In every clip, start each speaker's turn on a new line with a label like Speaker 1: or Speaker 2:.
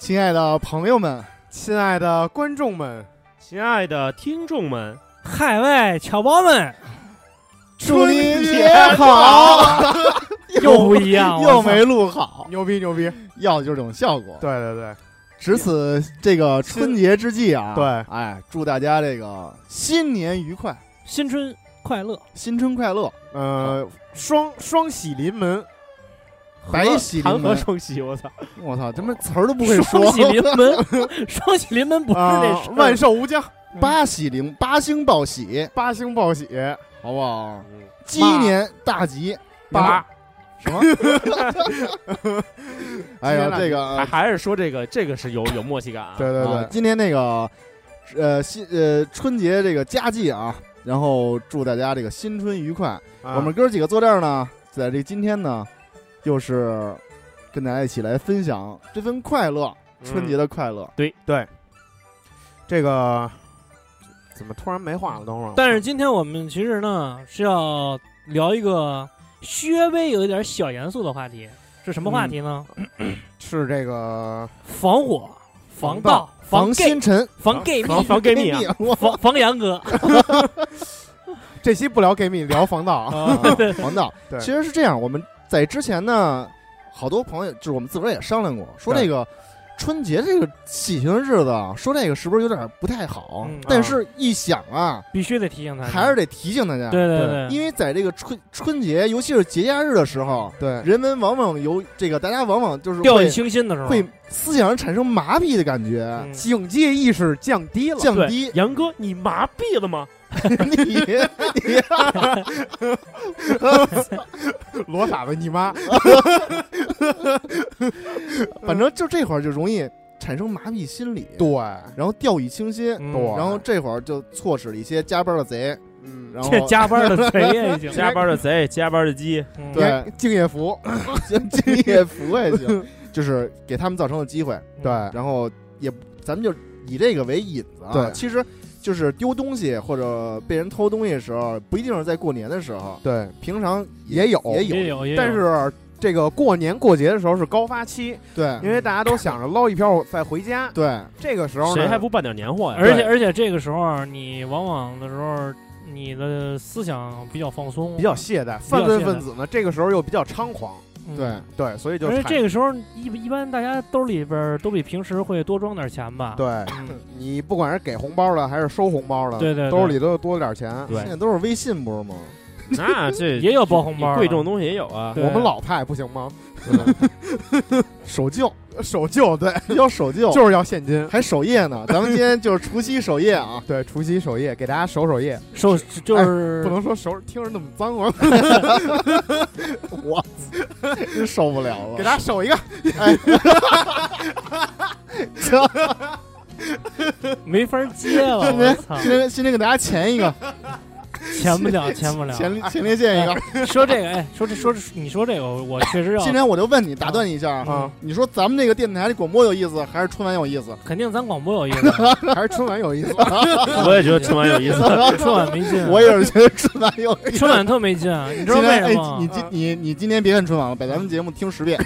Speaker 1: 亲爱的朋友们，
Speaker 2: 亲爱的观众们，
Speaker 3: 亲爱的听众们，
Speaker 4: 海外侨胞们，
Speaker 1: 祝您节好！
Speaker 4: 又不一样，
Speaker 1: 又没录好，
Speaker 2: 牛逼牛逼！
Speaker 1: 要的就是这种效果。
Speaker 2: 对对对，
Speaker 1: 值此这个春节之际啊，
Speaker 2: 对
Speaker 1: 哎，祝大家这个新年愉快，
Speaker 4: 新春快乐，
Speaker 1: 新春快乐，
Speaker 2: 呃，双双喜临门，
Speaker 1: 白哎
Speaker 3: 呃
Speaker 1: 喜临
Speaker 3: 谈何
Speaker 1: 门！
Speaker 3: 双喜？我操！
Speaker 1: 我操，他妈词儿都不会
Speaker 4: 双
Speaker 1: 说，
Speaker 4: 喜临门， 双喜临门不是
Speaker 2: 啊
Speaker 4: 这事儿
Speaker 2: 万寿无疆，
Speaker 1: 八喜临八星报喜，
Speaker 2: 八星报喜，
Speaker 1: 好不好？
Speaker 3: 嗯
Speaker 1: 鸡年大吉，
Speaker 2: 八
Speaker 1: 什 么？哎呀，这个
Speaker 3: 还还是说这个这个是有有默契感啊。
Speaker 2: 对对
Speaker 1: 啊
Speaker 2: 对，
Speaker 1: 今天那个呃新呃春节这个佳季啊，然后祝大家这个新春愉快。
Speaker 2: 啊
Speaker 1: 我们哥儿几个坐这儿呢，在这今天呢，又是跟大家一起来分享这份快乐，
Speaker 3: 嗯，
Speaker 1: 春节的快乐。
Speaker 2: 这个怎么突然没话了？等会儿，
Speaker 4: 但是今天我们其实呢是要聊一个稍微有一点小严肃的话题，是什么话题呢？
Speaker 2: 是这个
Speaker 4: 防火、
Speaker 2: 防
Speaker 4: 防
Speaker 2: 盗
Speaker 4: 盗、防 gay
Speaker 1: 新、辰，
Speaker 4: 防 gay
Speaker 3: 防防
Speaker 2: 哎
Speaker 3: gay 蜜 啊，
Speaker 1: 哎我
Speaker 4: 防 防杨哥，
Speaker 2: 这期不聊 gay 蜜，聊防 盗啊。
Speaker 1: 啊黄道
Speaker 2: 对。
Speaker 1: 其实是这样，我们在之前呢，好多朋友就是我们自个儿也商量过，说
Speaker 2: 对
Speaker 1: 这个。春节这个喜庆日子啊，说这个是不是有点不太好？
Speaker 4: 嗯
Speaker 1: 但
Speaker 2: 啊
Speaker 1: 是一想啊，
Speaker 4: 必须得提醒他，
Speaker 1: 还是得提醒大家，
Speaker 4: 对对
Speaker 2: 对
Speaker 1: 因为在这个春春节，尤其是节假日的时候，
Speaker 2: 对，
Speaker 1: 人们往往有这个，大家往往就是
Speaker 4: 掉
Speaker 1: 会
Speaker 4: 以轻心的时候，
Speaker 1: 会思想上产生麻痹的感觉，
Speaker 4: 嗯
Speaker 2: 警戒意识降低了。
Speaker 1: 降
Speaker 3: 对
Speaker 1: 低
Speaker 3: 杨哥，你麻痹了吗？
Speaker 1: 你你
Speaker 2: 罗傻子你妈，
Speaker 1: 反正就这会儿就容易产生麻痹心理，
Speaker 2: 对，
Speaker 1: 然后掉以轻心，
Speaker 4: 嗯
Speaker 2: 对
Speaker 1: 然后这会儿就错使了一些加班的贼，
Speaker 2: 嗯，
Speaker 1: 然
Speaker 4: 这
Speaker 1: 后
Speaker 4: 加班的贼也已经
Speaker 3: 加班的贼，加班的鸡，
Speaker 4: 嗯
Speaker 1: 对
Speaker 2: 敬业 福，
Speaker 1: 敬业福也 行，就是给他们造成了机会，
Speaker 2: 对，
Speaker 1: 然后也咱们就以这个为引子啊，
Speaker 2: 对
Speaker 1: 其实。就是丢东西或者被人偷东西的时候，不一定是在过年的时候，
Speaker 2: 对。
Speaker 1: 平常
Speaker 2: 也有
Speaker 1: 也
Speaker 4: 也
Speaker 1: 有，
Speaker 4: 有，也有
Speaker 2: 但是这个过年过节的时候是高发期，
Speaker 1: 对
Speaker 2: 因为大家都想着捞一票再回家。
Speaker 1: 对，
Speaker 2: 这个时候
Speaker 3: 谁
Speaker 2: 呢，
Speaker 3: 还不办点年货呀？
Speaker 4: 而且而且这个时候啊你往往的时候，你的思想比较放松，
Speaker 2: 比较懈怠？犯罪分子呢，这个时候又比较猖狂，
Speaker 4: 嗯
Speaker 1: 对，
Speaker 2: 对，所以就
Speaker 4: 而且
Speaker 2: 产
Speaker 4: 这个时候一一般大家兜里边儿都比平时会多装点钱吧？
Speaker 2: 对
Speaker 4: 嗯，
Speaker 2: 你不管是给红包的还是收红包的，
Speaker 4: 对对对
Speaker 2: 兜里都多点钱。
Speaker 3: 对
Speaker 1: 现在都是微信不是吗？
Speaker 3: 那这
Speaker 4: 也有包红包的，
Speaker 3: 贵重东西也有啊。
Speaker 4: 对
Speaker 2: 我们老派不行 吗？
Speaker 1: 守旧，
Speaker 2: 守旧，哦对，
Speaker 1: 要守旧，
Speaker 2: 就是要现金。
Speaker 1: 还守夜呢。咱们今天就是除夕守夜啊，
Speaker 2: 对，除夕守夜，给大家守守夜，
Speaker 4: 收就是
Speaker 2: 不能说守，听着那么脏啊，
Speaker 1: 我真受不了
Speaker 2: 给
Speaker 1: 了。
Speaker 2: 大家守一 个。
Speaker 4: 没法接了，我操，
Speaker 1: 今天今天给大家前一个，
Speaker 4: 钱不了，钱不了。
Speaker 1: 前前列腺一个。
Speaker 4: 说这个，哎，说这说这，你说这个，我我确实要
Speaker 1: 今，天我就问你，打断你一下
Speaker 2: 啊，
Speaker 1: 你说咱们这个电台的广播有意思，还是春晚有意思？
Speaker 4: 肯定咱广播有意思，
Speaker 2: 还是春晚有意思。
Speaker 3: 我也觉得春晚有意思。
Speaker 4: 春晚没劲，
Speaker 1: 我也是觉得春晚有意思。
Speaker 4: 春晚特没劲，嗯啊你知道
Speaker 1: 今
Speaker 4: 为
Speaker 1: 天
Speaker 4: 什
Speaker 1: 哎
Speaker 4: 么吗，
Speaker 1: 你？今你你今天别看春晚了，把咱们节目听十遍。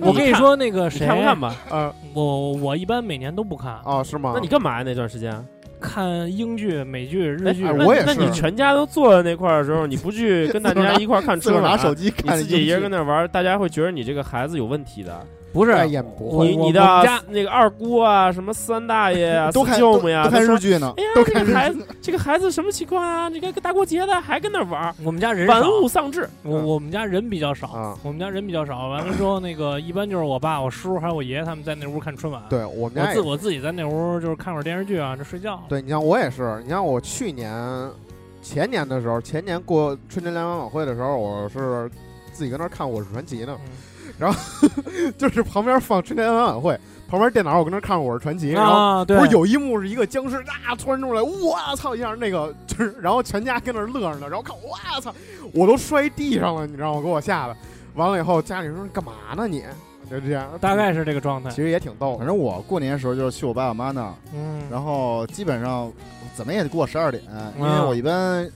Speaker 4: 我跟你说，那个
Speaker 3: 你
Speaker 4: 谁，
Speaker 3: 看不看吧？
Speaker 2: 嗯，
Speaker 4: 我我一般每年都不看，
Speaker 2: 哦，是吗？
Speaker 3: 那你干嘛呀？那段时间，
Speaker 4: 看英剧、美剧、日剧
Speaker 2: 哎，
Speaker 3: 那
Speaker 2: 我也
Speaker 3: 那
Speaker 2: 是
Speaker 3: 你全家都坐在那块儿的时候，你不去跟大家一块儿 看
Speaker 1: 自个
Speaker 3: 春
Speaker 1: 儿拿
Speaker 3: 晚，
Speaker 1: 手机
Speaker 3: 你
Speaker 1: 看，
Speaker 3: 自己一人跟那儿玩，大家会觉得你这个孩子有问题的。
Speaker 4: 不是
Speaker 2: 那也不
Speaker 4: 我
Speaker 2: 会，
Speaker 3: 你你的
Speaker 4: 我们家
Speaker 3: 那个二姑啊，什么三大爷啊，
Speaker 1: 都看
Speaker 3: 四
Speaker 1: 都
Speaker 3: 舅母呀，
Speaker 1: 都看
Speaker 3: 都
Speaker 1: 日
Speaker 3: 说。
Speaker 1: 剧呢。
Speaker 3: 哎呀，
Speaker 1: 都
Speaker 3: 这
Speaker 1: 看
Speaker 3: 个
Speaker 1: 日
Speaker 3: 孩子，这个孩子什么情况啊？这个大过节的还跟那儿玩儿，
Speaker 4: 我们家人
Speaker 3: 玩
Speaker 4: 少
Speaker 3: 物丧志。
Speaker 4: 我我们家人比较少
Speaker 2: 嗯啊，
Speaker 4: 我们家人比较少。完了之后，那个一般就是我爸、我叔还有我爷爷他们在那屋看春晚，
Speaker 2: 对我们家
Speaker 4: 我
Speaker 2: 也
Speaker 4: 自我自己在那屋就是看会儿电视剧啊，就睡觉。
Speaker 2: 对你像我也是，你像我去年、前年的时候，前年过春节联欢晚会的时候，我是自己跟那儿看《我是传奇》
Speaker 4: 嗯
Speaker 2: 呢，就是旁边放春节联欢晚会，旁边电脑我跟那儿看《我是传奇》
Speaker 4: 嗯
Speaker 2: 然后。
Speaker 4: 啊，对
Speaker 2: 不，是有一幕是一个僵尸啊突然出来，我操一下那个就是，然后全家跟那儿乐着呢，然后看我操，我都摔地上了，你知道吗？给我吓的。完了以后家里说你干嘛呢你？就这样，
Speaker 4: 大概是这个状态
Speaker 2: 其。实也挺逗
Speaker 1: 反
Speaker 2: 的。
Speaker 1: 正我过年的时候就是去我爸我妈那儿，
Speaker 4: 嗯，
Speaker 1: 然后基本上怎么也得过十二点，因为我一般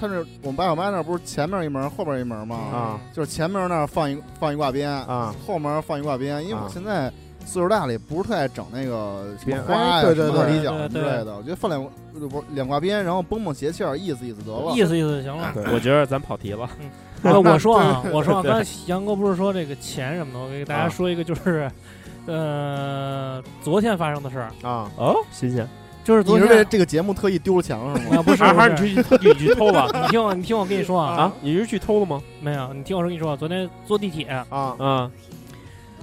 Speaker 1: 他是我们爸我妈那儿不是前面一门后边一门吗？
Speaker 2: 啊
Speaker 1: 就是前面那儿放一放一挂鞭，
Speaker 2: 啊
Speaker 1: 后门放一挂鞭，因为我
Speaker 2: 啊
Speaker 1: 现在岁数大了也不是特爱整那个什
Speaker 2: 别
Speaker 1: 么花呀、
Speaker 2: 哎对
Speaker 1: 什
Speaker 2: 对
Speaker 1: 么耳
Speaker 4: 对
Speaker 1: 滴角
Speaker 4: 对
Speaker 1: 之
Speaker 4: 对
Speaker 1: 类的。我觉得放两呃不是两挂鞭，然后蹦蹦鞋气儿，意思意思得了。
Speaker 4: 意思意思就行了。
Speaker 2: 对
Speaker 3: 我觉得咱跑题了，
Speaker 4: 啊，我说啊，我说啊，
Speaker 3: 对
Speaker 4: 刚才杨哥不是说这个钱什么的，我给大家
Speaker 2: 啊
Speaker 4: 说一个，就是，呃，昨天发生的事儿，
Speaker 2: 啊，
Speaker 3: 哦，新鲜。
Speaker 4: 就是
Speaker 1: 你
Speaker 4: 昨
Speaker 1: 是为
Speaker 4: 天
Speaker 1: 了这个节目特意丢了墙是吗？
Speaker 4: 啊，不 是
Speaker 3: 二哈，
Speaker 4: 不
Speaker 3: 你
Speaker 4: 是，
Speaker 3: 去你去偷 吧
Speaker 4: 你听我，你听我跟你说啊，
Speaker 3: 啊？你是去偷了吗？
Speaker 4: 没有，你听我说，跟你说啊，昨天坐地铁，
Speaker 2: 啊，
Speaker 3: 啊，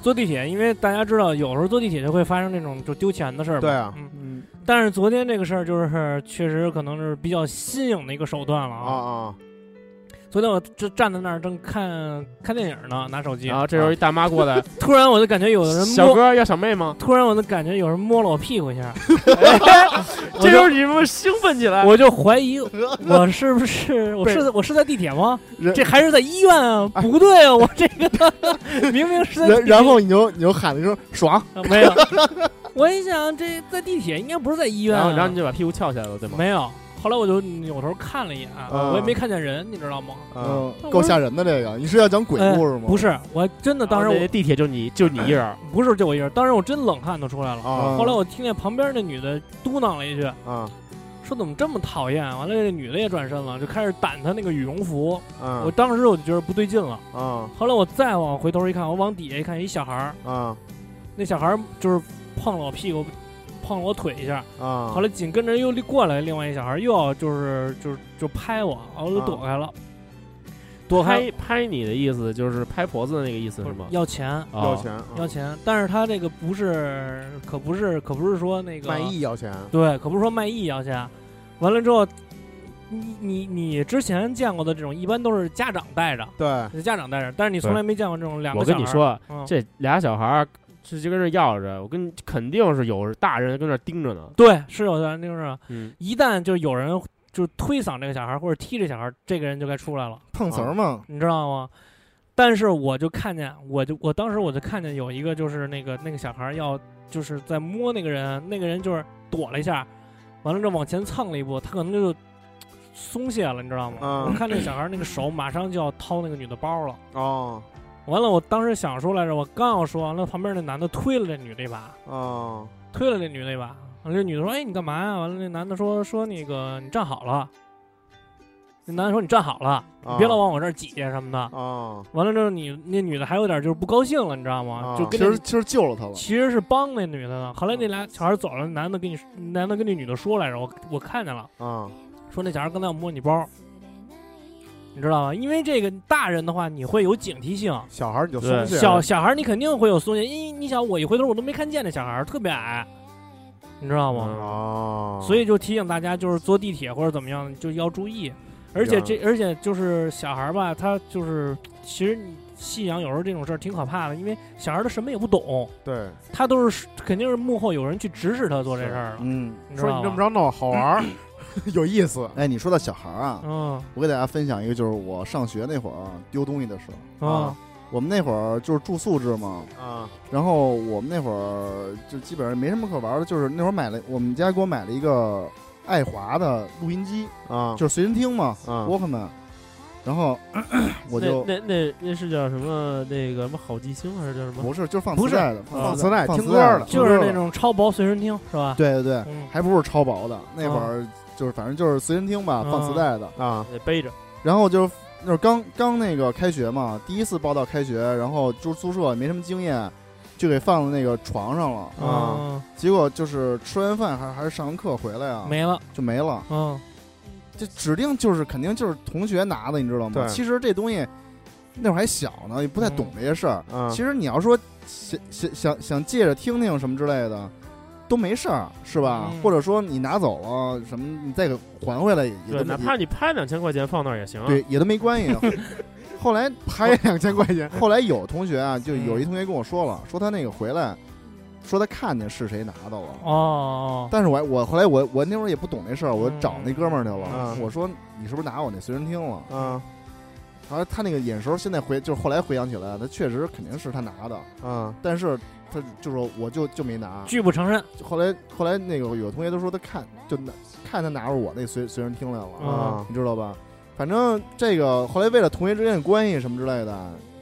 Speaker 4: 坐地铁，因为大家知道，有时候坐地铁就会发生这种就丢钱的事儿嘛，
Speaker 2: 对啊
Speaker 4: 嗯，
Speaker 3: 嗯，
Speaker 4: 但是昨天这个事儿就是确实可能是比较新颖的一个手段了
Speaker 2: 啊啊，
Speaker 4: 昨天我这站在那儿正看看电影呢，拿手机，
Speaker 3: 然后这时候一大妈过来，
Speaker 4: 突然我就感觉有人
Speaker 3: 啊小
Speaker 4: 摸，
Speaker 3: 哥要小妹吗？
Speaker 4: 突然我就感觉有人摸了我屁股一下，我
Speaker 3: 这时
Speaker 4: 就
Speaker 3: 候你是不是兴奋起来？
Speaker 4: 我就怀疑我是 不是我是我是在地铁吗？
Speaker 1: 人
Speaker 4: 这还是在医院啊？
Speaker 3: 哎
Speaker 4: 不对啊，我这个 明明是在地
Speaker 1: 然
Speaker 4: 铁
Speaker 1: 然后你就你就喊了一声爽，
Speaker 4: 啊 没有，我一想这在地铁应该不是在医院
Speaker 3: 然
Speaker 4: 啊，
Speaker 3: 后然后你就把屁股翘起来了，对吗？
Speaker 4: 没有。后来我就扭头看了一眼，
Speaker 2: 啊
Speaker 4: 我也没看见人，你知道吗？
Speaker 2: 嗯
Speaker 1: 嗯够吓人的这个。你是要讲鬼故事吗？
Speaker 4: 啊不，是，我真的当时
Speaker 3: 然后
Speaker 2: 啊
Speaker 3: 那
Speaker 4: 我
Speaker 3: 地铁就你就你一人，
Speaker 4: 不是就我一人，当时我真冷汗都出来了。
Speaker 2: 啊
Speaker 4: 后来我听见旁边那女的嘟囔了一句，
Speaker 1: 嗯
Speaker 2: 啊
Speaker 4: 说怎么这么讨厌？完了，这女的也转身了，就开始掸她那个羽绒服。
Speaker 2: 啊
Speaker 4: 我当时我就觉得不对劲了。
Speaker 2: 啊
Speaker 4: 后来我再往回头一看，我往底下一看，一小孩儿，
Speaker 2: 啊
Speaker 4: 那小孩儿就是碰了我屁股，碰了我腿一下。
Speaker 2: 啊，
Speaker 4: 后来紧跟着又过来另外一小孩儿，又要就是就是就拍我，然后我就
Speaker 2: 啊
Speaker 4: 躲开了，躲开
Speaker 3: 拍拍你的意思就是拍婆子的那个意思
Speaker 4: 不
Speaker 3: 是
Speaker 4: 是
Speaker 3: 吗？
Speaker 4: 要钱。
Speaker 3: 哦
Speaker 2: 要钱，啊
Speaker 4: 要钱，但是他这个不是，可不是，可不是说那个
Speaker 2: 卖艺要钱，
Speaker 4: 对，可不是说卖艺要钱。完了之后，你你你之前见过的这种，一般都是家长带着，
Speaker 2: 对，
Speaker 4: 是家长带着，但是你从
Speaker 3: 对
Speaker 4: 来没见过这种两个
Speaker 3: 我跟你
Speaker 4: 小孩
Speaker 3: 说，
Speaker 4: 儿，嗯、
Speaker 3: 这俩小孩儿是就跟这要着，我跟你肯定是有大人跟那盯着呢。
Speaker 4: 对是有的，就是
Speaker 3: 嗯，
Speaker 4: 一旦就有人就推搡这个小孩儿或者踢这小孩儿，这个人就该出来了，
Speaker 1: 碰瓷儿嘛。
Speaker 4: 你知道吗？但是我就看见，我就我当时我就看见有一个就是那个那个小孩儿要就是在摸那个人，那个人就是躲了一下，完了之后往前蹭了一步，他可能就松懈了，你知道吗？
Speaker 2: 嗯
Speaker 4: 我看那小孩儿那个手马上就要掏那个女的包了。
Speaker 2: 哦
Speaker 4: 完了，我当时想说来着，我刚要说，完了旁边那男的推了这女的一把，
Speaker 2: 哦
Speaker 4: 推了这女的一把。完了，这女的说：“哎，你干嘛呀？”完了，那男的说：“说那个你站好了。”那男的说：“你站好了，你别
Speaker 2: 啊
Speaker 4: 老往我这儿挤什么的。
Speaker 2: 哦
Speaker 4: 完了之后你，那女的还有点就是不高兴了，你知道吗？
Speaker 2: 啊
Speaker 4: 就
Speaker 1: 其
Speaker 4: 跟那
Speaker 1: 实其实救了他了，
Speaker 4: 其实是帮那女的呢。后来那俩小孩走了，男的跟你男的跟那女的说来着，我我看见了，
Speaker 2: 哦
Speaker 4: 说那小孩刚才要摸你包，你知道吗？因为这个大人的话，你会有警惕性。
Speaker 2: 小孩儿你就松
Speaker 3: 对
Speaker 2: 懈了，
Speaker 4: 小小孩你肯定会有松懈，因为你想我一回头我都没看见那小孩，特别矮，你知道吗？
Speaker 2: 哦，
Speaker 4: 所以就提醒大家，就是坐地铁或者怎么样，就要注意。而且这，而且就是小孩儿吧，他就是其实你信仰有时候这种事儿挺可怕的，因为小孩儿他什么也不懂，
Speaker 2: 对，
Speaker 4: 他都是肯定是幕后有人去指使他做这事儿了。
Speaker 1: 嗯。
Speaker 4: 知
Speaker 2: 说
Speaker 4: 道
Speaker 2: 你这么
Speaker 4: 吧，
Speaker 2: 着闹好玩 儿，有意思
Speaker 1: 哎，你说到小孩儿啊，
Speaker 4: 嗯
Speaker 1: 我给大家分享一个，就是我上学那会儿丢东西的事儿。
Speaker 4: 啊
Speaker 1: 我们那会儿就是住宿制嘛，
Speaker 2: 啊
Speaker 1: 然后我们那会儿就基本上没什么可玩的，就是那会儿买了，我们家给我买了一个爱华的录音机，
Speaker 4: 嗯
Speaker 2: 啊
Speaker 1: 就是随身听嘛
Speaker 2: 啊
Speaker 1: ，Walkman，然后 咳咳我就
Speaker 3: 那那那那是叫什么？那个什么好记星还是叫什么？
Speaker 1: 不是就是放
Speaker 4: 不
Speaker 1: 磁
Speaker 4: 是
Speaker 1: 带的，
Speaker 2: 放
Speaker 1: 磁
Speaker 2: 磁带
Speaker 1: 放
Speaker 2: 听
Speaker 1: 磁
Speaker 2: 歌
Speaker 1: 带
Speaker 2: 的
Speaker 1: 听
Speaker 4: 就
Speaker 1: 歌
Speaker 4: 是
Speaker 1: 的
Speaker 4: 那种超薄随身听是吧？
Speaker 1: 对对对，
Speaker 4: 嗯
Speaker 1: 还不是超薄的，那
Speaker 4: 嗯
Speaker 1: 会儿就是反正就是随身听吧，放磁
Speaker 4: 嗯
Speaker 1: 带的，
Speaker 2: 啊
Speaker 3: 得背着。
Speaker 1: 然后就是那会儿刚刚那个开学嘛，第一次报到开学，然后住宿舍也没什么经验，就给放在那个床上了。
Speaker 4: 嗯
Speaker 2: 啊
Speaker 1: 结果就是吃完饭还还是上完课回来啊，
Speaker 4: 没了，
Speaker 1: 就没了。
Speaker 4: 嗯
Speaker 1: 这指定就是肯定就是同学拿的，你知道吗？
Speaker 2: 对
Speaker 1: 其实这东西那会儿还小呢，也不太懂
Speaker 4: 嗯
Speaker 1: 这些事儿。
Speaker 2: 啊，
Speaker 1: 其 实你要说想想想想借着听听什么之类的。都没事儿，是吧？
Speaker 4: 嗯
Speaker 1: 或者说你拿走了什么，你再给还回来也也
Speaker 3: 对，
Speaker 1: 都
Speaker 3: 哪
Speaker 1: 没
Speaker 3: 怕你拍两千块钱放那儿也行啊。
Speaker 1: 对也都没关系。后来
Speaker 2: 还
Speaker 1: 拍
Speaker 2: 两千块钱，
Speaker 1: 后来有同学啊，就有一同学跟我说了，说他那个回来，说他看见是谁拿到了。
Speaker 4: 哦哦
Speaker 1: 但是我还我后来我我那会儿也不懂这事儿，我
Speaker 4: 嗯
Speaker 1: 找那哥们儿去了，
Speaker 2: 嗯
Speaker 1: 我说你是不是拿我那随身听了？
Speaker 2: 啊
Speaker 1: 他说他那个眼神儿现在回就是后来回想起来，他确实肯定是他拿的，
Speaker 2: 啊
Speaker 1: 但是他就说我就就没拿。
Speaker 4: 拒不承认。
Speaker 1: 后来后来那个有同学都说他看就拿看他拿着我那随随身听来了，
Speaker 4: 嗯
Speaker 2: 啊
Speaker 1: 你知道吧？反正这个后来为了同学之间的关系什么之类的，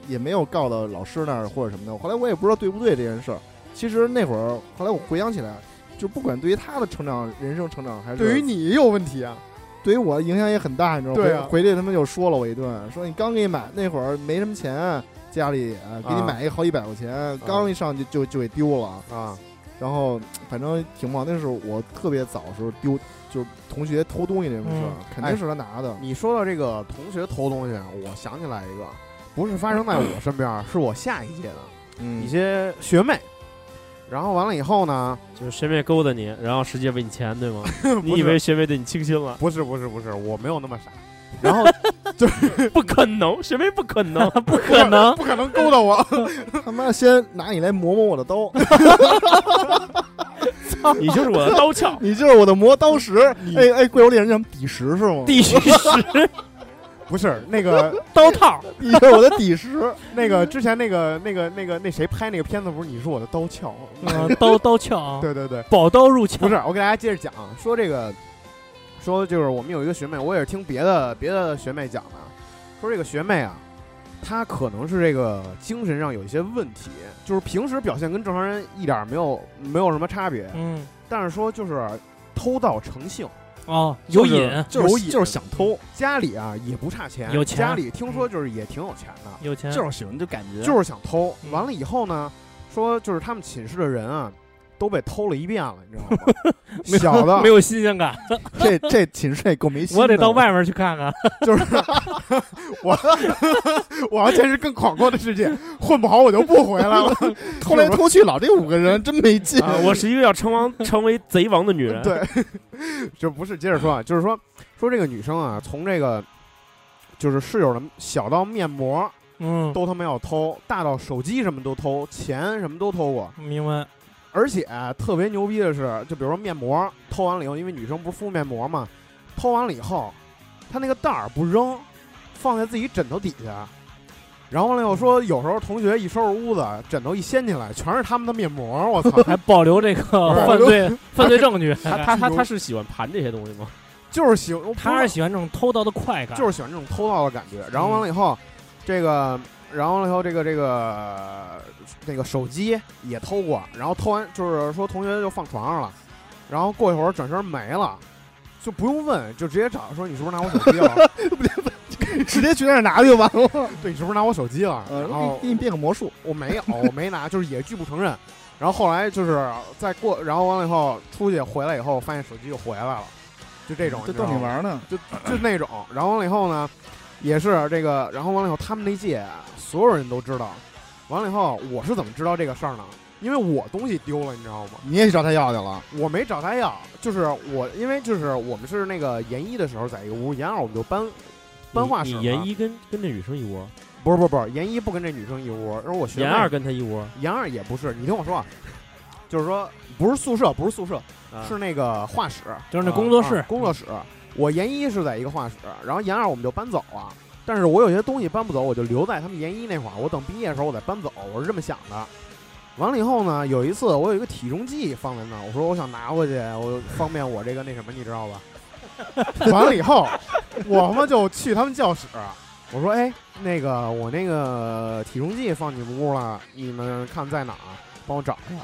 Speaker 1: 也没有告到老师那儿或者什么的。后来我也不知道对不对这件事儿，其实那会儿，后来我回想起来，就不管对于他的成长、人生成长，还是
Speaker 2: 对于你有问题啊？
Speaker 1: 对于我的影响也很大，你知道吗？
Speaker 2: 对啊
Speaker 1: 回回去他们就说了我一顿，说你刚给你买那会儿没什么钱，家里啊给你
Speaker 2: 啊
Speaker 1: 买一个好几百块钱，刚一上就就就给丢了。
Speaker 2: 啊，
Speaker 1: 然后反正挺不好，那是我特别早的时候丢，就是同学偷东西这种事儿，
Speaker 4: 嗯
Speaker 1: 肯定是他拿的。
Speaker 2: 你说到这个同学偷东西，我想起来一个，不是发生在我身边，是我下一届的一
Speaker 1: 嗯，
Speaker 2: 些学妹。然后完了以后呢？
Speaker 3: 就是学妹勾搭你，然后实际为你钱，对吗？你
Speaker 2: 不
Speaker 3: 以
Speaker 2: 是
Speaker 3: 为学妹对你倾心了？
Speaker 2: 不是不是不是，我没有那么傻，
Speaker 3: 然 后就是不可能，学妹不可能，
Speaker 4: 不可能，
Speaker 3: 啊
Speaker 2: 不可能勾搭我。
Speaker 1: 他妈先拿你来磨磨我的刀，。
Speaker 3: 你就是我的刀鞘
Speaker 1: 你就是我的磨刀石。哎哎，贵州猎人叫什么底石是吗？
Speaker 4: 第十
Speaker 2: 不是那个
Speaker 4: 刀套，
Speaker 1: 你是我的底石。
Speaker 2: 那个之前那个那个那个那谁拍那个片子，不是你是我的刀鞘？
Speaker 4: 嗯，刀刀鞘啊，
Speaker 2: 对对对，
Speaker 4: 宝刀入鞘，
Speaker 2: 不是，我给大家接着讲，说这个，说就是我们有一个学妹，我也是听别的别的学妹讲的，说这个学妹啊，她可能是这个精神上有一些问题，就是平时表现跟正常人一点儿没有没有什么差别，
Speaker 4: 嗯，
Speaker 2: 但是说就是偷盗成性，
Speaker 4: 哦， 有
Speaker 2: 就是
Speaker 4: 瘾，
Speaker 2: 就是
Speaker 1: 有瘾
Speaker 2: 就是想偷，家里啊也不差钱，
Speaker 4: 有钱
Speaker 2: 家里听说就是也挺有钱的，
Speaker 4: 有钱，
Speaker 5: 就是喜欢这感觉，
Speaker 2: 就是想偷。
Speaker 4: 嗯
Speaker 2: 完了以后呢，说就是他们寝室的人啊。都被偷了一遍了，你知道吗？小的
Speaker 4: 没有没有新鲜感，
Speaker 1: 这这寝室也够没心的。
Speaker 4: 我得到外面去 看看。
Speaker 2: 就是我我要见识更广阔的世界，混不好我就不回来了。
Speaker 1: 偷来偷去老这五个人真 没劲。
Speaker 3: 啊！我是一个要成王成为贼王的女人。
Speaker 2: 对， 就不是接着说啊，就是说说这个女生啊，从这个就是室友的小到面膜
Speaker 4: 嗯，
Speaker 2: 都他妈要偷，大到手机什么都偷，钱什么都偷过，
Speaker 4: 明白，！
Speaker 2: 而且啊、特别牛逼的是，就比如说面膜偷完了以后，因为女生不是敷面膜嘛，偷完了以后，她那个袋儿不扔，放在自己枕头底下，然后呢又说有时候同学一收拾屋子，枕头一掀起来全是他们的面膜，我操
Speaker 4: 还保留这个
Speaker 2: 是
Speaker 4: 犯罪犯罪证据。
Speaker 3: 她她她她是喜欢盘这些东西吗？
Speaker 2: 就是喜欢，
Speaker 4: 他是喜欢这种偷盗的快感，
Speaker 2: 就是喜欢这种偷盗的感觉。然后完了以后，这个，然后完了以后，这个这个那个手机也偷过，然后偷完就是说同学就放床上了，然后过一会儿转身没了。就不用问，就直接找说你是不是拿我手机了？
Speaker 1: 直接去那儿拿就完了。
Speaker 2: 对，你是不是拿我手机了？
Speaker 1: 呃，
Speaker 2: 然后
Speaker 1: 给给你变个魔术，
Speaker 2: 我没有，我没拿，就是也拒不承认。然后后来就是再过，然后完了以后出去回来以后，发现手机又回来了，就这种。
Speaker 1: 这
Speaker 2: 你知道
Speaker 1: 逗
Speaker 2: 吗
Speaker 1: 你玩儿呢。
Speaker 2: 就就那种。然后完了以后呢，也是这个，然后完了以后，他们那届所有人都知道。完了以后，我是怎么知道这个事儿呢？因为我东西丢了，你知道吗？
Speaker 1: 你也去找他要去了？
Speaker 2: 我没找他要，就是我，因为就是我们是那个研一的时候在一个屋，研二我们就搬搬画室
Speaker 3: 你
Speaker 2: 嘛。
Speaker 3: 你研一跟跟这女生一窝，
Speaker 2: 不是不是不是，研一不跟这女生一屋，然后我学妹
Speaker 3: 研二跟她一窝，
Speaker 2: 研二也不是。你听我说啊，就是说不是宿舍，不是宿舍，
Speaker 3: 啊
Speaker 2: 是那个画室。
Speaker 4: 就是那工作
Speaker 2: 啊
Speaker 4: 室，嗯
Speaker 2: 工作室。我研一是在一个画室，然后研二我们就搬走了。但是我有些东西搬不走，我就留在他们研一那会儿。我等毕业的时候我再搬走，我是这么想的。完了以后呢，有一次我有一个体重计放在那儿，我说我想拿回去，我方便我这个那什么，你知道吧？ 完了以后，我他妈就去他们教室，我说哎，那个我那个体重计放你们屋了，你们看在哪儿？帮我找一下。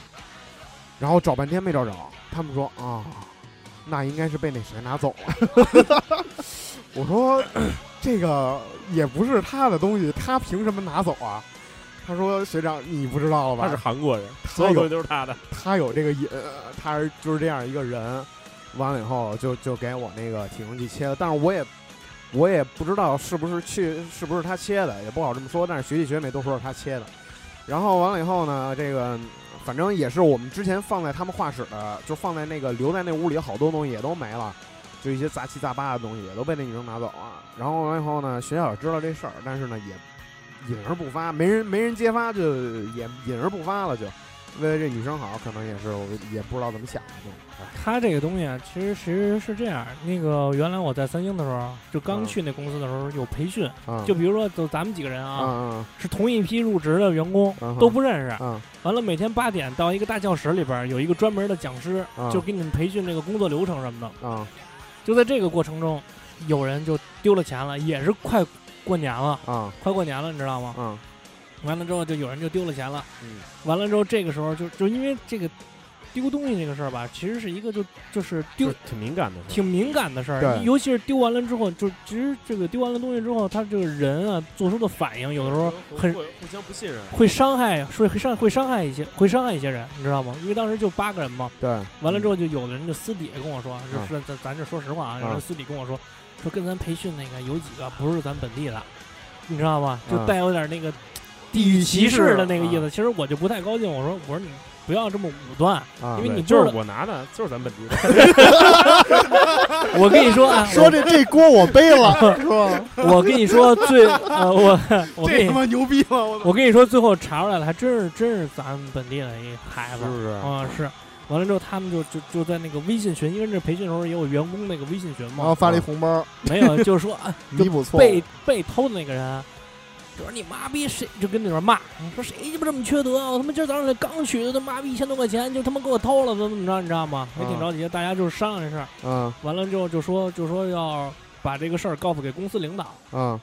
Speaker 2: 然后找半天没找着，他们说啊，那应该是被那谁拿走了。 我说这个也不是他的东西，他凭什么拿走啊？他说学长你不知道了吧？
Speaker 3: 她是韩国人，
Speaker 2: 所
Speaker 3: 所
Speaker 2: 有东西
Speaker 3: 有东西都是她的。
Speaker 2: 他有这个瘾，他是就是这样一个人。完了以后就就给我那个体重计切了，但是我也我也不知道是不是去是不是他切的，也不好这么说。但是学弟学妹都说是他切的。然后完了以后呢，这个反正也是我们之前放在他们画室的，就放在那个留在那屋里好多东西也都没了，就一些杂七杂八的东西也都被那女生拿走了。然后完了以后呢，学校也知道这事儿，但是呢也隐而不发，没人没人揭发，就也隐而不发了就。为了这女生好，可能也是我也不知道怎么想的，就哎
Speaker 4: 他这个东西啊，其实其实是这样。那个原来我在三星的时候，就刚
Speaker 2: 嗯
Speaker 4: 去那公司的时候有培训，
Speaker 2: 啊，
Speaker 4: 就比如说就咱们几个人
Speaker 2: 啊
Speaker 4: 啊，
Speaker 2: 啊
Speaker 4: 是同一批入职的员工，
Speaker 2: 啊
Speaker 4: 都不认识。
Speaker 2: 啊
Speaker 4: 完了，每天八点到一个大教室里边儿有一个专门的讲师，
Speaker 2: 啊
Speaker 4: 就给你们培训这个工作流程什么的。
Speaker 2: 啊
Speaker 4: 就在这个过程中，有人就丢了钱了，也是快过年了，
Speaker 2: 啊
Speaker 4: 快过年了，你知道吗？
Speaker 2: 啊
Speaker 4: 完了之后就有人就丢了钱了，
Speaker 2: 嗯
Speaker 4: 完了之后这个时候就就因为这个丢东西这个事儿吧，其实是一个就就是丢
Speaker 3: 就是挺敏感的事儿，
Speaker 4: 挺敏感的事儿，
Speaker 2: 对
Speaker 4: 尤其是丢完了之后，就其实这个丢完了东西之后，他这个人啊做出的反应，有的时候很
Speaker 3: 互互相不信任。
Speaker 4: 会伤害，会会伤会伤害一些，会伤害一些人，你知道吗？因为当时就八个人嘛，
Speaker 2: 对，
Speaker 4: 完了之后就有的人就私底下跟我说，
Speaker 2: 啊
Speaker 4: 就是咱咱这说实话啊，有
Speaker 2: 啊
Speaker 4: 人私底跟我说，说跟咱培训那个有几个不是咱本地的，你知道吗？就
Speaker 2: 啊
Speaker 4: 带有点那个
Speaker 2: 地域
Speaker 4: 歧
Speaker 2: 歧
Speaker 4: 视
Speaker 2: 视
Speaker 4: 的那个
Speaker 2: 啊
Speaker 4: 意思。其实我就不太高兴，我说我说你不要这么武断，
Speaker 2: 啊
Speaker 4: 因
Speaker 3: 对
Speaker 4: 为你不知
Speaker 3: 就是
Speaker 4: 道
Speaker 3: 我拿的，就是咱本地的。
Speaker 4: 我跟你说啊，
Speaker 1: 说这这锅我背了， 是吧？
Speaker 4: 我我跟你说最呃我我跟
Speaker 2: 这
Speaker 4: 你
Speaker 2: 他妈牛逼了，我操！
Speaker 4: 我跟你说，最后查出来了，还真是真是咱们本地的一孩子
Speaker 2: 是不是
Speaker 4: 啊、是。完了之后，他们就就就在那个微信群，因为这培训的时候也有员工那个微信群
Speaker 1: 然
Speaker 2: 啊
Speaker 1: 后
Speaker 4: 嘛，
Speaker 1: 发了一红包，
Speaker 4: 没有就是说啊，就
Speaker 1: 弥补错误。
Speaker 4: 被被偷的那个人，就说你妈逼谁，就跟那边骂，说谁鸡巴这么缺德啊！我他妈今儿早上来刚取的他妈逼一千多块钱，就他妈给我偷了，怎么怎么着，你知道吗？也挺
Speaker 2: 啊
Speaker 4: 着急的，大家就是商量这事儿，
Speaker 2: 啊
Speaker 4: 完了之后就说就说要把这个事儿告诉给公司领导，
Speaker 2: 啊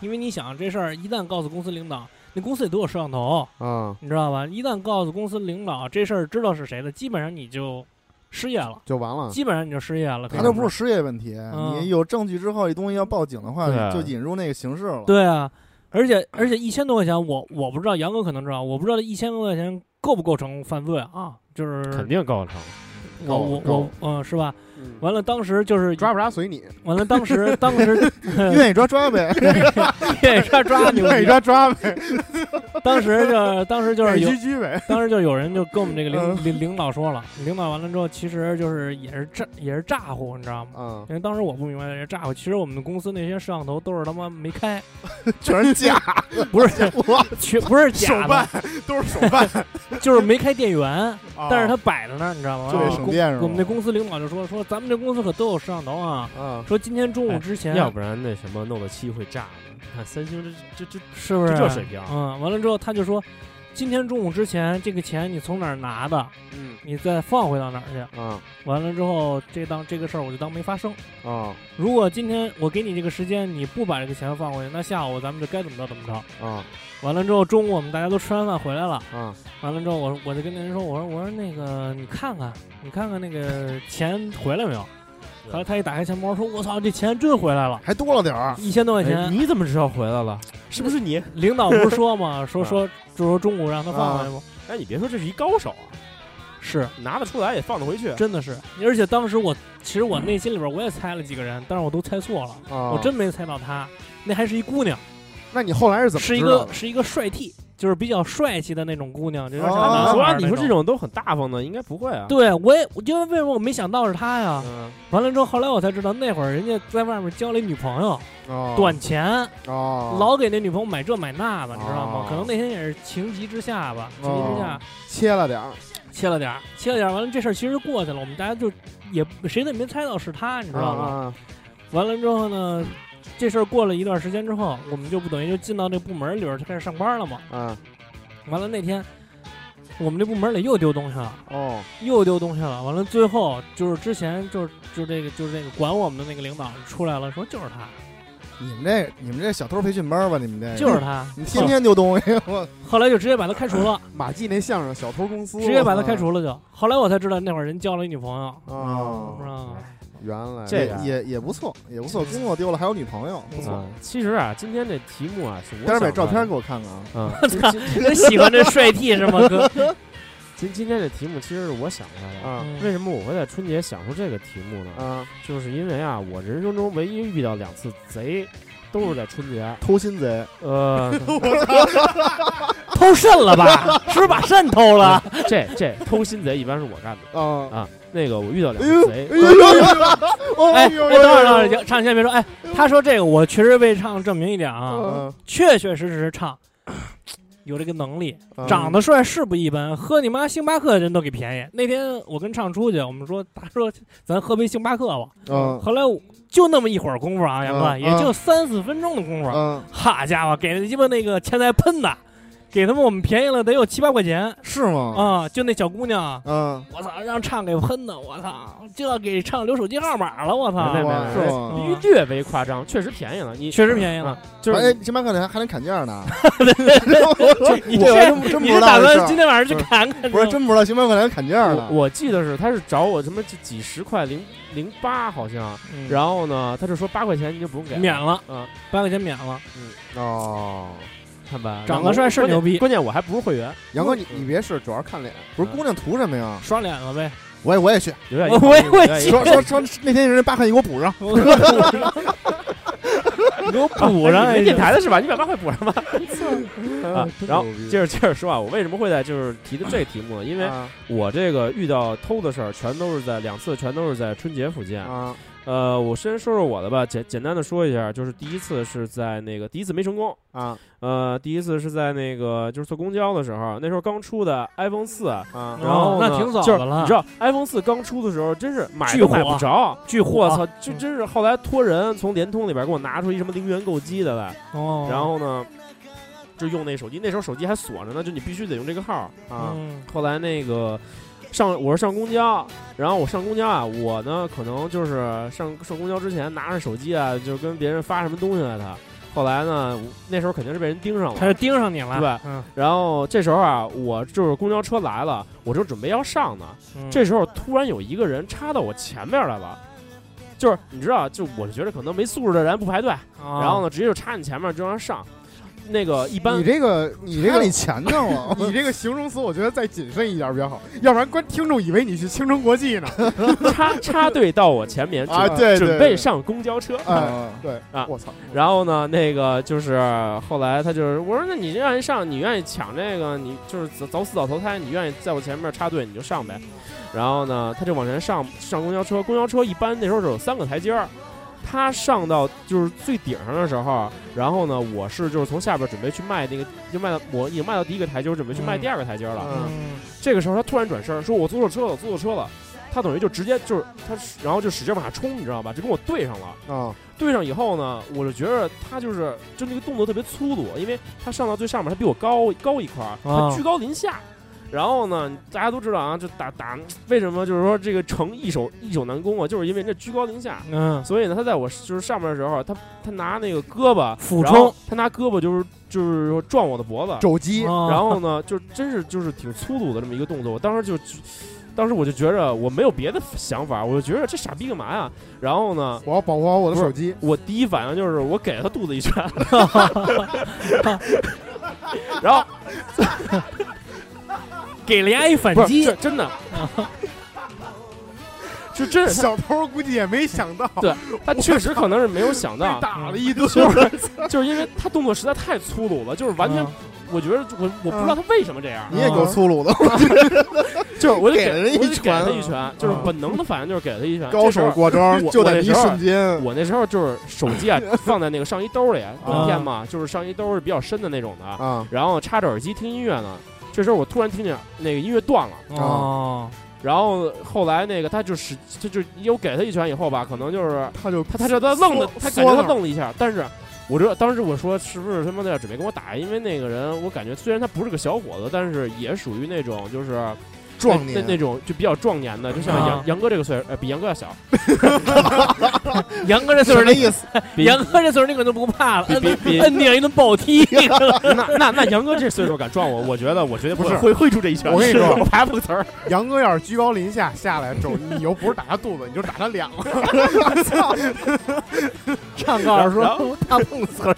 Speaker 4: 因为你想这事儿一旦告诉公司领导，那公司里都有摄像头，
Speaker 2: 啊，
Speaker 4: 你知道吧？一旦告诉公司领导这事儿知道是谁的，基本上你就失业了，
Speaker 2: 就完了。
Speaker 4: 基本上你就失业了。
Speaker 1: 嗯他都不
Speaker 4: 是
Speaker 1: 是失业问题，
Speaker 4: 嗯
Speaker 1: 你有证据之后，这东西要报警的话
Speaker 3: 对啊，
Speaker 1: 就引入那个形式了。
Speaker 4: 对啊，而且而且一千多块钱，我我不知道，杨哥可能知道，我不知道这一千多块钱构不构成犯罪啊？就是
Speaker 3: 肯定高成，
Speaker 4: 我我
Speaker 1: 够
Speaker 4: 我嗯、是吧？
Speaker 2: 嗯
Speaker 4: 完了，当时就是
Speaker 2: 抓，不抓随你，
Speaker 4: 完了，当时 当时
Speaker 1: 愿意抓抓呗，
Speaker 4: 对抓抓牛
Speaker 2: 愿意
Speaker 4: 逼，
Speaker 2: 抓抓呗，
Speaker 4: 当时就当时就是
Speaker 2: 愿意嗯
Speaker 4: 有
Speaker 2: 狙击呗。
Speaker 4: 当时就有人就跟我们这个领领领导说了，领导完了之后，其实就是也是诈也是诈唬，你知道吗？
Speaker 2: 啊，
Speaker 4: 因为当时我不明白这些诈唬，其实我们公司那些摄像头都是他妈没开，
Speaker 1: 全是假，
Speaker 4: 不是
Speaker 1: 我
Speaker 4: 全不是
Speaker 2: 手
Speaker 4: 假
Speaker 2: 办
Speaker 4: 的，
Speaker 2: 都是手办，
Speaker 4: 就是没开电源，
Speaker 2: 啊
Speaker 4: 但是它摆在那儿，你知道吗？
Speaker 1: 就得
Speaker 4: 然
Speaker 1: 省
Speaker 4: 后
Speaker 1: 电是吧？
Speaker 4: 公我们那公司领导就说说咱们这公司可都有摄像头啊，
Speaker 2: 啊，
Speaker 4: 说今天中啊午之前
Speaker 3: 哎要不然那什么弄得漆会炸的。你看三星这这这
Speaker 4: 是不是
Speaker 3: 这这水平
Speaker 4: 嗯，完了之后他就说，今天中午之前这个钱你从哪儿拿的，
Speaker 2: 嗯
Speaker 4: 你再放回到哪儿去。
Speaker 2: 啊
Speaker 4: 完了之后这当这个事儿我就当没发生。
Speaker 2: 啊
Speaker 4: 如果今天我给你这个时间，你不把这个钱放回去，那下午咱们就该怎么着怎么着。
Speaker 2: 啊
Speaker 4: 完了之后，中午我们大家都吃完饭回来了。
Speaker 2: 啊
Speaker 4: 完了之后我，我就跟那人说，我说我说那个你看看，你看看那个钱回来没有？后来他一打开钱包，说我操，这钱真回来了，
Speaker 1: 还多了点 儿，
Speaker 4: 一千多啊块钱。
Speaker 3: 啊哎你怎么知道回来了？是不是你？
Speaker 4: 领导不是 说吗？说
Speaker 3: 啊
Speaker 4: 说就说中午让他放回来吗？
Speaker 3: 哎，你别说，这是一高手啊，
Speaker 4: 是，
Speaker 3: 拿得出来也放得回去。
Speaker 4: 真的是。而且当时我其实
Speaker 3: 嗯
Speaker 4: 我内心里边我也猜了几个人，但是我都猜错了，
Speaker 2: 啊！
Speaker 4: 我真没猜到她，那还是一姑娘。
Speaker 2: 那你后来是怎么
Speaker 4: 是一
Speaker 2: 知道
Speaker 4: 个
Speaker 2: 的
Speaker 4: 是一个帅 T，就是比较帅气的那种姑娘，就有点像
Speaker 1: 哦
Speaker 4: 男
Speaker 3: 啊你
Speaker 4: 孩
Speaker 3: 说
Speaker 4: 啊儿
Speaker 3: 按你说
Speaker 4: 那
Speaker 3: 这。种都很大方的，应该不会啊。
Speaker 4: 对，我也我因为为什么我没想到是他呀？
Speaker 3: 嗯，
Speaker 4: 完了之后，后来我才知道，那会儿人家在外面交了一女朋友，
Speaker 2: 哦
Speaker 4: 短钱，
Speaker 2: 哦，
Speaker 4: 老给那女朋友买这买那的，你知道吗
Speaker 2: 哦？
Speaker 4: 可能那天也是情急之下吧，情急之下
Speaker 2: 切了点儿
Speaker 4: 切了点儿，切了点儿，完了这事儿其实就过去了，我们大家就也谁都没猜到是他，你知道吗？
Speaker 2: 啊
Speaker 4: 完了之后呢，这事儿过了一段时间之后，我们就不等于就进到这部门里边儿就开始上班了嘛。
Speaker 2: 啊啊
Speaker 4: 完了那天，我们这部门里又丢东西了，
Speaker 2: 哦
Speaker 4: 又丢东西了。完了最后就是之前就是就这个就是这个管我们的那个领导出来了，说就是他，
Speaker 1: 你们这你们这小偷培训班吧，哎你们这个
Speaker 4: 就是他。
Speaker 1: 你天天丢东西，我
Speaker 4: 后来就直接把他开除了，
Speaker 2: 马季那相声《小偷公司》，
Speaker 4: 直接把他
Speaker 2: 我操
Speaker 4: 开除了就。后来我才知道那会儿人交了一女朋友，是
Speaker 2: 啊！
Speaker 4: 吧？
Speaker 2: 原来
Speaker 3: 这
Speaker 1: 也
Speaker 3: 个
Speaker 1: 也也不错，也不错，工作丢了还有女朋友，不错。
Speaker 3: 嗯其实啊，今天这题目啊是我
Speaker 1: 待会儿把
Speaker 3: 想出
Speaker 1: 照
Speaker 3: 来
Speaker 1: 片
Speaker 3: 的
Speaker 1: 给我看看啊，
Speaker 3: 嗯，
Speaker 4: 真喜欢这帅 T 是吗，哥？
Speaker 3: 今今天这题目其实是我想出来的。
Speaker 2: 啊
Speaker 1: 嗯
Speaker 3: 为什么我会在春节想出这个题目呢？
Speaker 2: 啊
Speaker 3: 就是因为啊，我人生中唯一遇到两次贼，都是在春节。
Speaker 1: 偷心贼，啊
Speaker 3: 呃，
Speaker 4: 偷肾了吧？是不是把肾偷了？
Speaker 3: 这这偷心贼一般是我干的
Speaker 2: 啊！
Speaker 3: 啊。那个我遇到两
Speaker 1: 嗯哎呦
Speaker 3: 次贼，啊
Speaker 1: 哎呦哎呦哎呦 哦
Speaker 4: 哎哎，
Speaker 1: 哎
Speaker 4: 等
Speaker 1: 呦，
Speaker 4: 会儿等会儿，唱先别说，哎，他说这个我确实为唱证明一点啊，
Speaker 2: 嗯
Speaker 4: 确确实实唱，有这个能力，
Speaker 2: 嗯
Speaker 4: 长得帅是不一般，喝你妈星巴克的人都给便宜。那天我跟唱出去，我们说，他说咱喝杯星巴克吧。
Speaker 2: 嗯
Speaker 4: 后来我就那么一会儿功夫
Speaker 1: 嗯
Speaker 4: 啊，杨哥，
Speaker 2: 嗯
Speaker 4: 也就三四分钟的功夫，
Speaker 2: 嗯
Speaker 4: 给他们我们便宜了得有七八块钱
Speaker 1: 是吗？
Speaker 4: 啊！就那小姑娘，
Speaker 1: 嗯，
Speaker 4: 我操，让唱给喷的，我操，就要给唱留手机号码了，我操
Speaker 3: 没！没
Speaker 1: 哇
Speaker 3: 没
Speaker 1: 是吗？
Speaker 4: 嗯
Speaker 3: 略略微夸张，确实便宜了。你
Speaker 4: 确实便宜了
Speaker 3: 啊，就
Speaker 1: 哎
Speaker 3: 是，
Speaker 1: 星巴克里还还能砍价 呢，
Speaker 4: 你
Speaker 1: 我还真真
Speaker 4: 你
Speaker 1: 不知
Speaker 4: 是
Speaker 1: 道
Speaker 4: 打
Speaker 1: 这事
Speaker 4: 算今
Speaker 1: 儿，
Speaker 4: 天晚上去砍砍？
Speaker 1: 不是真不知道星巴克里还砍价
Speaker 3: 我
Speaker 1: 呢。
Speaker 3: 我记得是他是找我什么几几十块零零八好像，
Speaker 4: 嗯，
Speaker 3: 然后呢他就说八块钱你就不用给
Speaker 4: 免了，
Speaker 3: 嗯，
Speaker 4: 八块钱免了。
Speaker 2: 哦，
Speaker 3: 看吧，
Speaker 4: 长得帅是牛逼
Speaker 3: 啊关键关键我还不是会员，
Speaker 2: 杨哥你
Speaker 3: 嗯
Speaker 2: 你别试，主要是看脸。
Speaker 1: 不是姑娘图什么呀？
Speaker 4: 刷脸了呗，
Speaker 1: 我也我也 去，
Speaker 3: 有点
Speaker 4: 我也会
Speaker 3: 有点
Speaker 4: 信
Speaker 1: 说说说那天人八块钱给我补上，
Speaker 4: 你给我补上
Speaker 3: 啊
Speaker 4: 来
Speaker 3: 你没
Speaker 4: 就
Speaker 3: 电台的是吧？你把八块补上 吧。
Speaker 4: 哎
Speaker 3: 啊，然后
Speaker 2: 真牛逼
Speaker 3: 接着接着说啊，我为什么会在就是提的这个题目呢？因为
Speaker 2: 啊
Speaker 3: 我这个遇到偷的事儿，全都是在两次，全都是在春节附近。
Speaker 2: 啊
Speaker 3: 呃，我先说说我的吧，简简单的说一下，就是第一次是在那个第一次没成功，
Speaker 2: 啊
Speaker 3: 呃，第一次是在那个就是坐公交的时候，那时候刚出的 iPhone 四，
Speaker 2: 啊！
Speaker 3: 然后
Speaker 4: 哦那
Speaker 3: 呢
Speaker 4: 挺早
Speaker 3: 就是
Speaker 4: 的了
Speaker 3: 你知道 iPhone 四刚出的时候，真是买
Speaker 4: 巨
Speaker 3: 都买
Speaker 4: 火
Speaker 3: 不着，
Speaker 4: 巨火
Speaker 3: 我操，就真是后来托人从联通里边给我拿出一什么零元购机的来，
Speaker 4: 哦，
Speaker 3: 然后呢，就用那手机，那时候手机还锁着呢，就你必须得用这个号。
Speaker 2: 啊
Speaker 4: 嗯
Speaker 3: 后来那个上我是上公交，然后我上公交啊，我呢可能就是上上公交之前拿着手机啊，就跟别人发什么东西来的。后来呢，我那时候肯定是被人盯上
Speaker 4: 他就
Speaker 3: 了，
Speaker 4: 盯上你了，
Speaker 3: 对
Speaker 4: 嗯，
Speaker 3: 然后这时候啊，我就是公交车来了，我正准备要上呢，
Speaker 4: 嗯
Speaker 3: 这时候突然有一个人插到我前面来了，就是你知道，就我就觉得可能没素质的人不排队，
Speaker 4: 啊
Speaker 3: 然后呢直接就插你前面就让上，那个一般
Speaker 2: 你这个 你这
Speaker 1: 让
Speaker 2: 个
Speaker 1: 你前头了，
Speaker 2: 你这个 形容词，我觉得再谨慎一点比较好，要不然观听众以为你去青城国际呢。
Speaker 3: 插插队到我前面，
Speaker 2: 啊
Speaker 3: 准
Speaker 2: 对对对
Speaker 3: 准备上公交车。
Speaker 2: 哎，
Speaker 1: 啊，
Speaker 2: 对
Speaker 3: 啊
Speaker 2: 我操！
Speaker 3: 然后呢，那个就是后来他就是我说，那你让人上，你愿意抢这个，你就是早早死早投胎，你愿意在我前面插队你就上呗。然后呢，他就往前上上公交车，公交车一般那时候是有三个台阶儿。他上到就是最顶上的时候，然后呢，我是就是从下边准备去迈那个，就迈到我已经迈到第一个台阶，我准备去迈
Speaker 4: 嗯
Speaker 3: 第二个台阶了。
Speaker 4: 嗯
Speaker 3: 这个时候他突然转身说：“我坐错车了，坐错车了。”他等于就直接就是他，然后就使劲往下冲，你知道吧？就跟我对上了。
Speaker 2: 啊
Speaker 3: 对上以后呢，我就觉得他就是就那个动作特别粗鲁，因为他上到最上面，他比我高高一块儿，
Speaker 4: 啊
Speaker 3: 他居高临下。然后呢，大家都知道啊，就打打为什么就是说这个成易守易守难攻啊，就是因为这居高临下。
Speaker 4: 嗯
Speaker 3: 所以呢，他在我就是上面的时候，他他拿那个胳膊
Speaker 4: 俯，
Speaker 3: 然后
Speaker 4: 冲
Speaker 3: 他拿胳膊就是就是说撞我的脖子，
Speaker 2: 肘击
Speaker 4: 啊
Speaker 3: 然后呢，就真是就是挺粗鲁的这么一个动作。我当时就，当时我就觉着我没有别的想法，我就觉着这傻逼干嘛呀？然后呢，
Speaker 2: 我要保护好我的
Speaker 3: 不是
Speaker 2: 手机。
Speaker 3: 我第一反应就是我给了他肚子 一拳，然后
Speaker 4: 给了丫一反
Speaker 3: 不是
Speaker 4: 击
Speaker 3: 这，真的，就 真是
Speaker 2: 小偷估计也没想到，
Speaker 3: 对嗯他确实可能是没有想
Speaker 2: 被
Speaker 3: 到，
Speaker 2: 打了一顿。
Speaker 3: 就是 就是因为他动作实在太粗鲁了，就是完全
Speaker 4: 嗯
Speaker 3: 我觉得我我不
Speaker 1: 嗯
Speaker 3: 知道他为什么这样，
Speaker 1: 你也够粗
Speaker 2: 啊
Speaker 1: 鲁的，
Speaker 3: 就是我就
Speaker 1: 给了人一
Speaker 3: 我就给了他
Speaker 1: 拳啊
Speaker 3: 一拳，就是本能的反应就是给了他一拳，
Speaker 1: 高
Speaker 3: 这时候
Speaker 1: 手过招
Speaker 3: 我
Speaker 1: 就在
Speaker 3: 我
Speaker 1: 那啊
Speaker 3: 那
Speaker 1: 一
Speaker 3: 时候
Speaker 1: 瞬间，
Speaker 3: 我那时候就是手机 啊放在那个上衣兜里，啊冬天
Speaker 1: 啊
Speaker 3: 嘛，就是上衣兜是比较深的那种的，
Speaker 2: 啊
Speaker 3: 然后插着耳机听音乐呢。这时候我突然听见那个音乐断了，
Speaker 4: 哦，
Speaker 3: 然后后来那个他就使就就又给他一拳以后吧，可能就是
Speaker 2: 他就
Speaker 3: 他他这他愣了，
Speaker 2: 缩
Speaker 3: 他感觉
Speaker 2: 缩那
Speaker 3: 他
Speaker 2: 儿
Speaker 3: 愣了一下，但是。我这当时我说是不是他妈的要准备跟我打？因为那个人，我感觉虽然他不是个小伙子，但是也属于那种就是
Speaker 1: 撞
Speaker 3: 那那那
Speaker 1: 你，
Speaker 3: 种就比较壮年的，就像
Speaker 4: 啊
Speaker 3: 杨杨哥这个岁数，呃，比杨哥要小，
Speaker 4: 杨哥这
Speaker 1: 什
Speaker 4: 岁数
Speaker 1: 么
Speaker 4: 那
Speaker 1: 意思？
Speaker 3: 比
Speaker 4: 杨哥这岁数那可都不怕了，
Speaker 3: 比
Speaker 4: 摁
Speaker 3: 比比
Speaker 4: 摁顶一顿暴踢，
Speaker 3: 那那那杨哥这岁数敢撞我，我觉得我绝对
Speaker 2: 不是
Speaker 3: 会会出这一拳。
Speaker 2: 我跟你说
Speaker 3: 我排不个词儿，
Speaker 2: 杨哥要是居高临下下来肘，你又不是打他肚子，你就打他脸 了。
Speaker 4: 唱
Speaker 2: 啊
Speaker 4: 告
Speaker 3: 然后
Speaker 4: 说大碰瓷儿，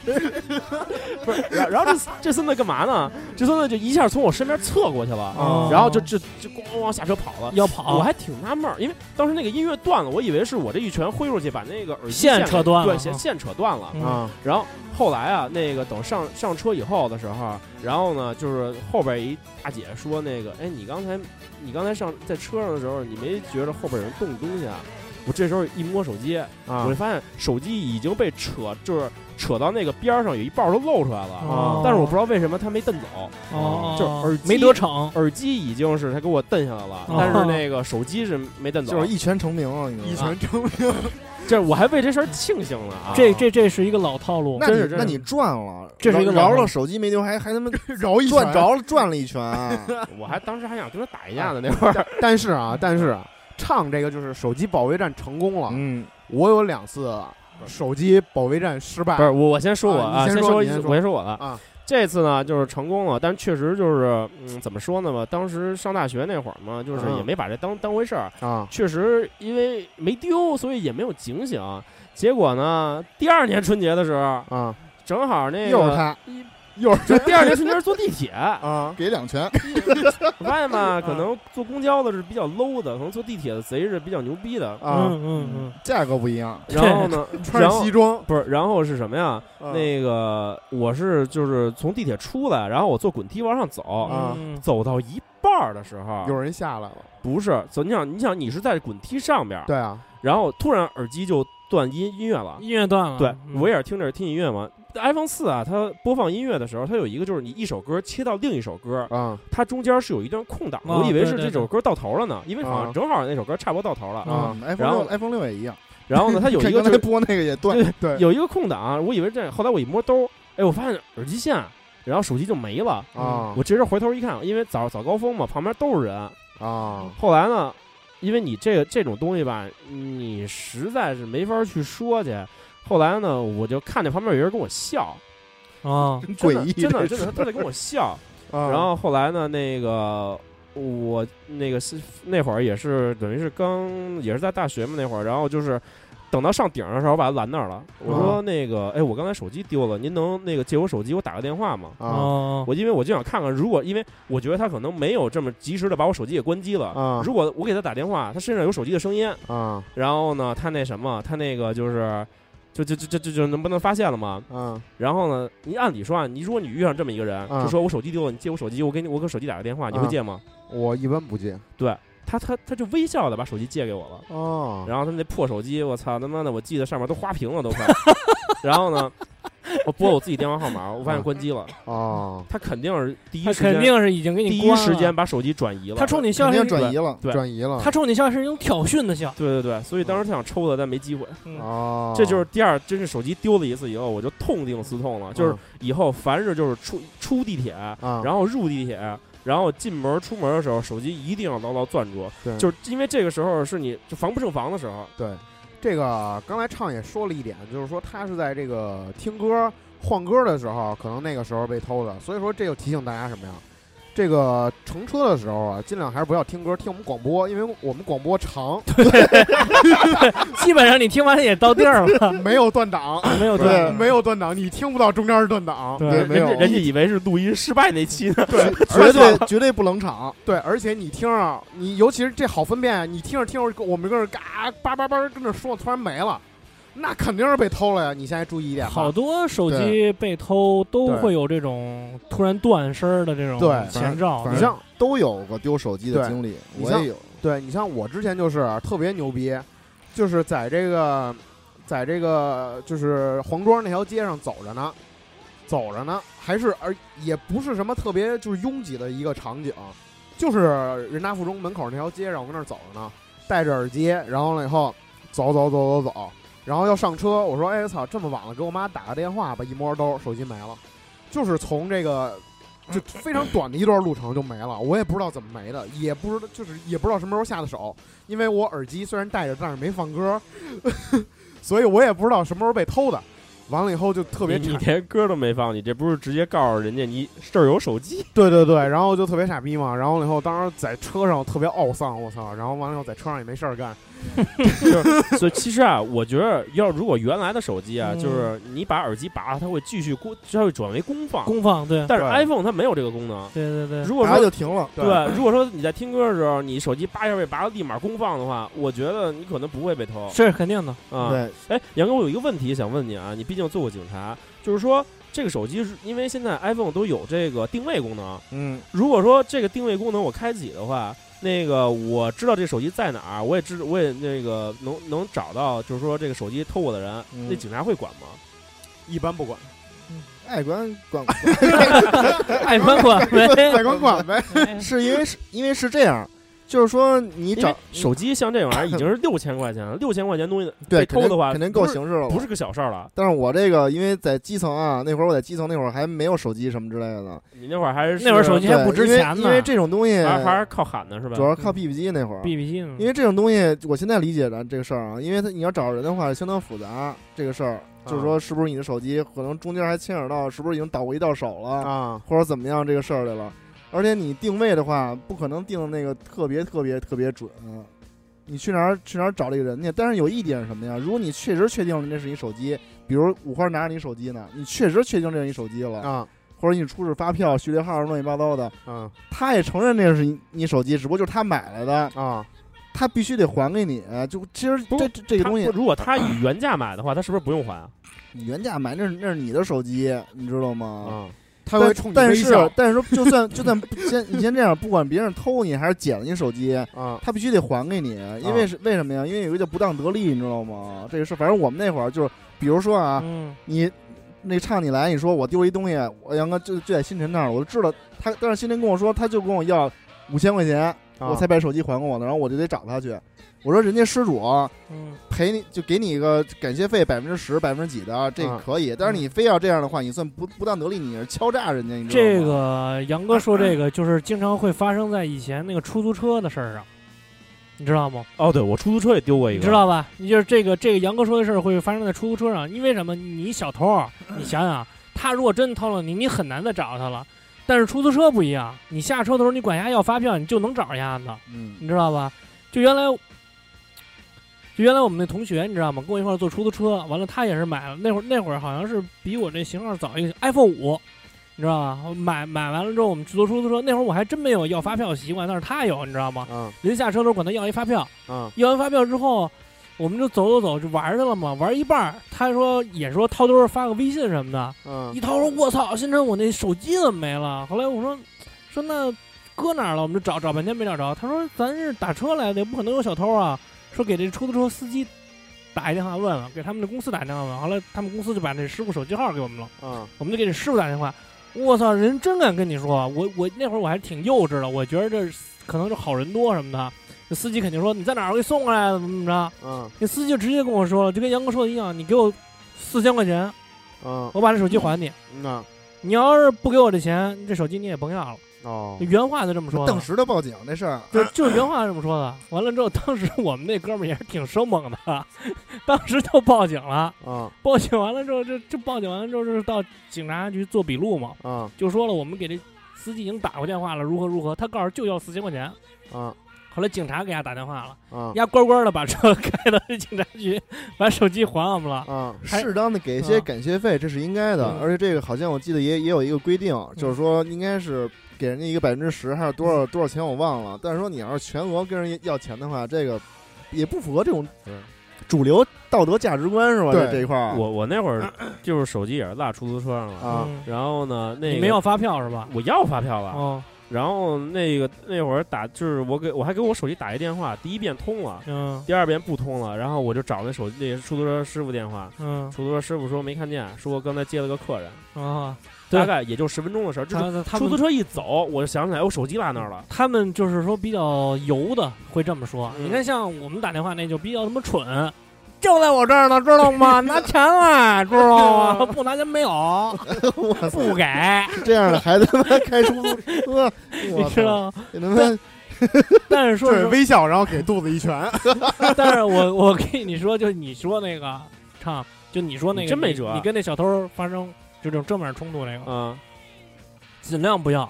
Speaker 3: 不是。然后然后这这孙子干嘛呢？这孙子就一下从我身边侧过去了，
Speaker 2: 哦
Speaker 3: 然后就就就咣咣咣下车跑了。
Speaker 4: 要跑，
Speaker 3: 我还挺纳闷儿，因为当时那个音乐断了，我以为是我这一拳挥出去把那个耳机
Speaker 4: 线
Speaker 3: 给
Speaker 4: 扯断了
Speaker 3: 对，线
Speaker 4: 啊
Speaker 3: 线扯断了。
Speaker 4: 嗯
Speaker 2: 啊
Speaker 3: 然后后来啊，那个等上上车以后的时候，然后呢，就是后边一大姐说那个，哎，你刚才你刚才上在车上的时候，你没觉着后边有人动东西啊？我这时候一摸手机，我
Speaker 2: 啊
Speaker 3: 就！发现手机已经被扯，就是扯到那个边儿上，有一半儿都露出来了。
Speaker 4: 哦
Speaker 3: 但是我不知道为什么他没蹬走，
Speaker 4: 哦，
Speaker 3: 就是耳机
Speaker 4: 没得逞，
Speaker 3: 耳机已经是他给我蹬下来了，
Speaker 4: 哦
Speaker 3: 但是那个手机是没蹬走。
Speaker 1: 嗯就是一拳成名了，你
Speaker 2: 一
Speaker 1: 知道吗
Speaker 2: 拳成名，
Speaker 3: 这我还为这事儿庆幸了啊！
Speaker 4: 这这这是一个老套路
Speaker 1: 那，
Speaker 3: 真是
Speaker 1: 你
Speaker 3: 真
Speaker 1: 那
Speaker 3: 是
Speaker 1: 你赚了，
Speaker 4: 这是一个
Speaker 1: 饶
Speaker 4: 老
Speaker 1: 饶
Speaker 4: 套
Speaker 1: 了手机没丢，还 还他妈
Speaker 2: 饶一
Speaker 1: 转
Speaker 2: 转
Speaker 1: 着了，转了一拳啊，
Speaker 3: 我还当时还想跟他打一架呢，那会儿
Speaker 2: 但是啊，但是啊，唱这个就是手机保卫战成功了。
Speaker 1: 嗯，
Speaker 2: 我有两次啊手机保卫战失败
Speaker 3: 不，是我，我先说我
Speaker 2: 啊
Speaker 3: 啊，
Speaker 2: 你先
Speaker 3: 先
Speaker 2: 说
Speaker 3: 说
Speaker 2: 你先说
Speaker 3: 我先说我了
Speaker 2: 啊。
Speaker 3: 这次呢，就是成功了，但确实就是，嗯，怎么说呢吧？当时上大学那会儿嘛，就是
Speaker 2: 嗯
Speaker 3: 也没把这当当回事儿，
Speaker 2: 啊，
Speaker 3: 确实因为没丢，所以也没有警醒。结果呢，第二年春节的时候，
Speaker 2: 啊，
Speaker 3: 正好 那
Speaker 2: 又是
Speaker 3: 个
Speaker 2: 他，又是
Speaker 3: 就第二年 春节是坐地 铁，
Speaker 2: 啊，
Speaker 1: 给两 拳，
Speaker 3: 我发现吧，可能坐公交的是比较 low 的，可能坐地铁的贼是比较牛逼 的。
Speaker 2: 啊，
Speaker 4: 嗯嗯嗯，
Speaker 1: 价格不一样，
Speaker 3: 然后呢，
Speaker 2: 穿
Speaker 3: 然
Speaker 2: 着
Speaker 3: 后
Speaker 2: 西装，
Speaker 3: 不是，然后是什么
Speaker 2: 啊
Speaker 3: 呀？
Speaker 4: 嗯
Speaker 1: 嗯
Speaker 3: 那个我是就是从地铁出来，然后我坐滚梯往上走，
Speaker 2: 啊
Speaker 4: 嗯，
Speaker 3: 走到一半儿的时候，
Speaker 2: 有人下来了，
Speaker 3: 不是走，你想你想你是在滚梯上边儿，
Speaker 2: 对啊，
Speaker 3: 然后突然耳机就断音音乐了。
Speaker 4: 音乐断了，
Speaker 3: 对，
Speaker 4: 嗯
Speaker 3: 我也是听着听音乐嘛。iPhone 四啊，它播放音乐的时候，它有一个就是你一首歌切到另一首歌，
Speaker 2: 啊
Speaker 3: 它中间是有一段空档的。
Speaker 4: 啊
Speaker 3: 我以为
Speaker 4: 对
Speaker 3: 是
Speaker 4: 对
Speaker 3: 这首歌到头了呢，因为好
Speaker 2: 啊
Speaker 3: 像正好那首歌差不多到头了。
Speaker 4: 哦
Speaker 2: 啊
Speaker 1: 嗯，iPhone
Speaker 3: 然
Speaker 1: 六
Speaker 3: 后
Speaker 1: iPhone 六也一样，
Speaker 3: 然后呢， 它有一
Speaker 1: 看
Speaker 3: 个
Speaker 1: 刚
Speaker 3: 就
Speaker 1: 才
Speaker 3: 是
Speaker 1: 播那个也 断，
Speaker 3: 对
Speaker 2: 对
Speaker 3: 有一个空档，我以为这样，后来我一摸兜，哎，我发现耳机线，然后手机就没了。
Speaker 2: 啊
Speaker 3: 嗯我这时候回头一看，因为早早高峰嘛，旁边都是人。
Speaker 2: 啊，
Speaker 3: 后来呢，因为你这个这种东西吧，你实在是没法去说去。后来呢，我就看见旁边有人跟我笑，
Speaker 4: 啊，
Speaker 3: 真
Speaker 1: 诡
Speaker 3: 的
Speaker 1: 异啊
Speaker 3: 真的
Speaker 1: 这
Speaker 3: 真
Speaker 1: 是
Speaker 3: 的，他在跟我笑。
Speaker 2: 然
Speaker 3: 然后后来呢，那个我那个是那会儿也是等于是刚也是在大学嘛那会儿，然后就是等到上顶儿的时候，我把他拦那儿了。
Speaker 1: 啊
Speaker 3: 我说那个，哎，我刚才手机丢了，您能那个借我手机，我打个电话吗？
Speaker 2: 啊
Speaker 4: 哦，
Speaker 3: 我因为我就想看看，如果因为我觉得他可能没有这么及时的把我手机给关机了。
Speaker 2: 啊
Speaker 3: 如果我给他打电话，他身上有手机的声音，
Speaker 2: 啊
Speaker 3: 然后呢，他那什么，他那个就是，就就就就就就能不能发现了吗？
Speaker 2: 啊
Speaker 3: 然后呢，你按理说啊，你如果你遇上这么一个人，
Speaker 2: 嗯
Speaker 3: 就说我手机丢了，你借我手机，我给你我给手机打个电话，你会
Speaker 2: 嗯
Speaker 3: 借吗？
Speaker 2: 我一般不接
Speaker 3: 他他他就微笑的把手机借给我了。
Speaker 2: 哦
Speaker 3: 然后他那破手机，我操他妈的，我记得上面都花屏了都快。然后呢，我拨我自己电话号码，我发现关机了。
Speaker 2: 哦，
Speaker 3: 他肯定是第一
Speaker 4: 他
Speaker 3: 时间
Speaker 4: 肯定是已经给
Speaker 3: 第
Speaker 4: 你
Speaker 3: 一
Speaker 4: 关了
Speaker 3: 时间，把手机转移啊了。
Speaker 4: 他冲你笑
Speaker 1: 肯
Speaker 4: 是
Speaker 1: 定
Speaker 4: 一
Speaker 1: 转移了，
Speaker 3: 对
Speaker 2: 转移了，
Speaker 4: 他冲你笑是一种挑衅的笑，
Speaker 3: 对对对，所以当时他想抽他，但没机会。
Speaker 2: 哦，
Speaker 3: 这就是第二，真是手机丢了一次以后，我就痛定思痛了，就是以后凡是就是出出地铁，
Speaker 2: 啊，
Speaker 3: 然后入地铁，然后进门出门的时候，手机一定要牢牢攥住，
Speaker 2: 对
Speaker 3: 就是因为这个时候是你就防不胜防的时候。
Speaker 2: 对，这个刚才畅也说了一点，就是说他是在这个听歌换歌的时候，可能那个时候被偷的，所以说这就提醒大家什么呀？这个乘车的时候啊，尽量还是不要听歌，听我们广播，因为我们广播 长，
Speaker 4: 基本上你听完也到地 儿了，
Speaker 2: 没有断档，
Speaker 4: 没有
Speaker 1: 对
Speaker 4: 断，
Speaker 2: 没有断档，你听不到中间是断档，
Speaker 4: 对
Speaker 1: 对，没有
Speaker 3: 人家，人家以为是录音失败那期 呢，
Speaker 2: 对，
Speaker 1: 绝
Speaker 2: 而且
Speaker 1: 对绝对不冷场，
Speaker 2: 对，而且你听啊，你尤其是这好分辨啊，你听着听着，我们跟这嘎叭叭叭跟这说，突然没了，那肯定是被偷了呀！你现在注意一点吧，
Speaker 4: 好多手机被偷都会有这种突然断声儿的这种
Speaker 2: 对
Speaker 4: 前兆，
Speaker 1: 反
Speaker 2: 你
Speaker 1: 正
Speaker 2: 像
Speaker 1: 都有过丢手机的
Speaker 2: 对
Speaker 1: 经历，
Speaker 2: 你
Speaker 1: 我
Speaker 2: 像
Speaker 1: 也有，
Speaker 2: 对你像我之前就是啊特别牛逼，就是在这个，在这个就是黄庄那条街上走着呢，走着呢，还是而也不是什么特别就是拥挤的一个场景，就是人大附中门口那条街上，我跟那儿走着呢，戴着耳机，然后了以后走走走走走，然后要上车，我说哎操，这么晚了，给我妈打个电话吧，一摸兜手机没了，就是从这个。就非常短的一段路程就没了，我也不知道怎么没的，也不知道就是也不知道什么时候下的手，因为我耳机虽然戴着，但是没放歌， 所以我也不知道什么时候被偷的。完了以后就特别
Speaker 3: 你
Speaker 2: 产
Speaker 3: 你连歌都没放，你这不是直接告诉人家你这儿有手机？
Speaker 2: 对对对，然后就特别傻逼嘛，然后以后当时在车上特别懊丧，我操，然后完了以后在车上也没事儿干，
Speaker 3: 所以其实啊，我觉得要如果原来的手机啊，
Speaker 4: 嗯
Speaker 3: 就是你把耳机拔了，它会继续功，它会转为功放。
Speaker 4: 公放，对
Speaker 3: 但是
Speaker 2: 对
Speaker 3: iPhone 它没有这个功能。
Speaker 4: 对对对，
Speaker 3: 如果
Speaker 1: 然
Speaker 3: 说
Speaker 1: 后就停了，啊
Speaker 3: 对，如果说你在听歌的时候，你手机叭一下被拔了，立马公放的话，我觉得你可能不会被偷
Speaker 4: 这是肯 定的，
Speaker 3: 啊。，
Speaker 1: 对，
Speaker 3: 哎，杨哥，我有一个问题想问你啊，你毕竟做过警察，就是说这个手机是，因为现在 iPhone 都有这个定位功能，
Speaker 1: 嗯，
Speaker 3: 如果说这个定位功能我开启的话，那个我知道这手机在哪儿，我也知我也那个能能找到，就是说这个手机偷我的人，
Speaker 1: 嗯
Speaker 3: 那警察会管吗？
Speaker 2: 一般不管，
Speaker 1: 爱管管
Speaker 4: 爱管管呗，
Speaker 2: 管管呗，
Speaker 4: 哎
Speaker 1: 是因为是因为是这样，就是说你
Speaker 3: 因为
Speaker 1: 找
Speaker 3: 手机像这玩意儿已经是六千块钱了，六千块钱东西
Speaker 1: 对
Speaker 3: 被
Speaker 1: 肯
Speaker 3: 偷
Speaker 1: 定
Speaker 3: 的话，
Speaker 1: 肯定够
Speaker 3: 不是
Speaker 1: 形式了，
Speaker 3: 不是个小事儿了。
Speaker 1: 但是我这个因为在基层啊，那会儿我在基层那会儿还没有手机什么之类的，
Speaker 3: 你那会儿还呃是
Speaker 4: 那会儿手机还
Speaker 1: 对
Speaker 4: 不值
Speaker 1: 因为
Speaker 4: 钱呢
Speaker 1: 因为这种东西
Speaker 3: 还还是靠喊的是吧？
Speaker 1: 主要是靠 BB 机那会儿。
Speaker 4: B B 机
Speaker 2: 嗯
Speaker 4: 呢
Speaker 1: 因为这种东西，我现在理解的这个事儿啊，因为它你要找人的话，相当复杂。这个事儿
Speaker 2: 啊
Speaker 1: 就是说，是不是你的手机可能中间还牵扯到，是不是已经倒过一道手了，
Speaker 2: 啊，
Speaker 1: 或者怎么样这个事儿来了。而且你定位的话，不可能定那个特别特别特别准。你去哪儿去哪儿找这个人去？但是有一点是什么呀？如果你确实确定了那是你手机，比如五花拿着你手机呢，你确实确定这是你手机了，
Speaker 2: 啊
Speaker 1: 或者你出示发票、序列号乱七八糟的，
Speaker 2: 啊
Speaker 1: 他也承认那是你你手机，只不过就是他买来的，
Speaker 2: 啊，
Speaker 1: 他必须得还给你。就其实
Speaker 3: 不
Speaker 1: 这这这个
Speaker 3: 他
Speaker 1: 东西
Speaker 3: 不，如果他以原价买的话，他是不是不用还啊？
Speaker 1: 你原价买那是那是你的手机，你知道吗？
Speaker 2: 啊，
Speaker 1: 但
Speaker 2: 他会冲你
Speaker 1: 嗯但
Speaker 2: 微笑
Speaker 1: 是但是说，就算就算先你先这样，不管别人偷你还是捡了你手机，
Speaker 2: 啊
Speaker 1: 他必须得还给你，因为是为什么呀？因为有一个叫不当得利，你知道吗？这个事儿，反正我们那会儿就是，比如说啊，
Speaker 4: 嗯，
Speaker 1: 你那唱你来，你说我丢了一东西，我杨哥就就在星辰那儿，我就知道他，但是星辰跟我说他就跟我要五千块钱，
Speaker 2: 啊
Speaker 1: 我才把手机还给我呢，然后我就得找他去。我说人家失主啊
Speaker 4: 嗯
Speaker 1: 赔你就给你一个感谢费百分之十百分之几的，这
Speaker 4: 嗯
Speaker 2: 啊
Speaker 1: 可以。但是你非要这样的话，你算不不当得利，你是敲诈人家，你知道吗？
Speaker 4: 这个杨哥说这个就是经常会发生在以前那个出租车的事儿上，你知道吗？
Speaker 3: 哦，对我出租车也丢过一
Speaker 4: 你
Speaker 3: 个，
Speaker 4: 知道吧？你就是这个这个杨哥说的事儿会发生在出租车上，因为什么？你小偷 儿，你想想，他如果真偷了你，你很难再找他了。但是出租车不一样，你下车的时候你管人家要发票，你就能找人家呢，
Speaker 1: 嗯
Speaker 4: 你知道吧？就原来，就原来我们那同学，你知道吗？跟我一块儿坐出租车，完了他也是买了，那会儿那会儿好像是比我这型号早一个 iPhone 五，你知道吧？我买买完了之后，我们去坐出租车，那会儿我还真没有要发票的习惯，但是他有，你知道吗？
Speaker 2: 啊
Speaker 4: 临下车的时候管他要一发票。
Speaker 2: 啊
Speaker 4: 要完发票之后，我们就走走走就玩儿去了嘛，玩儿一半儿，他说也说掏兜儿发个微信什么的，
Speaker 2: 啊
Speaker 4: 一掏说我操，新晨我那手机怎么没了？后来我说说那搁哪儿了？我们就找找半天没找着，他说咱是打车来的，也不可能有小偷啊，说给这出租车司机打一电话问问，给他们的公司打一电话问，后来他们公司就把这师傅手机号给我们了。
Speaker 2: 啊
Speaker 4: 我们就给你师傅打电话。我操，人真敢跟你说，啊我我那会儿我还挺幼稚的，我觉得这可能是好人多什么的。这司机肯定说你在哪儿，我给你送过来，怎么怎么着。
Speaker 2: 啊
Speaker 4: 那司机就直接跟我说了，就跟杨哥说的一样，你给我四千块钱，
Speaker 2: 啊，
Speaker 4: 我把这手机还你。
Speaker 2: 那
Speaker 4: 你要是不给我这钱，这手机你也甭要了。
Speaker 2: 哦
Speaker 4: 原话就这么说的
Speaker 1: 当，时的报警这事儿，
Speaker 4: 就就原话这么说的。完了之后，当时我们那哥们儿也是挺生猛的， 当时就报警了。
Speaker 2: 啊
Speaker 4: 报警完了之后，这这报警完了之后，就是到警察局做笔录嘛。
Speaker 2: 啊
Speaker 4: 就说了我们给这司机已经打过电话了，如何如何，他告诉就要四千块钱。
Speaker 2: 啊
Speaker 4: 后来警察给他打电话了，
Speaker 2: 啊
Speaker 4: 丫乖乖的把车开到这警察局， 把手机还我们了。
Speaker 2: 啊
Speaker 4: 还
Speaker 1: 适当的给一些
Speaker 4: 啊
Speaker 1: 感谢费，这是应该的。
Speaker 4: 嗯
Speaker 1: 而且这个好像我记得也也有一个规定，就是说应该是给人家一个百分之十还是多
Speaker 4: 嗯
Speaker 1: 少多少钱我忘了。但是说你要是全额跟人家要钱的话，这个也不符合这种
Speaker 3: 对
Speaker 1: 主流道德价值观是吧？
Speaker 2: 对
Speaker 1: 这这一块儿，
Speaker 3: 我我那会儿就是手机也是落出租车上了，
Speaker 2: 啊
Speaker 4: 嗯
Speaker 3: 然后呢，那个啊
Speaker 4: 你没要发票是吧？
Speaker 3: 我要发票了，
Speaker 4: 哦，
Speaker 3: 然后那个那会儿打就是我给我还给我手机打一电话，第一遍通了，
Speaker 4: 嗯
Speaker 3: 第二遍不通了，然后我就找那手机那出租车师傅电话，
Speaker 4: 嗯
Speaker 3: 出租车师傅说没看见，说我刚才接了个客人，
Speaker 4: 啊，对
Speaker 3: 大概也就十分钟的事儿，就是
Speaker 4: 他他
Speaker 3: 出租
Speaker 4: 们
Speaker 3: 车一走，我就想起来我手机落那儿了。
Speaker 4: 他们就是说比较油的会这么说。
Speaker 3: 嗯
Speaker 4: 你看像我们打电话那就比较他妈蠢。就在我这儿呢，知 道吗？拿钱来，知道吗？不拿钱没有，
Speaker 1: 我操
Speaker 4: 不给，
Speaker 1: 这样的孩子他妈开 出租车，
Speaker 4: 你
Speaker 1: 我
Speaker 4: 知
Speaker 1: 操，
Speaker 4: 道吗？
Speaker 1: 你他妈
Speaker 4: 但是说
Speaker 2: 对
Speaker 4: 实
Speaker 2: 微笑，然后给肚子一拳。
Speaker 4: 嗯但是我我跟你说，就你说那个唱，就你说那
Speaker 3: 你
Speaker 4: 个，
Speaker 3: 真没
Speaker 4: 你
Speaker 3: 辙
Speaker 4: 你跟那小偷发生就这种正面冲突那个，
Speaker 3: 嗯，
Speaker 4: 尽量不要，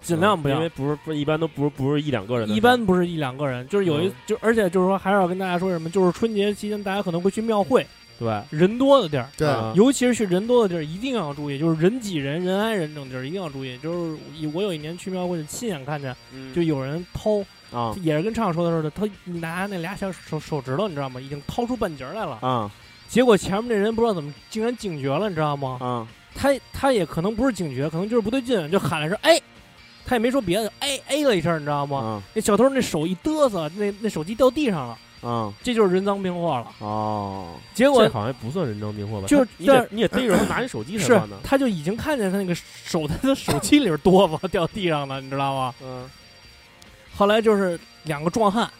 Speaker 4: 尽量不
Speaker 3: 因
Speaker 4: 要
Speaker 3: 为。不是不是一般都不是不是一两个人的事儿，
Speaker 4: 一般不是一两个人，就是有一
Speaker 3: 嗯
Speaker 4: 就而且就是说还是要跟大家说什么，就是春节期间大家可能会去庙会，
Speaker 3: 对
Speaker 4: 人多的地儿，
Speaker 1: 对
Speaker 3: 啊
Speaker 4: 尤其是去人多的地儿一定要注意，就是人挤人、人挨人这种地儿一定要注意。就是我有一年去庙会，亲眼看见就有人掏，
Speaker 3: 嗯啊
Speaker 4: 也是跟畅说的似的，他拿那俩小手手指头，你知道吗？已经掏出半截儿来了。
Speaker 3: 啊
Speaker 4: 结果前面那人不知道怎么竟然警觉了，你知道吗？
Speaker 3: 啊
Speaker 4: 他他也可能不是警觉，可能就是不对劲，就喊了一声“哎”，他也没说别的，哎哎了一声，你知道吗？
Speaker 3: 啊
Speaker 4: 那小偷那手一嘚瑟，那那手机掉地上了，
Speaker 3: 啊
Speaker 4: 这就是人赃并获了。
Speaker 3: 哦，
Speaker 4: 结
Speaker 3: 这
Speaker 4: 果
Speaker 3: 好像不算人赃并获吧？
Speaker 4: 就是
Speaker 3: 他你得
Speaker 4: 但
Speaker 3: 你也逮着他拿你手机才
Speaker 4: 是
Speaker 3: 算呢。
Speaker 4: 他就已经看见他那个 手在他手机里边哆嗦掉地上了，你知道吗？
Speaker 3: 嗯
Speaker 4: 后来就是两个壮汉，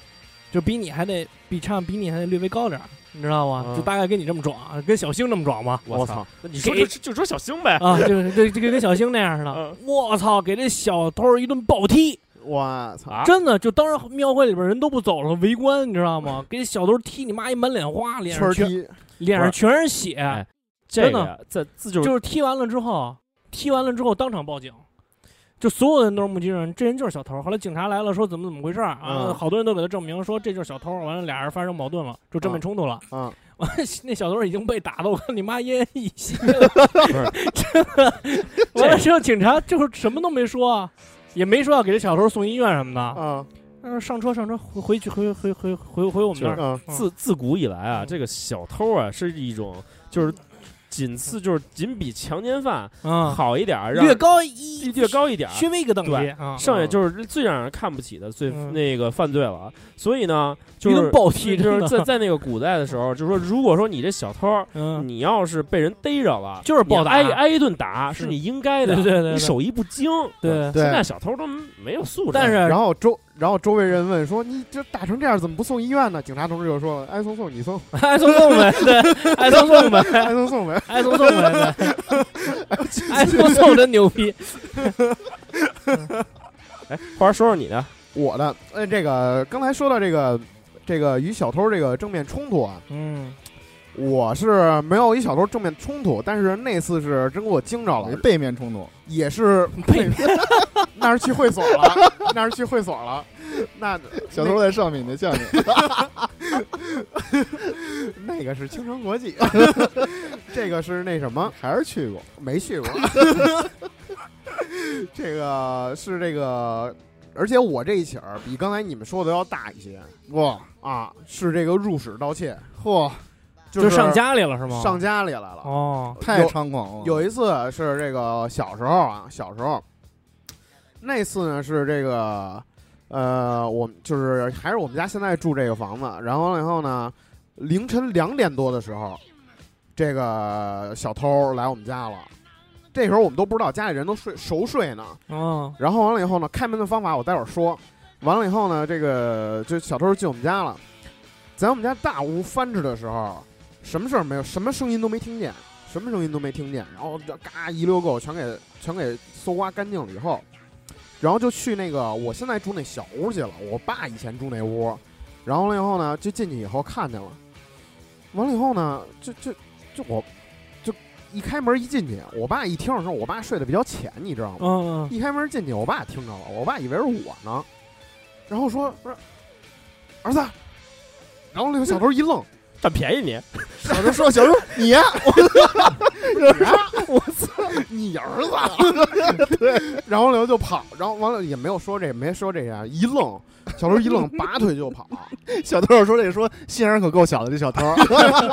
Speaker 4: 就比你还得比唱比你还得略微高点儿，你知道吗？
Speaker 3: 嗯
Speaker 4: 就大概跟你这么壮，啊跟小星这么壮嘛。
Speaker 3: 我操，那你说就就说小星呗，
Speaker 4: 啊，就是 对，就跟跟小星那样似的
Speaker 3: 嗯。
Speaker 4: 我操，给这小偷一顿暴踢，
Speaker 2: 我操！
Speaker 3: 啊，
Speaker 4: 真的就当时庙会里边人都不走了，围观，你知道吗？给小偷踢你妈一满脸花，脸
Speaker 2: 圈
Speaker 4: 上
Speaker 2: 儿
Speaker 4: 全
Speaker 2: 踢，
Speaker 4: 脸上
Speaker 3: 不
Speaker 4: 全是血，
Speaker 3: 哎这
Speaker 4: 真的
Speaker 3: 个呀这这就是
Speaker 4: 就是踢完了之后，踢完了之后当场报警，就所有人都是目击证人，这人就是小偷。后来警察来了，说怎么怎么回事儿啊？
Speaker 2: 嗯
Speaker 4: 好多人都给他证明说这就是小偷。完了，俩人发生矛盾了，就正面
Speaker 2: 嗯
Speaker 4: 冲突了。
Speaker 2: 嗯，
Speaker 4: 完了，那小偷已经被打的，我看你妈奄奄一息
Speaker 3: 是
Speaker 4: 了。真的， 完了
Speaker 3: 这
Speaker 4: 之后警察就是什么都没说啊，也没说要给这小偷送医院什么的。
Speaker 1: 啊
Speaker 2: 嗯
Speaker 4: 他说上车上车回回去回回回回回我们那儿。
Speaker 2: 嗯，
Speaker 4: 嗯
Speaker 3: 自自古以来啊，
Speaker 4: 嗯
Speaker 3: 这个小偷啊是一种就是仅次就是仅比强奸犯
Speaker 4: 嗯，
Speaker 3: 好一点儿，让
Speaker 4: 略高一
Speaker 3: 略，高一点儿，
Speaker 4: 稍微一个等级
Speaker 3: 对
Speaker 4: 啊。
Speaker 3: 剩下就是最让人看不起的最
Speaker 4: 嗯
Speaker 3: 那个犯罪了。啊所以呢，就
Speaker 4: 一顿
Speaker 3: 是
Speaker 4: 暴踢
Speaker 3: 就
Speaker 4: 真
Speaker 3: 是
Speaker 4: 的
Speaker 3: 在在那个古代的时候，就是说，如果说你这小偷，
Speaker 4: 嗯，
Speaker 3: 你要是被人逮着了，
Speaker 4: 就是暴打
Speaker 3: 你挨挨一顿打
Speaker 4: 是
Speaker 3: 是你应该的，
Speaker 4: 对对对对
Speaker 3: 你手艺不精。
Speaker 4: 对
Speaker 2: 对
Speaker 3: 现在小偷都没有素质，
Speaker 4: 但是
Speaker 2: 啊然后周，然后周围人问说：“你这打成这样，怎么不送医院呢？”警察同志就说：“爱送送，你送，
Speaker 4: 爱送送呗，对，爱送送呗，
Speaker 2: 爱送送呗。
Speaker 4: 爱送送呗，对，爱送送真牛逼，
Speaker 3: 哎，花儿说说你的，”
Speaker 2: 我的，呃，这个刚才说到这个，这个与小偷这个正面冲突啊，
Speaker 4: 嗯，
Speaker 2: 我是没有与小偷正面冲突，但是那次是真给我惊着了，
Speaker 1: 背面冲突，
Speaker 2: 也是
Speaker 4: 背，
Speaker 2: 那是去会所了，那是去会所了，那
Speaker 1: 小偷在上面，你在下面。
Speaker 2: 那个是青城国际，这个是那什么，
Speaker 1: 还是去过，
Speaker 2: 没去过。 这个是这个，而且我这一起儿比刚才你们说的要大一些
Speaker 1: 哇
Speaker 2: 啊，是这个入室盗窃，
Speaker 1: 嚯，
Speaker 2: 是
Speaker 4: 就上家里了是吗？
Speaker 2: 上家里来了。
Speaker 4: 哦，
Speaker 1: 太猖狂了！
Speaker 2: 有一次是这个小时候啊，小时候，那次呢是这个，呃，我们就是还是我们家现在住这个房子，然后然后呢，凌晨两点多的时候，这个小偷来我们家了，这时候我们都不知道家里人都睡熟睡呢，
Speaker 4: 哦，
Speaker 2: 然后完了以后呢，开门的方法我待会儿说。完了以后呢，这个就小偷进我们家了，在我们家大屋翻着的时候，什么事儿没有，什么声音都没听见，什么声音都没听见。然后这嘎一溜够，全给全给搜刮干净了以后，然后就去那个我现在住那小屋去了，我爸以前住那屋。然后了以后呢，就进去以后看见了，完了以后呢，就就就我，就一开门一进去，我爸一听的时候，我爸睡得比较浅，你知道吗？
Speaker 4: 嗯嗯
Speaker 2: 一开门进去，我爸听着了，我爸以为是我呢，然后说不是儿子，然后那个小偷一愣，
Speaker 3: 占便宜你，
Speaker 1: 小偷说：“小偷，你呀，
Speaker 2: 我操，你儿子，对，然后刘就跑，然后完了也没有说这，没说这些，一愣，小偷一愣，拔腿就跑，
Speaker 1: 小偷说这说心眼儿可够小的，这小偷，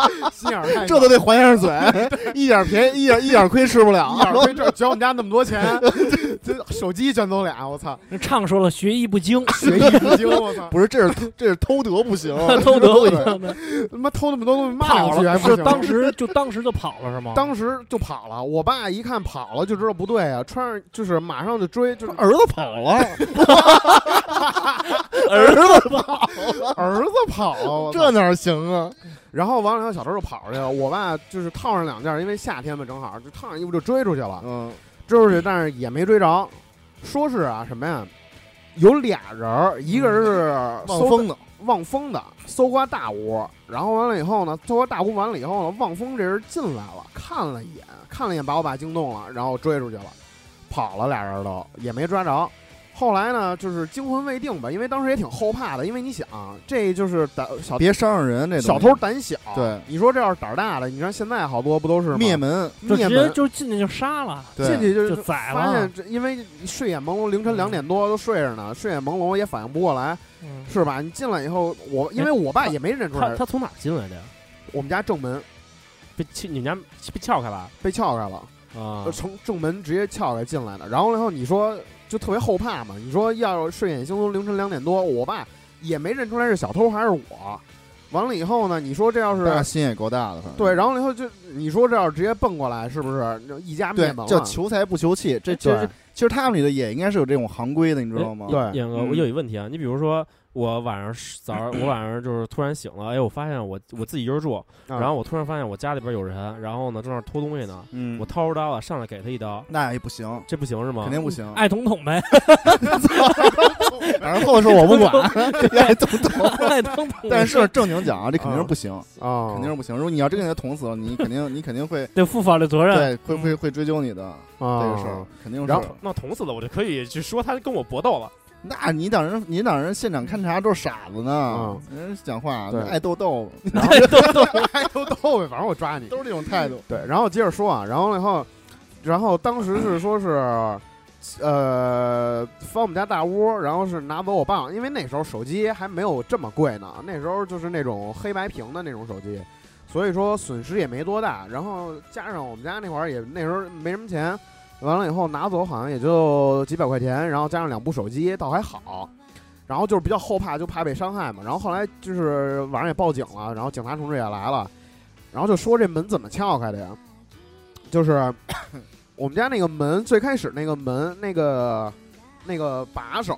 Speaker 2: 心眼儿太
Speaker 1: 这都得还一下嘴，一点便宜一点一点亏吃不了。
Speaker 2: 一眼亏这捐我们家那么多 钱，这手机捐走俩，我操，
Speaker 4: 那唱说了学艺不精，
Speaker 2: 学艺不精，我 操，
Speaker 1: 不是，这是这是 偷得不行，
Speaker 4: 偷得不
Speaker 1: 对
Speaker 4: 行，
Speaker 2: 他妈偷那么多东西骂两
Speaker 4: 跑
Speaker 2: 句还
Speaker 4: 了，
Speaker 2: 不
Speaker 4: 是
Speaker 2: 行吗
Speaker 4: 当时就当时就跑了是吗？
Speaker 2: 当时就跑了，我爸一看跑了就知道不对啊，穿上就是马上就追， 就是
Speaker 1: 儿子跑了，
Speaker 4: 儿子吧，
Speaker 2: 儿子跑了，我操
Speaker 1: 这哪行啊？
Speaker 2: 然后完了以后小偷就跑出去了，我爸就是套上两件，因为夏天嘛正好就套上衣服就追出去了，
Speaker 1: 嗯，
Speaker 2: 追出去但是也没追着，说是啊什么呀，有俩人儿，一个人是
Speaker 1: 望
Speaker 2: 搜
Speaker 1: 风呢？
Speaker 2: 望风的搜刮大屋，然后完了以后呢，搜刮大屋完了以后呢，望风这人进来了，看了一眼，看了一眼把我爸惊动了，然后追出去了，跑了俩人都也没抓着。后来呢，就是惊魂未定吧，因为当时也挺后怕的，因为你想，这就是胆小
Speaker 1: 别伤上人，这
Speaker 2: 小
Speaker 1: 东西
Speaker 2: 偷胆小，
Speaker 1: 对
Speaker 2: 你说这要是胆儿大的，你看现在好多不都是吗
Speaker 1: 灭门，
Speaker 4: 就
Speaker 2: 灭
Speaker 4: 直接
Speaker 2: 门
Speaker 4: 就进去就杀了，
Speaker 1: 对
Speaker 2: 进去就
Speaker 4: 就是宰
Speaker 2: 发
Speaker 4: 了
Speaker 2: 现，这，因为睡眼朦胧，凌晨两点多都睡着呢，睡眼朦胧也反应不过来，
Speaker 4: 嗯
Speaker 2: 是吧？你进来以后，我因为
Speaker 3: 哎
Speaker 2: 我爸也没认出来
Speaker 3: 他，他从哪儿进来的呀？
Speaker 2: 我们家正门
Speaker 3: 被撬你们家被撬开了
Speaker 2: 被撬开了，
Speaker 3: 啊
Speaker 2: 呃从正门直接撬开进来的。然后，然后你说就特别后怕嘛？你说要睡眼惺忪，凌晨两点多，我爸也没认出来是小偷还是我。完了以后呢，你说这要
Speaker 1: 大
Speaker 2: 是
Speaker 1: 心也够大的，反正
Speaker 2: 对，然后以后就你说这要是直接蹦过来，是不是就一家灭
Speaker 1: 对
Speaker 2: 门了？
Speaker 1: 叫求财不求气，这其
Speaker 2: 对
Speaker 3: 哎
Speaker 1: 实其实他们里头也应该是有这种行规的，你知道吗？
Speaker 2: 对
Speaker 3: 演哥，
Speaker 1: 嗯
Speaker 3: 我有一个问题啊，你比如说，我晚上是早 上我晚上就是突然醒了，哎，我发现我我自己一人
Speaker 1: 啊
Speaker 3: 住，然后我突然发现我家里边有人，然后呢正那儿偷东西呢，
Speaker 1: 嗯
Speaker 3: 我掏出刀了，上来给他一刀，
Speaker 1: 那也不行，
Speaker 3: 这不行是吗？
Speaker 1: 肯定不 行。
Speaker 4: 爱捅捅呗，
Speaker 1: 反正后说我不管，爱怎么捅。
Speaker 4: 爱捅捅。
Speaker 1: 但是正经讲啊，这肯定是不行，
Speaker 2: 啊，
Speaker 1: 肯定是不行。如果你要真给他捅死了，你肯定你肯定 会
Speaker 4: 得负法律责任。
Speaker 1: 对会会会追究你的这
Speaker 2: 嗯啊
Speaker 1: 个事儿， 肯定是。
Speaker 2: 然
Speaker 3: 那捅死了我就可以去说他跟我搏斗了。
Speaker 1: 那你当人你当人现场勘查都是傻子呢
Speaker 2: 嗯，
Speaker 1: 人家讲话
Speaker 2: 对
Speaker 1: 爱逗 逗，
Speaker 2: 爱哎都逗呗，反正我抓你
Speaker 1: 都。是这种态度。
Speaker 2: 对，然后接着说啊，然后然后，然后当时是说是，呃，翻我们家大屋，然后是拿走我爸，因为那时候手机还没有这么贵呢，那时候就是那种黑白屏的那种手机，所以说损失也没多大。然后加上我们家那会儿也那时候没什么钱，完了以后拿走好像也就几百块钱，然后加上两部手机，倒还好。然后就是比较后怕，就怕被伤害嘛。然后后来就是晚上也报警了，然后警察同志也来了，然后就说这门怎么撬开的呀？就是我们家那个门最开始那个门那个那个把手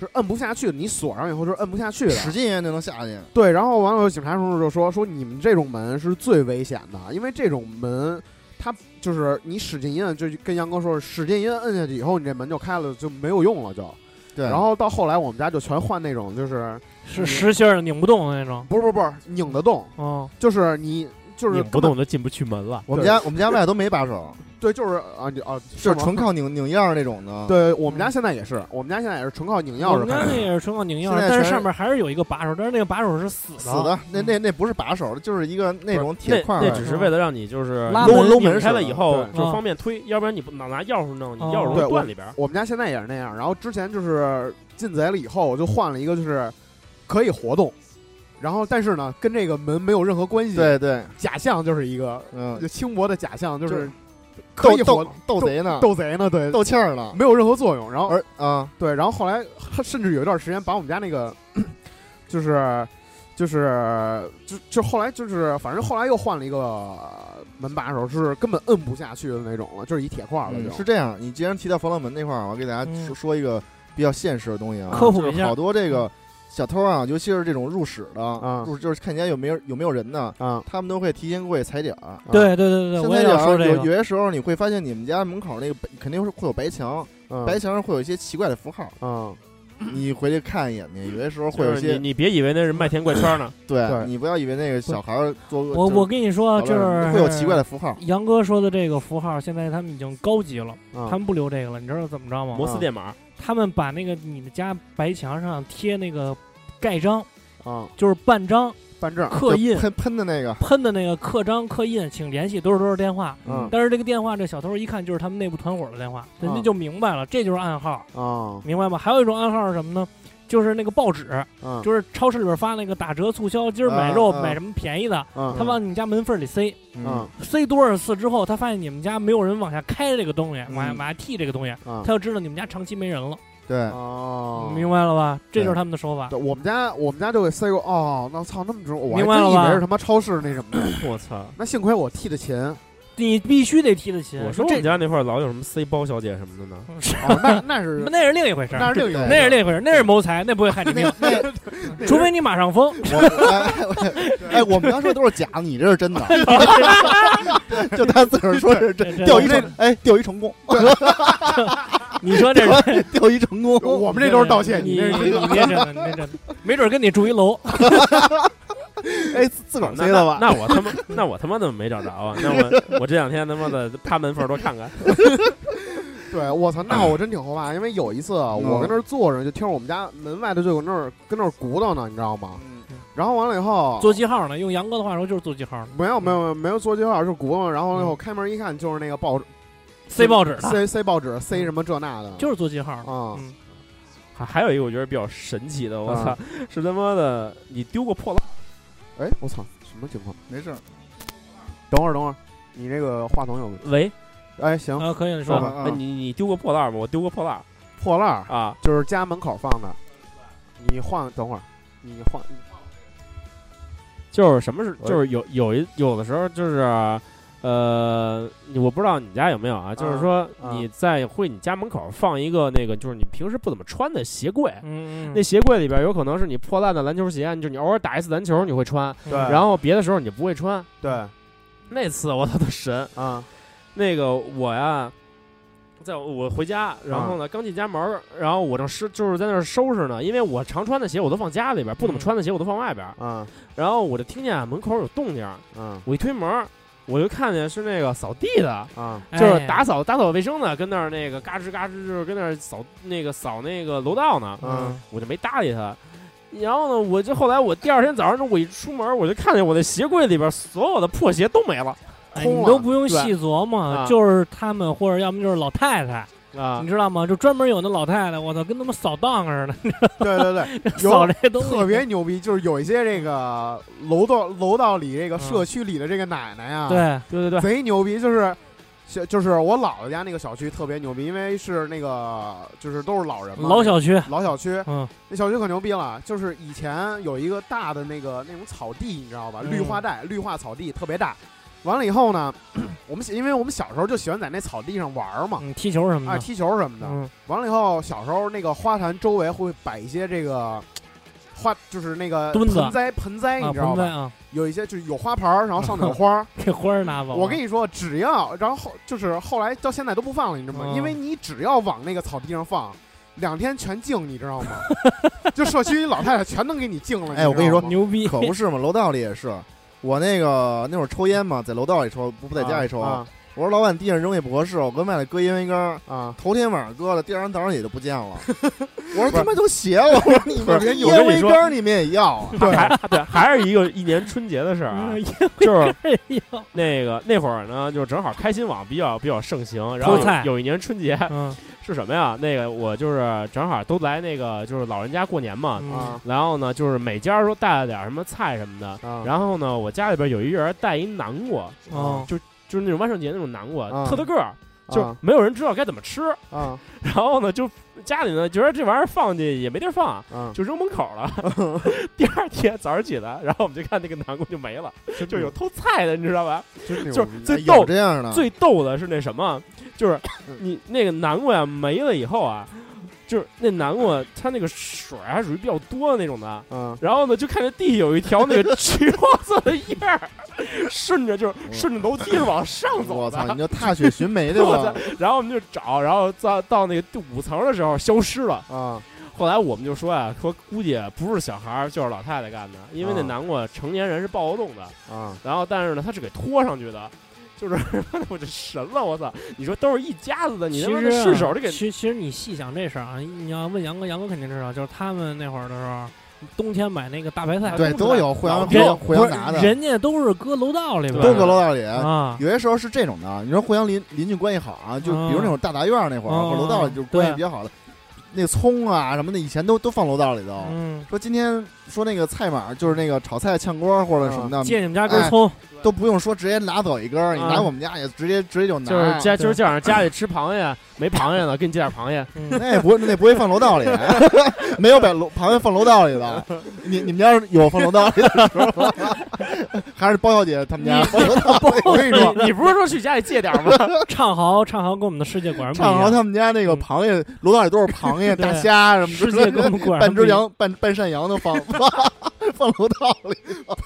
Speaker 2: 是摁不下去，你锁上以 后是摁不下去的。
Speaker 1: 使劲就能下去，
Speaker 2: 对，然后完了，警察叔叔就说说你们这种门是最危险的，因为这种门它就是你使劲一摁，就跟杨哥说使劲一摁摁下去以后，你这门就开了，就没有用了就。
Speaker 1: 对，
Speaker 2: 然后到后来我们家就全换那种就是
Speaker 4: 是实心儿拧不动的那种。
Speaker 2: 不是不是不是拧得动，
Speaker 4: 嗯，
Speaker 2: 就是你就是
Speaker 3: 拧不
Speaker 2: 根本
Speaker 3: 动就进不去门了。
Speaker 1: 我们家我们家外都没把手，
Speaker 2: 对， 就是啊你啊
Speaker 1: 就是
Speaker 2: 吗
Speaker 1: 纯靠嗯拧拧样儿那种的。，
Speaker 2: 对我们家现在也是，我们家现在也是纯靠拧
Speaker 4: 我
Speaker 2: 钥匙
Speaker 4: 们家
Speaker 2: 开
Speaker 4: 那
Speaker 2: 门。
Speaker 4: 也是纯靠拧钥
Speaker 1: 现
Speaker 4: 匙，
Speaker 1: 在
Speaker 4: 但是
Speaker 1: 全
Speaker 4: 上面还是有一个把手，但是那个把手是死的。
Speaker 1: 死的那那那不是把手，就是一个那种铁块儿啊
Speaker 3: 那，那只是为了让你就是
Speaker 4: 拉
Speaker 3: 搂
Speaker 1: 门
Speaker 3: 搂
Speaker 1: 拧
Speaker 3: 门
Speaker 1: 开
Speaker 3: 开了
Speaker 1: 了
Speaker 3: 以后
Speaker 2: 对
Speaker 3: 就
Speaker 1: 嗯
Speaker 3: 方便推，要不然你不哪拿钥匙弄，你
Speaker 4: 哦
Speaker 3: 钥匙
Speaker 2: 对
Speaker 3: 会
Speaker 2: 我
Speaker 3: 断里边儿。
Speaker 2: 我们家现在也是那样，然后之前就是进贼了以后，我就换了一个就是可以活动，然后但是呢跟这个门没有任何关系。，
Speaker 1: 对对，
Speaker 2: 假象就是一个
Speaker 1: 嗯，
Speaker 2: 就轻薄的假象，就
Speaker 1: 就是
Speaker 2: 是可
Speaker 1: 斗
Speaker 2: 以活
Speaker 1: 斗斗贼呢，
Speaker 2: 斗贼呢，对，
Speaker 1: 斗气儿呢，
Speaker 2: 没有任何作用。然后
Speaker 1: 而啊，
Speaker 2: 对，然后后来甚至有一段时间把我们家那个，就是就是就就后来就是反正后来又换了一个呃门把手，是根本摁不下去的那种了，就是一铁块儿了
Speaker 1: 嗯
Speaker 2: 就。
Speaker 1: 是这样。你既然提到防盗门那块儿，我给大家
Speaker 4: 嗯
Speaker 1: 说说一个比较现实的东西啊，
Speaker 4: 科普
Speaker 1: 好
Speaker 4: 一下，嗯
Speaker 1: 多这个小偷啊，尤其是这种入室的
Speaker 2: 啊，
Speaker 1: 入就是看你家有没有有没有人呢，
Speaker 2: 啊，
Speaker 1: 他们都会提前过去踩点儿。
Speaker 4: 对对对
Speaker 1: 现
Speaker 4: 啊对，我
Speaker 1: 在
Speaker 4: 也
Speaker 1: 有
Speaker 4: 要说这
Speaker 1: 有
Speaker 4: 个。
Speaker 1: 有些时候你会发现你们家门口那个白肯定是会有白墙，
Speaker 2: 嗯
Speaker 1: 白墙上会有一些奇怪的符 号，
Speaker 2: 嗯，
Speaker 1: 你回去看一眼去。有些时候会有
Speaker 3: 就
Speaker 1: 一
Speaker 3: 是你
Speaker 1: 些，
Speaker 3: 你别以为那是麦田怪圈 呢，
Speaker 1: 对
Speaker 2: 对
Speaker 1: 你不要以为那个小孩儿做恶，
Speaker 4: 我
Speaker 1: 就是
Speaker 4: 我跟你说，
Speaker 1: 捣
Speaker 4: 就
Speaker 1: 乱
Speaker 4: 是
Speaker 1: 会有奇怪的。符号。
Speaker 4: 杨哥说的这个符号，现在他们已经高级了，
Speaker 2: 嗯
Speaker 4: 他们不留这个了，你知道怎么着吗
Speaker 1: 嗯
Speaker 3: 摩？斯电码。
Speaker 4: 他们把那个你们家白墙上贴那个盖章，
Speaker 2: 啊
Speaker 4: 就是办章
Speaker 2: 办证，
Speaker 4: 刻印
Speaker 1: 啊就，喷喷的那个，
Speaker 4: 喷的那个刻章刻印，请联系多少多少电话。
Speaker 2: 嗯
Speaker 4: 但是这个电话，这小偷一看就是他们内部团伙的电话，人家
Speaker 1: 嗯
Speaker 2: 啊
Speaker 4: 就明白了，这就是暗号，
Speaker 2: 啊
Speaker 4: 明白吗？还有一种暗号是什么呢？就是那个报纸，
Speaker 2: 啊
Speaker 4: 就是超市里边发那个打折促销，今儿买
Speaker 1: 啊
Speaker 4: 肉
Speaker 2: 嗯
Speaker 1: 啊
Speaker 4: 买什么便宜的，
Speaker 2: 啊
Speaker 4: 他往你家门缝里塞，
Speaker 2: 啊
Speaker 4: 塞多少次之后，他发现你们家没有人往下开这个东西，
Speaker 1: 嗯
Speaker 4: 往下往下剔这个东西，
Speaker 2: 啊
Speaker 4: 他就知道你们家长期没人了，
Speaker 1: 对，
Speaker 2: 哦
Speaker 4: 嗯明白了吧？这
Speaker 1: 对
Speaker 4: 就是他们的手法。
Speaker 2: 对我们家我们家就给塞过哦，那操那么重，我还
Speaker 4: 明白
Speaker 2: 真
Speaker 4: 了
Speaker 2: 以
Speaker 4: 吧
Speaker 2: 为是他妈超市那什么的，
Speaker 3: 我操！
Speaker 2: 那幸亏我剃的勤，哦，
Speaker 4: 你必须得提的勤。
Speaker 3: 我说我
Speaker 4: 这嗯
Speaker 3: 们家那块儿老有什么 C 包小姐什么的呢？
Speaker 4: 是
Speaker 2: 哦 那那是
Speaker 4: 那是另一回事儿，
Speaker 2: 那是另一
Speaker 4: 那是另一回事儿，那是谋财，那不会 害你命，除非你马上疯。
Speaker 1: 我 哎哎，我们刚说都是假的，你这是 真的，就他自个儿说是真
Speaker 4: 这这
Speaker 1: 钓鱼成哎钓鱼成功，
Speaker 4: 你说这是
Speaker 1: 钓鱼成功，
Speaker 2: 我们这都是盗窃，
Speaker 4: 你
Speaker 2: 这
Speaker 4: 你
Speaker 2: 是
Speaker 4: 你别真的，你别真的，没准儿跟你住一楼。
Speaker 1: 哎自自个儿
Speaker 3: 啊那
Speaker 1: 塞的吧？
Speaker 3: 那那我他妈，那我他妈怎么没找着啊？那 我我这两天他妈的趴门缝儿多看看。
Speaker 2: 对，我操，那我真挺后怕，因为有一次啊
Speaker 1: 嗯
Speaker 2: 我跟那儿坐着，就听着我们家门外头就有那儿跟那儿鼓捣呢，你知道吗？
Speaker 1: 嗯
Speaker 2: 然后完了以后，
Speaker 4: 做记号呢，用杨哥的话说就是做记号呢，
Speaker 2: 没有没有没有没有做记号，是鼓捣。然后以后
Speaker 4: 嗯
Speaker 2: 开门一看，就是那个报纸
Speaker 4: 塞报纸的，嗯
Speaker 2: 塞塞报纸，塞什么这那的，
Speaker 4: 就是做记号呢。
Speaker 2: 啊
Speaker 4: 嗯，
Speaker 3: 还还有一个我觉得比较神奇的，
Speaker 1: 嗯
Speaker 3: 我操
Speaker 2: 啊，
Speaker 3: 是他妈的你丢过破烂，
Speaker 2: 哎，我操，什么情况？
Speaker 1: 没事儿，
Speaker 2: 等会儿等会儿，你这个话筒有问题？
Speaker 3: 喂，
Speaker 2: 哎，行，
Speaker 4: 啊，可以你
Speaker 1: 说
Speaker 4: 说
Speaker 1: 吧
Speaker 4: 吧。
Speaker 1: 啊
Speaker 3: 哎你你丢过破烂吗？我丢过破烂
Speaker 2: 破烂儿
Speaker 3: 啊，
Speaker 2: 就是家门口放的，你换等会儿，你换
Speaker 3: 就是什么是
Speaker 2: 喂
Speaker 3: 就是有有一有的时候就是呃，你我不知道你家有没有啊，就是说
Speaker 2: 啊
Speaker 3: 你在会你家门口放一个那个，就是你平时不怎么穿的鞋柜，
Speaker 4: 嗯，嗯
Speaker 3: 那鞋柜里边有可能是你破烂的篮球鞋，啊就是你偶尔打一次篮球你会穿，
Speaker 2: 对
Speaker 3: 然后别的时候你就不会穿。
Speaker 2: 对
Speaker 3: 啊那次我操的神，
Speaker 2: 啊
Speaker 3: 那个我呀，在我回家，然后呢刚进家门儿，然后我正收就是在那儿收拾呢，因为我常穿的鞋我都放家里边，不怎么穿的鞋我都放外边，
Speaker 2: 啊
Speaker 3: 然后我就听见门口有动静儿，
Speaker 2: 啊
Speaker 3: 我一推门儿，我就看见是那个扫地的。
Speaker 2: 啊
Speaker 4: 哎
Speaker 3: 就是打扫打扫卫生呢，跟那儿那个嘎吱嘎吱，就是跟那儿扫那个扫那个楼道呢，
Speaker 2: 嗯
Speaker 3: 我就没搭理他。然后呢，我就后来我第二天早上我一出门，我就看见我的鞋柜里边所有的破鞋都没了
Speaker 4: 哎，
Speaker 2: 空
Speaker 4: 你
Speaker 2: 了
Speaker 4: 都不
Speaker 3: 对
Speaker 4: 用细琢
Speaker 3: 啊
Speaker 4: 磨，就是他们或者要么就是老太太，
Speaker 3: 啊
Speaker 4: 你！知道吗？就专门有那老太太，我操，跟他们扫荡似的，
Speaker 2: 对对对，有
Speaker 4: 扫这些 东西，
Speaker 2: 特别牛逼，就是有一些这个楼道楼道里这个
Speaker 4: 嗯
Speaker 2: 社区里的这个奶奶呀，，
Speaker 4: 啊对，
Speaker 3: 对对对，
Speaker 2: 贼牛逼，就是。小就是我姥姥家那个小区特别牛逼，因为是那个就是都是老人嘛，
Speaker 4: 老小区，
Speaker 2: 老小区，
Speaker 4: 嗯，
Speaker 2: 那小区可牛逼了，就是以前有一个大的那个那种草地，你知道吧？
Speaker 4: 嗯
Speaker 2: 绿化带、绿化草地特别大。完了以后呢， 我们因为我们小时候就喜欢在那草地上玩儿嘛，
Speaker 4: 嗯，踢球什么
Speaker 2: 爱
Speaker 4: 的，
Speaker 2: 啊踢球什么的。
Speaker 4: 嗯
Speaker 2: 完了以后，小时候那个花坛周围会摆一些这个花，就是那个
Speaker 4: 墩子
Speaker 2: 盆栽，盆栽哎你
Speaker 4: 啊，
Speaker 2: 知道
Speaker 4: 盆栽
Speaker 2: 吧？
Speaker 4: 啊，
Speaker 2: 有一些就是有花盆儿，然后上面有花儿。
Speaker 4: 给花儿拿走了。啊
Speaker 2: 我跟你说，只要然后后就是后来到现在都不放了，你知道吗？
Speaker 4: 嗯
Speaker 2: 因为你只要往那个草地上放，两天全净，你知道吗？ 就社区老太太全能给你净了。
Speaker 1: 哎我跟你说
Speaker 2: 你
Speaker 4: 牛逼，
Speaker 1: 可不是嘛，楼道里也是。我那个那会儿抽烟嘛，在楼道里抽，不不
Speaker 2: 知道
Speaker 1: 在
Speaker 2: 吗
Speaker 1: 家里抽。
Speaker 2: 啊
Speaker 1: 我说老板地上扔也不合适，我跟外头搁烟灰缸，
Speaker 2: 啊，
Speaker 1: 头天晚上搁了，第二天早上也就不见了。
Speaker 2: 哎
Speaker 1: 我说他妈都邪了，我说你
Speaker 3: 不
Speaker 1: 们
Speaker 3: 是我
Speaker 1: 烟
Speaker 3: 跟你
Speaker 1: 灰
Speaker 3: 说
Speaker 1: 缸你们也要啊？
Speaker 3: 对，还对，还是一个一年春节的事儿
Speaker 4: 嗯
Speaker 3: 啊，就是
Speaker 4: 哎呦，
Speaker 3: 那个那会儿呢，就正好开心网比较比较盛行，然后
Speaker 4: 偷菜
Speaker 3: 有有一年春节
Speaker 2: 啊
Speaker 4: 嗯
Speaker 3: 是什么呀？那个我就是正好都来那个就是老人家过年嘛，
Speaker 4: 嗯
Speaker 2: 啊
Speaker 3: 然后呢就是每家说带了点什么菜什么的，
Speaker 2: 啊
Speaker 3: 然后呢我家里边有一人带一南瓜，
Speaker 4: 哦，
Speaker 3: 就是那种万圣节那种南瓜，
Speaker 2: 啊
Speaker 3: 特大个儿，就是
Speaker 2: 啊
Speaker 3: 没有人知道该怎么吃，
Speaker 2: 啊
Speaker 3: 然后呢就家里呢觉得这玩意儿放进去也没地儿放。
Speaker 2: 啊，
Speaker 3: 就扔门口了。第二天早上起来，然后我们就看那个南瓜就没了，
Speaker 2: 嗯
Speaker 3: 就有偷菜的，你知道吧？
Speaker 2: 真牛
Speaker 3: 就
Speaker 2: 逼
Speaker 3: 是最
Speaker 1: 有
Speaker 3: 逗、
Speaker 1: 这样的，
Speaker 3: 最逗的是那什么，就是
Speaker 2: 嗯
Speaker 3: 你那个南瓜呀没了以后啊，就是那南瓜它那个水还属于比较多的那种的。
Speaker 2: 啊
Speaker 3: 然后呢，就看见地有一条那个橘黄色的叶儿，顺着就是顺着楼梯是往上走
Speaker 1: 我操，
Speaker 3: 的
Speaker 1: 你。就踏雪寻梅对
Speaker 3: 我操
Speaker 1: 吧？！
Speaker 3: 然后我们就找，然后到到那个第五层的时候消失了。
Speaker 2: 啊
Speaker 3: 后来我们就说啊，说估计不是小孩儿，就是老太太干的，因为那
Speaker 2: 啊
Speaker 3: 南瓜成年人是抱得动的，
Speaker 2: 啊！
Speaker 3: 然后但是呢，他是给拖上去的，就是我这神了，我操！你说都是一家子的，你
Speaker 4: 其
Speaker 3: 他妈
Speaker 4: 实
Speaker 3: 的
Speaker 4: 啊
Speaker 3: 顺手就给
Speaker 4: 其其实你细想这事儿啊，你要问杨哥，杨哥肯定知道，就是他们那会儿的时候，冬天买那个大白菜，
Speaker 1: 对，都有互相
Speaker 3: 人
Speaker 1: 互相互
Speaker 4: 不
Speaker 1: 相
Speaker 4: 是
Speaker 1: 拿的，
Speaker 4: 人家都是搁楼道里边儿，
Speaker 1: 都搁楼道里。
Speaker 4: 啊，
Speaker 1: 有些时候是这种的，你说互相邻邻居关系好啊，就比如那种大杂院那会儿，啊
Speaker 4: 嗯
Speaker 1: 或者楼道里就是关系比较好的，那葱啊什么的，以前都都放楼道里头。
Speaker 4: 嗯，
Speaker 1: 说今天说那个菜码就是那个炒菜炝锅或者什么的，
Speaker 4: 哦借你哦们家
Speaker 1: 哎
Speaker 4: 根葱，
Speaker 1: 都不用说，直接拿走一根儿，你
Speaker 3: 嗯
Speaker 1: 拿我们家也直接直接就拿，
Speaker 3: 就是家
Speaker 4: 对
Speaker 3: 就是今晚上家里吃螃蟹没螃蟹呢，给你寄点螃蟹。
Speaker 4: 嗯
Speaker 1: 那也不那不会放楼道里， 没有把楼旁边放楼道里的。 你你们家有放楼道里的时候吗？ 还是包小姐他们家放楼道里？我跟你说，
Speaker 3: 你你不是说去家里借点吗？
Speaker 4: 唱壕，唱壕跟我们的世界果然不一
Speaker 1: 畅
Speaker 4: 样。嗯
Speaker 1: 豪他们家那个螃蟹楼道里都是螃 蟹、
Speaker 4: 对
Speaker 1: 大虾什么之
Speaker 4: 世
Speaker 1: 类的，
Speaker 4: 界跟我们果然
Speaker 1: 半
Speaker 4: 不
Speaker 1: 只
Speaker 4: 一样。
Speaker 1: 羊、半半扇羊都放 放放楼道里。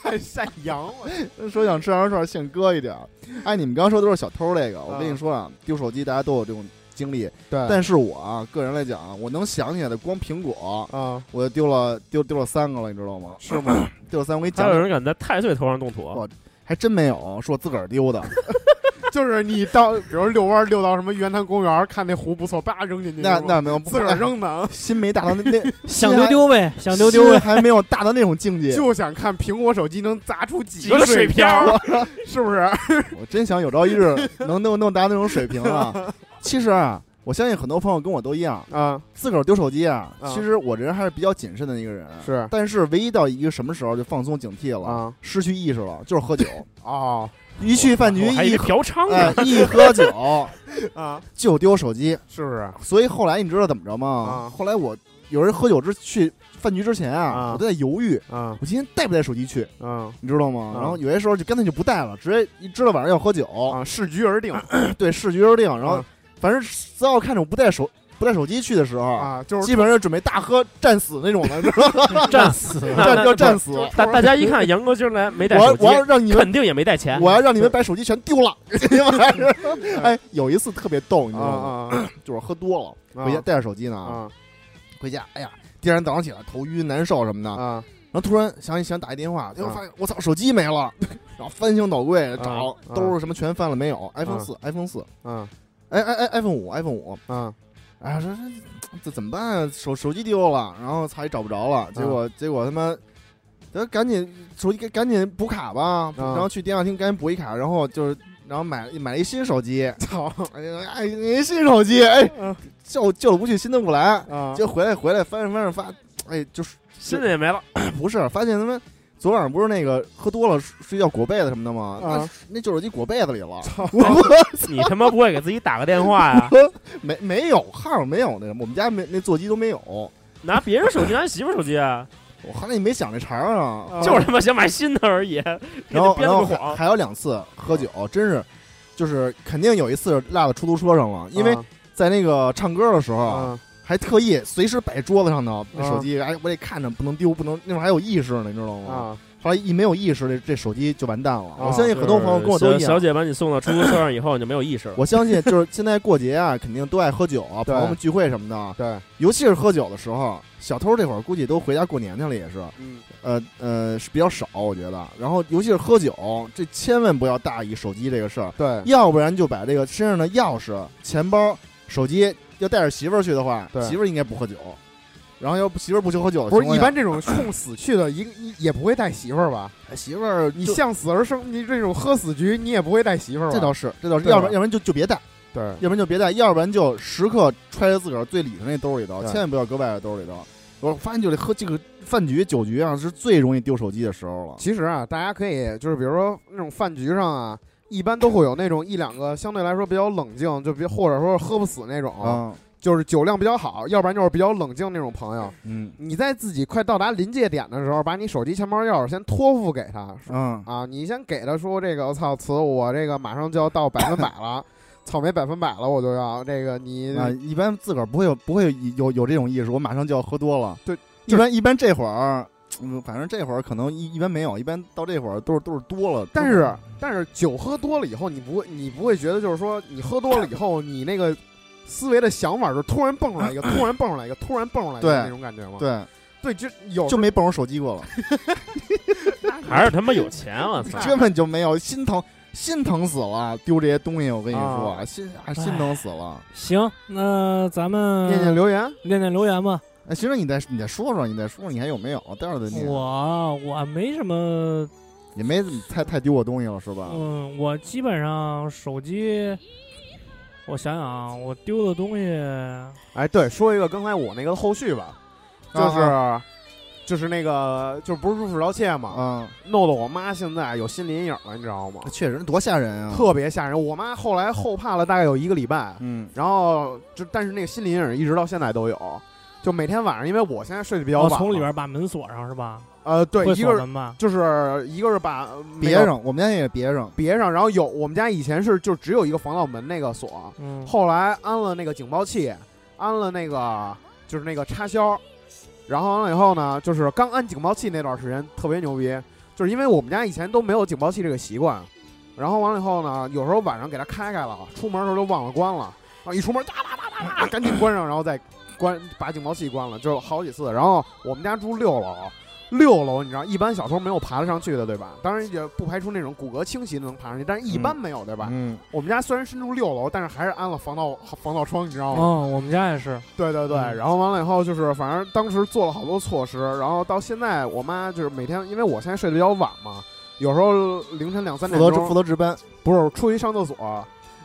Speaker 2: 太晒阳了
Speaker 1: 说想吃羊肉串，现割一点儿。哎，你们刚刚说都是小偷这个，我跟
Speaker 4: 嗯
Speaker 2: 啊
Speaker 1: 你说啊，丢手机大家都有这种经历，
Speaker 2: 对
Speaker 1: 但是我啊个人来讲啊，我能想起来的光苹果
Speaker 2: 啊
Speaker 1: 我就丢了丢丢了三个了，你知道吗？是吗？ 丢了三个，我给你
Speaker 3: 还有
Speaker 1: 讲，
Speaker 3: 人敢在太岁头上动土
Speaker 1: 哇，还真没有，是我自个儿 丢的。
Speaker 2: 就是你到比如遛弯儿遛到什么圆潭公园儿，看那湖不错，叭扔进去，
Speaker 1: 那
Speaker 2: 是吗
Speaker 1: 那没有，
Speaker 2: 自个儿扔 的啊，
Speaker 1: 哎，心没大到那那
Speaker 4: 想丢丢呗， 想丢丢
Speaker 1: 心
Speaker 4: 呗。
Speaker 1: 还没有大到那种境界。
Speaker 2: 就想看苹果手机能砸出几
Speaker 3: 几个水
Speaker 2: 水
Speaker 3: 漂
Speaker 2: 儿
Speaker 3: 儿，
Speaker 2: 是不是？
Speaker 1: 我真想有朝一日能弄弄达到那种水平啊！其实啊，我相信很多朋友跟我都一样，
Speaker 2: 啊，
Speaker 1: 自个儿丢手机啊。
Speaker 2: 啊
Speaker 1: 其实我这人还是比较谨慎的一个人，
Speaker 2: 是
Speaker 1: 但是唯一到一个什么时候就放松警惕了，
Speaker 2: 啊，
Speaker 1: 失去意识了，就是喝酒。
Speaker 2: 哦
Speaker 1: 一去饭局
Speaker 3: 我还以
Speaker 1: 一
Speaker 3: 为嫖娼
Speaker 1: 哎
Speaker 3: 呢。
Speaker 1: 一喝酒
Speaker 2: 啊，
Speaker 1: 就丢手机，
Speaker 2: 是不是？
Speaker 1: 所以后来你知知道怎么着吗？
Speaker 2: 啊
Speaker 1: 后来我有人喝酒之去饭局之前啊，
Speaker 2: 啊
Speaker 1: 我都在犹豫，
Speaker 2: 啊
Speaker 1: 我今天带不带手机去，
Speaker 2: 啊
Speaker 1: 你知道吗？
Speaker 2: 啊
Speaker 1: 然后有些时候就干脆就不带了，直接一知道晚上要喝酒，
Speaker 2: 啊，视局而定
Speaker 1: 对，视局而定。然后
Speaker 2: 啊
Speaker 1: 反正只要看着我不带手不带手机去的时候，
Speaker 2: 啊，就是
Speaker 1: 基本上就准备大喝战死那 种的，知道吗？
Speaker 3: 战死，
Speaker 1: 战要战
Speaker 3: 死。
Speaker 1: 死。
Speaker 3: 大大家一看，杨哥今儿来没带手
Speaker 1: 我
Speaker 3: 机
Speaker 1: 我，要让你们，
Speaker 3: 肯定也没带钱。
Speaker 1: 我要让你们把手机全丢了。
Speaker 2: 嗯
Speaker 1: 哎，有一次特别逗，你
Speaker 3: 嗯
Speaker 1: 知
Speaker 2: 啊
Speaker 1: 道吗？
Speaker 2: 啊啊
Speaker 1: 就是我喝多了，回家
Speaker 2: 啊
Speaker 1: 带着手机呢，
Speaker 2: 啊
Speaker 1: 回家，哎呀，第二天早上起来头晕难受什么的，
Speaker 3: 嗯
Speaker 2: 啊
Speaker 1: 然后突然想起想打一电话，结果
Speaker 2: 啊
Speaker 1: 发现我操手机没了，然后翻箱倒柜
Speaker 2: 啊
Speaker 1: 找
Speaker 2: 啊
Speaker 1: 兜儿什么全翻了没有，iPhone 四，iPhone 四，
Speaker 2: 啊
Speaker 1: 哎哎哎，iPhone 五，iPhone 五，
Speaker 2: 啊
Speaker 1: 哎呀，这这这怎么办啊？手手机丢了，然后操也找不着了，结
Speaker 2: 啊
Speaker 1: 果结果他妈。得赶紧手机赶紧补卡
Speaker 2: 啊
Speaker 1: 吧，然后去电话厅赶紧补一卡，然后就是然后买买了一新手 机，操！哎呀，哎你新手机，哎，旧旧的不去，新的不来，
Speaker 2: 啊！
Speaker 1: 就回来回来翻着翻着发，哎，就是
Speaker 3: 现在也没了，
Speaker 1: 不是发现他妈昨晚上不是那个喝多了睡睡觉裹被子什么的吗？
Speaker 2: 啊
Speaker 1: 那那旧手机裹被子里了，
Speaker 3: 你他妈不会给自己打个电话呀？
Speaker 1: 没没有号没有那什么，我们家没那座机都没有。
Speaker 3: 拿别人手机，拿媳妇手机啊，
Speaker 1: 我后来也没想这茬儿啊，
Speaker 3: 就是他妈想买新的而已。 给
Speaker 1: 然
Speaker 3: 他
Speaker 1: 后
Speaker 3: 编
Speaker 1: 然
Speaker 3: 了
Speaker 1: 后
Speaker 3: 个
Speaker 1: 还
Speaker 3: 谎，
Speaker 1: 还有两次喝酒，真是就是肯定有一次落在出租车上了，因为在那个唱歌的时候
Speaker 2: 啊
Speaker 1: 还特意随时摆桌子上呢，那手机哎我得看着不能丢，不能那会儿还有意识呢，你知道吗？
Speaker 2: 啊
Speaker 1: 后来一没有意识，这这手机就完蛋了。
Speaker 2: 啊
Speaker 1: 我相信很多朋友跟我都一样
Speaker 3: 小小。姐把你送到出租车上以后，你就没有意识了。
Speaker 1: 我相信，就是现在过节啊，肯定都爱喝酒啊，
Speaker 2: 对
Speaker 1: 朋友们聚会什么的，
Speaker 2: 对，
Speaker 1: 尤其是喝酒的时候，小偷这会儿估计都回家过年去了，也是，
Speaker 2: 嗯
Speaker 1: 呃呃，是比较少，我觉得。然后，尤其是喝酒，这千万不要大意手机这个事儿，
Speaker 2: 对
Speaker 1: 要不然就把这个身上的钥匙、钱包、手机，要带着媳妇儿去的话，
Speaker 2: 对
Speaker 1: 媳妇儿应该不喝酒。然后要不媳妇儿不求喝酒的
Speaker 2: 不
Speaker 1: 情况
Speaker 2: 是一
Speaker 1: 下，
Speaker 2: 般这种冲死去的，一一也不会带媳妇儿吧？
Speaker 1: 哎媳妇儿
Speaker 2: 你
Speaker 1: 就
Speaker 2: 向死而生，你这种喝死局，你也不会带媳妇儿吧？
Speaker 1: 这倒是，这倒是，
Speaker 2: 对吧
Speaker 1: 要不然要不然就就别带，
Speaker 2: 对，
Speaker 1: 要不然就别带，要不然就时刻揣着自个儿最里头那兜里头，
Speaker 2: 对
Speaker 1: 千万不要搁外头兜里头。我发现就这喝这个饭局酒局啊，是最容易丢手机的时候了。
Speaker 2: 其实啊，大家可以就是比如说那种饭局上啊，一般都会有那种一两个相对来说比较冷静，就别或者说喝不死那种，
Speaker 1: 啊，
Speaker 2: 就是酒量比较好，要不然就是比较冷静那种朋友。
Speaker 1: 嗯
Speaker 2: 你在自己快到达临界点的时候，把你手机、钱包、钥匙先托付给他
Speaker 1: 嗯，
Speaker 2: 啊，你先给他说这个，我操，词我这个马上就要到百分百 了，草莓百分百了，我就要这个你
Speaker 1: 啊，一般自个儿不会有不会有有有这种意识，我马上就要喝多了。
Speaker 2: 对，
Speaker 1: 一般一般这会儿，嗯，反正这会儿可能一一般没有，一般到这会儿都是都是多了。
Speaker 2: 但是但是酒喝多了以后，你不会你不会觉得就是说你喝多了以后，你那个思维的想法就突然蹦 出来一个，突然蹦出来一个，突然蹦出来一
Speaker 1: 对
Speaker 2: 个那种感觉吗？
Speaker 1: 对，
Speaker 2: 对，就有
Speaker 1: 就没蹦我手机过 了，
Speaker 3: 还是他妈有钱，我
Speaker 2: 啊
Speaker 3: 操！
Speaker 1: 根本就没有，心疼心疼死了，丢这些东西，我跟你说，
Speaker 2: 啊
Speaker 1: 心啊心疼死了。
Speaker 4: 行，那咱们
Speaker 2: 念念留言
Speaker 1: 嗯
Speaker 4: 念念留言吧。
Speaker 1: 哎，学长，你再你再说说，你再说说，你还有没有？待会儿再念。
Speaker 4: 我啊我没什么，
Speaker 1: 也没怎么太太丢我东西了，是吧？
Speaker 4: 嗯，我基本上手机，我想想啊，我丢的东西，
Speaker 2: 哎，对，说一个刚才我那个后续吧，
Speaker 1: 啊
Speaker 2: 就是、就是那个就不是入室盗窃嘛，
Speaker 1: 啊，
Speaker 2: 弄得我妈现在有心理阴影了，你知道吗？
Speaker 1: 确实多吓人
Speaker 4: 嗯
Speaker 1: 啊！
Speaker 2: 特别吓人。我妈后来后怕了大概有一个礼拜，
Speaker 1: 嗯
Speaker 2: 然后就但是那个心理阴影一直到现在都有。就每天晚上，因为我现在睡得比较
Speaker 4: 我
Speaker 2: 晚嘛，
Speaker 4: 哦从里边把门锁上是吧？
Speaker 2: 呃，对，
Speaker 4: 会
Speaker 2: 一个
Speaker 4: 锁
Speaker 2: 是
Speaker 4: 门吧？
Speaker 2: 就是一个是把
Speaker 1: 别上，我们家也别上。
Speaker 2: 别上，然后有我们家以前是就只有一个防盗门那个锁，
Speaker 4: 嗯，
Speaker 2: 后来安了那个警报器，安了那个就是那个插销，然后完了以后呢，就是刚安警报器那段时间特别牛逼，就是因为我们家以前都没有警报器这个习惯，然后完了以后呢，有时候晚上给它开开了，出门的时候就忘了关了，然后一出门哒哒哒哒哒，赶紧关上，然后再关把警报器关了，就好几次。然后我们家住六楼。六楼，你知道，一般小偷没有爬得上去的，对吧？当然也不排除那种骨骼清奇的能爬上去，但是一般没有，对吧？
Speaker 1: 嗯，
Speaker 2: 我们家虽然身处六楼，但是还是安了防盗防盗窗，你知道吗？
Speaker 4: 哦，我们家也是，
Speaker 2: 对对对，
Speaker 4: 嗯
Speaker 2: 然后完了以后就是，反正当时做了好多措施，然后到现在我妈就是每天，因为我现在睡得比较晚嘛，有时候凌晨两三
Speaker 1: 负
Speaker 2: 点
Speaker 1: 责负
Speaker 2: 钟，
Speaker 1: 责值班，
Speaker 2: 不是出去上厕所，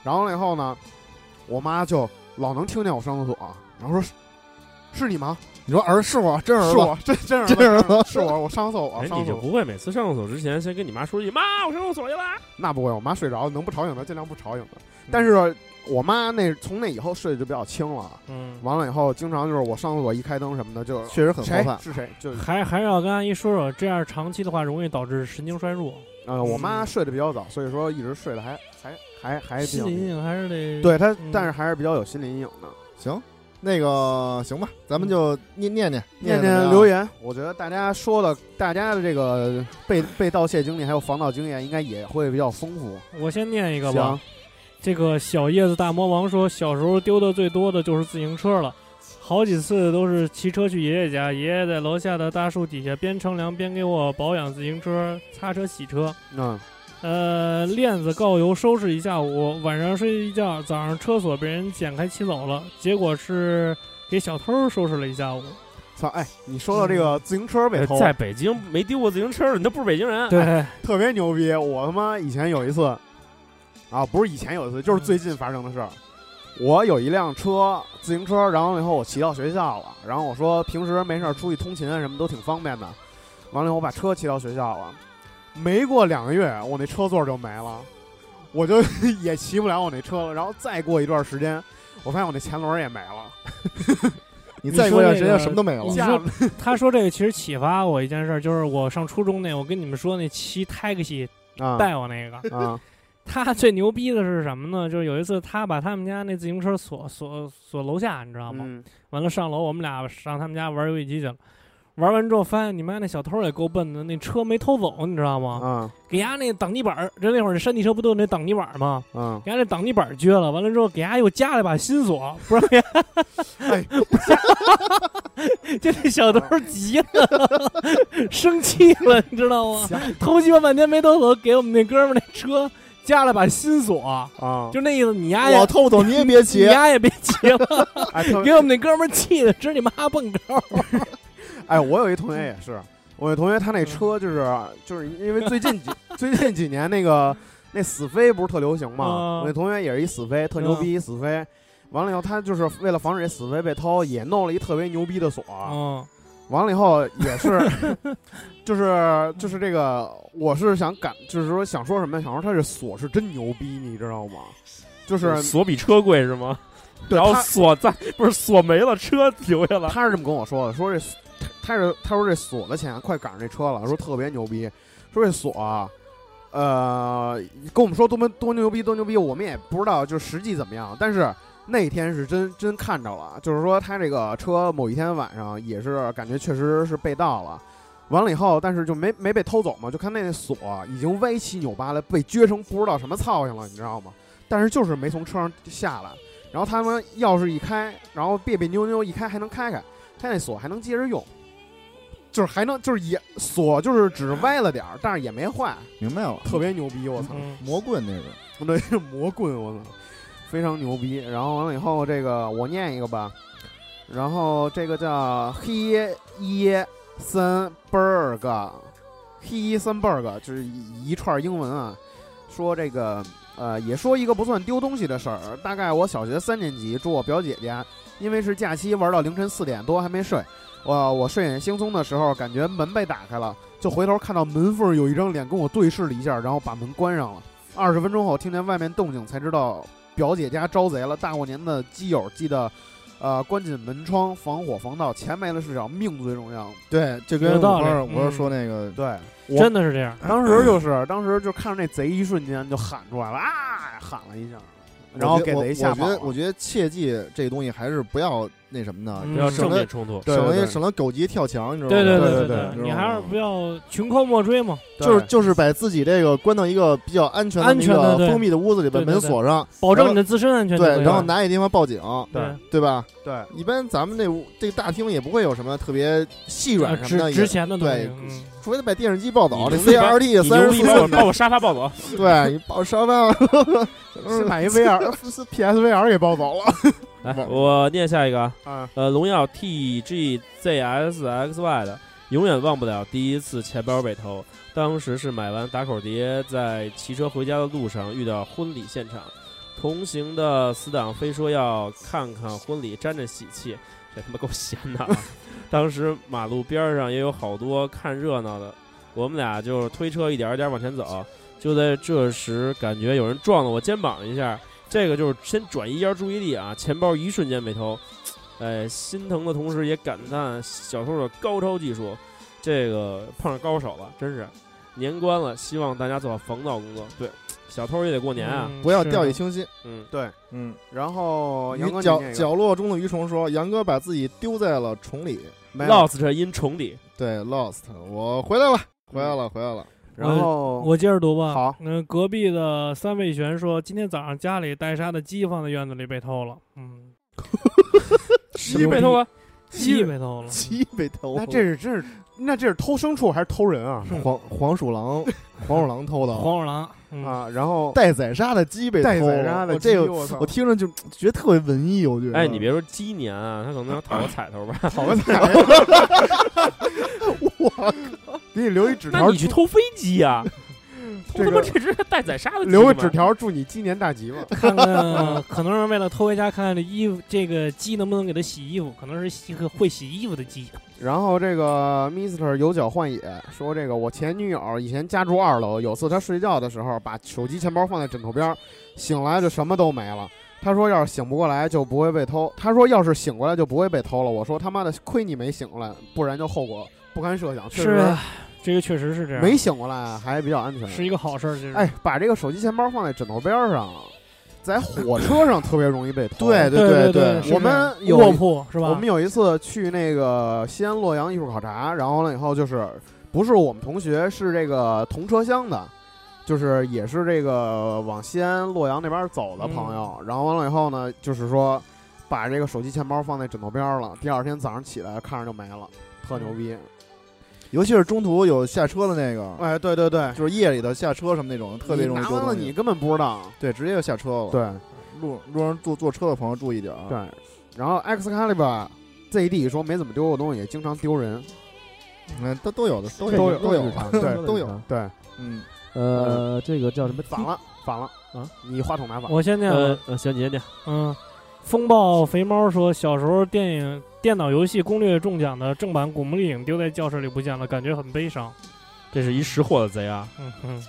Speaker 2: 然后了以后呢，我妈就老能听见我上厕所，然后说是是你吗？
Speaker 1: 你说儿是我，真儿
Speaker 2: 是
Speaker 1: 子，
Speaker 2: 我，真真 是
Speaker 1: 真是
Speaker 2: 我是我，我上厕所，我
Speaker 3: 哎，
Speaker 2: 上
Speaker 3: 你
Speaker 2: 厕
Speaker 3: 就
Speaker 2: 所。
Speaker 3: 不会每次上厕所之前先跟你妈说一句“妈，我上厕所去了
Speaker 1: 嗯
Speaker 2: 那不会，我妈睡着了，能不吵醒她尽量不吵醒她。但是我妈那从那以后睡得就比较轻了，
Speaker 4: 嗯，
Speaker 2: 完了以后经常就是我上厕所一开灯什么的就
Speaker 1: 确实很
Speaker 2: 谁
Speaker 1: 后怕。
Speaker 2: 是谁 就
Speaker 4: 还还是要跟阿姨说说，这样长期的话容易导致神经衰弱，
Speaker 2: 呃，我妈睡得比较早，所以说一直睡得还还还还比
Speaker 4: 心
Speaker 2: 较
Speaker 4: 理阴影还是得
Speaker 2: 对她
Speaker 4: 嗯，
Speaker 2: 但是还是比较有心理阴影的。
Speaker 1: 行，那个行吧，咱们就念念念
Speaker 2: 念
Speaker 1: 嗯念
Speaker 2: 念留。言，我觉得大家说的，大家的这个被被盗窃经历还有防盗经验，应该也会比较丰富。
Speaker 4: 我先念一个吧
Speaker 2: 行。，
Speaker 4: 这个小叶子大魔王说，小时候丢的最多的就是自行车了，好几次都是骑车去爷爷家，爷爷在楼下的大树底下边乘凉边给我保养自行车，擦车洗车，
Speaker 2: 嗯，
Speaker 4: 呃，链子、告油收拾一下午，晚上睡一觉，早上车锁被人剪开骑走了，结果是给小偷收拾了一下午。
Speaker 2: 操，哎，你说到这个自行车被偷，
Speaker 3: 在北京没丢过自行车的，你都不是北京人。
Speaker 4: 对，
Speaker 2: 特别牛逼。我他妈以前有一次，啊，不是以前有一次，就是最近发生的事儿。我有一辆车，自行车，然后以后我骑到学校了，然后我说平时没事儿出去通勤啊什么都挺方便的。完了以后我把车骑到学校了，没过两个月，我那车座就没了，我就 也骑不了我那车了。然后再过一段时间，我发现我那前轮也没了，
Speaker 1: 你
Speaker 4: 你
Speaker 1: 再过
Speaker 4: 说
Speaker 1: 一段
Speaker 4: 这
Speaker 1: 时间
Speaker 4: 个
Speaker 1: 什么都没有了
Speaker 4: 你。
Speaker 2: 架
Speaker 4: 说
Speaker 2: 子
Speaker 4: 他说这个其实启发我一件事儿，就是我上初中那，我跟你们说那骑 taxi
Speaker 2: 啊
Speaker 4: 带 我那个，
Speaker 2: 啊
Speaker 4: 他最牛逼的是什么呢？就是有一次他把他们家那自行车锁锁锁楼下，你知道吗？
Speaker 2: 嗯
Speaker 4: 完了上楼，我们俩上他们家玩游戏机去了。玩完之后发现你妈那小偷也够笨的，那车没偷走，你知道吗？
Speaker 2: 啊
Speaker 4: 给伢那挡泥板儿，就那会儿那山地车不都有那挡泥板儿吗？
Speaker 2: 啊！
Speaker 4: 给伢那挡泥板儿撅了，完了之后给伢又加了把新锁，不让伢，
Speaker 2: 哎
Speaker 4: 就那小偷急了，生气了，你知道吗？偷鸡巴半天没偷走，给我们那哥们儿那车加了把新锁，
Speaker 2: 啊，
Speaker 4: 就那意思，你丫也
Speaker 1: 我偷不懂你也别
Speaker 4: 你
Speaker 1: 骑，
Speaker 4: 丫也别急了，
Speaker 2: 哎，特别
Speaker 4: 给我们那哥们儿气的直你妈蹦高。
Speaker 2: 哎，我有一同学也是，我有同学他那车就是就是因为最近几最近几年那个那死飞不是特流行嘛，
Speaker 4: 嗯
Speaker 2: 我那同学也是一死飞，特牛逼一死飞。完了以后，他就是为了防止这死飞被偷，也弄了一特别牛逼的锁。
Speaker 1: 啊
Speaker 4: 嗯
Speaker 2: 完了以后也是， 就是就是这个，我是想感，就是说想说什么，想说他这锁是真牛逼，你知道吗？就是啊
Speaker 3: 锁比车贵是吗？
Speaker 2: 对
Speaker 3: 然后
Speaker 2: 他
Speaker 3: 锁在不是锁没了，车留下了。
Speaker 2: 他是这么跟我说的，说这他他是他说这锁的钱快赶上这车了，说特别牛逼，说这锁啊，呃，跟我们说多么多牛逼多牛逼，我们也不知道就是实际怎么样，但是那天是真真看着了，就是说他这个车某一天晚上也是感觉确实是被盗了。完了以后，但是就没没被偷走嘛，就看那锁已经歪七扭八了，被撅成不知道什么操性了，你知道吗？但是就是没从车上下来，然后他们钥匙一开，然后别别扭扭一开还能开开，他那锁还能接着用，就是还能就是也锁就是只是歪了点儿，但是也没坏，
Speaker 1: 明白了，
Speaker 2: 特别牛逼，我操！
Speaker 4: 嗯，
Speaker 1: 魔棍那个。
Speaker 2: 我这是魔棍，我操，非常牛逼。然后完了以后，这个我念一个吧，然后这个叫黑耶森伯尔格，黑耶森伯尔格就是一一串英文啊，说这个呃，也说一个不算丢东西的事儿。大概我小学三年级住我表姐家，因为是假期玩到凌晨四点多还没睡。我我睡眼惺忪的时候，感觉门被打开了，就回头看到门缝儿有一张脸跟我对视了一下，然后把门关上了。二十分钟后听见外面动静，才知道表姐家招贼了。大过年的基友记得，呃，关紧门窗，防火防盗，钱没了是小命最重要。
Speaker 1: 对，这
Speaker 4: 有
Speaker 1: 跟
Speaker 4: 道
Speaker 1: 我
Speaker 4: 理
Speaker 1: 说我
Speaker 4: 嗯
Speaker 1: 是说那个
Speaker 2: 对，
Speaker 4: 真的是这样。
Speaker 2: 当时就是，当时就看着那贼，一瞬间就喊出来了啊，喊了一下，然后
Speaker 1: 我觉
Speaker 2: 给
Speaker 1: 我
Speaker 2: 贼吓
Speaker 1: 我觉
Speaker 2: 跑
Speaker 1: 得，我
Speaker 2: 了。
Speaker 1: 觉得切记这东西还是不要那什么的，
Speaker 4: 嗯
Speaker 3: 不要
Speaker 1: 省
Speaker 3: 正
Speaker 1: 得
Speaker 3: 面冲突。
Speaker 2: 对
Speaker 1: 省
Speaker 2: 对
Speaker 1: 得
Speaker 2: 对
Speaker 1: 省得狗急跳墙，你知道吗？嗯
Speaker 2: 对
Speaker 4: 对对
Speaker 2: 对对
Speaker 1: 知道
Speaker 4: 你
Speaker 1: 吗
Speaker 4: 还是不要穷寇莫追嘛，
Speaker 1: 就是就是把自己这个关到一个比较安全的
Speaker 4: 安
Speaker 1: 那
Speaker 4: 全的
Speaker 1: 个
Speaker 4: 对
Speaker 1: 封闭的屋子里，把
Speaker 4: 对对
Speaker 1: 门
Speaker 4: 对
Speaker 1: 锁上，
Speaker 4: 保证你的自身安全就可以了。
Speaker 1: 对，然后拿一地方报警，
Speaker 2: 对
Speaker 4: 对
Speaker 1: 对吧？
Speaker 2: 对
Speaker 1: 一般咱们这屋这个大厅也不会有什么特别细
Speaker 4: 啊
Speaker 1: 软什
Speaker 4: 值
Speaker 1: 么的，
Speaker 4: 值
Speaker 1: 也
Speaker 4: 钱的东西
Speaker 1: 对。
Speaker 4: 嗯
Speaker 1: 除非他把电视机抱走，
Speaker 3: 你
Speaker 1: 这
Speaker 3: 就一般
Speaker 1: CRT
Speaker 3: 你
Speaker 1: 三
Speaker 3: 牛
Speaker 1: 十
Speaker 3: 逼
Speaker 1: 四
Speaker 3: 把
Speaker 1: 寸的，
Speaker 3: 我把我沙发抱走，
Speaker 1: 对，你抱沙 发，
Speaker 2: 先把一 VR 是 PSVR 给抱走了
Speaker 3: 来，
Speaker 1: 我
Speaker 3: 我念下一个啊。
Speaker 2: 啊！
Speaker 3: 呃，荣耀 TGZSXY 的，永远忘不了第一次钱包被偷。当时是买完打口碟，在骑车回家的路上遇到婚礼现场，同行的死党非说要看看婚礼，沾着喜气，这他妈够闲的、啊。当时马路边儿上也有好多看热闹的，我们俩就是推车一点儿一点儿往前走。就在这时，感觉有人撞了我肩膀一下，这个就是先转移一下注意力啊，钱包一瞬间没掏，哎，心疼的同时也感叹小偷的高超技术，这个碰上高手了，真是年关了，希望大家做好防盗工作。对，小偷也得过年啊，
Speaker 4: 嗯
Speaker 1: 不要
Speaker 4: 是
Speaker 1: 掉以
Speaker 4: 的
Speaker 1: 轻心。
Speaker 3: 嗯，
Speaker 2: 对，
Speaker 1: 嗯，
Speaker 2: 然后杨
Speaker 1: 鱼
Speaker 2: 哥你
Speaker 1: 角
Speaker 2: 那个
Speaker 1: 角落中的鱼虫说，杨哥把自己丢在了虫里。
Speaker 2: 没有
Speaker 3: lost 因重底，
Speaker 1: 对，lost，我回来了，回来了，回来了。
Speaker 2: 然后
Speaker 4: 嗯我接着读吧。
Speaker 2: 好
Speaker 4: 嗯，隔壁的三味玄说，今天早上家里带杀的鸡放在院子里被偷了。嗯，
Speaker 3: 鸡被偷了，
Speaker 4: 鸡啊被偷了。
Speaker 1: 鸡被偷
Speaker 2: 嗯那这是这是那这是偷牲畜还是偷人啊？
Speaker 1: 黄黄鼠狼，黄鼠狼偷的。
Speaker 4: 黄鼠狼，嗯，
Speaker 2: 啊，然后
Speaker 1: 待宰杀的鸡被偷
Speaker 2: 带
Speaker 1: 了，
Speaker 2: 宰杀的
Speaker 1: 我这
Speaker 2: 鸡
Speaker 1: 个
Speaker 2: 我操
Speaker 1: 我听着就觉得特别文艺，我觉得。
Speaker 3: 哎，你别说鸡年啊，他可能要讨个彩头吧？
Speaker 2: 讨个彩，我给你留一纸
Speaker 3: 那
Speaker 2: 条，
Speaker 3: 你去偷飞机啊？
Speaker 2: 这
Speaker 3: 偷他
Speaker 2: 个
Speaker 3: 妈这只待宰杀的鸡
Speaker 2: 留个
Speaker 3: 吗
Speaker 2: 纸，条，祝你鸡年大吉吧。
Speaker 4: 看看， 可能是为了偷回家看看这衣服，这个鸡能不能给它洗衣服，可能是一个会洗衣服的鸡。啊
Speaker 2: 然后这个 Mister 有脚幻野说，这个我前女友以前家住二楼，有次她睡觉的时候把手机钱包放在枕头边儿，醒来就什么都没了。她说要是醒不过来就不会被偷，她说要是醒过来就不会被偷了。我说他妈的亏你没醒过来，不然就后果不堪 设想。确
Speaker 4: 是
Speaker 2: 实
Speaker 4: 啊，这个确实是这样，
Speaker 2: 没醒过来还比较安全。
Speaker 4: 是一个好事儿。这是，
Speaker 2: 哎，把这个手机钱包放在枕头边儿上，在火车上特别容易被偷。
Speaker 1: 对
Speaker 4: 对
Speaker 1: 对
Speaker 4: 对，是这
Speaker 2: 我们
Speaker 4: 样
Speaker 2: 有
Speaker 4: 卧铺是吧？
Speaker 2: 我们有一次去那个西安洛阳艺术考察，然后了以后就是不是我们同学，是这个同车厢的，就是也是这个往西安洛阳那边走的朋友。然后完了以后呢，就是说把这个手机钱包放在枕头边儿了，第二天早上起来看着就没了，特牛逼。
Speaker 1: 尤其是中途有下车的那个，
Speaker 2: 哎，对对对，
Speaker 1: 就是夜里头下车什么那种，特别容易
Speaker 2: 你拿
Speaker 1: 丢
Speaker 2: 完
Speaker 1: 东
Speaker 2: 了
Speaker 1: 西
Speaker 2: 你根本不知道。啊
Speaker 1: 对，直接就下车了。，
Speaker 2: 对
Speaker 1: 路路上坐坐车的朋友注意点啊。
Speaker 2: 对，然后 Excalibur ZD 说没怎么丢过东西，经常丢人，
Speaker 1: 嗯，都都有的，都
Speaker 2: 都
Speaker 1: 有都有，
Speaker 2: 啊 对
Speaker 1: 都有。
Speaker 2: 对，
Speaker 1: 嗯，
Speaker 5: 呃，这个叫什么？
Speaker 2: 反了反了
Speaker 5: 啊！
Speaker 2: 你话筒拿反了。
Speaker 4: 我先念吧，
Speaker 3: 呃呃，行，你先念。
Speaker 4: 嗯，风暴肥猫说，小时候电影、电脑游戏攻略中奖的正版《古墓丽影》丢在教室里不见了，感觉很悲伤。
Speaker 3: 这是一识货的贼啊！
Speaker 4: 嗯哼，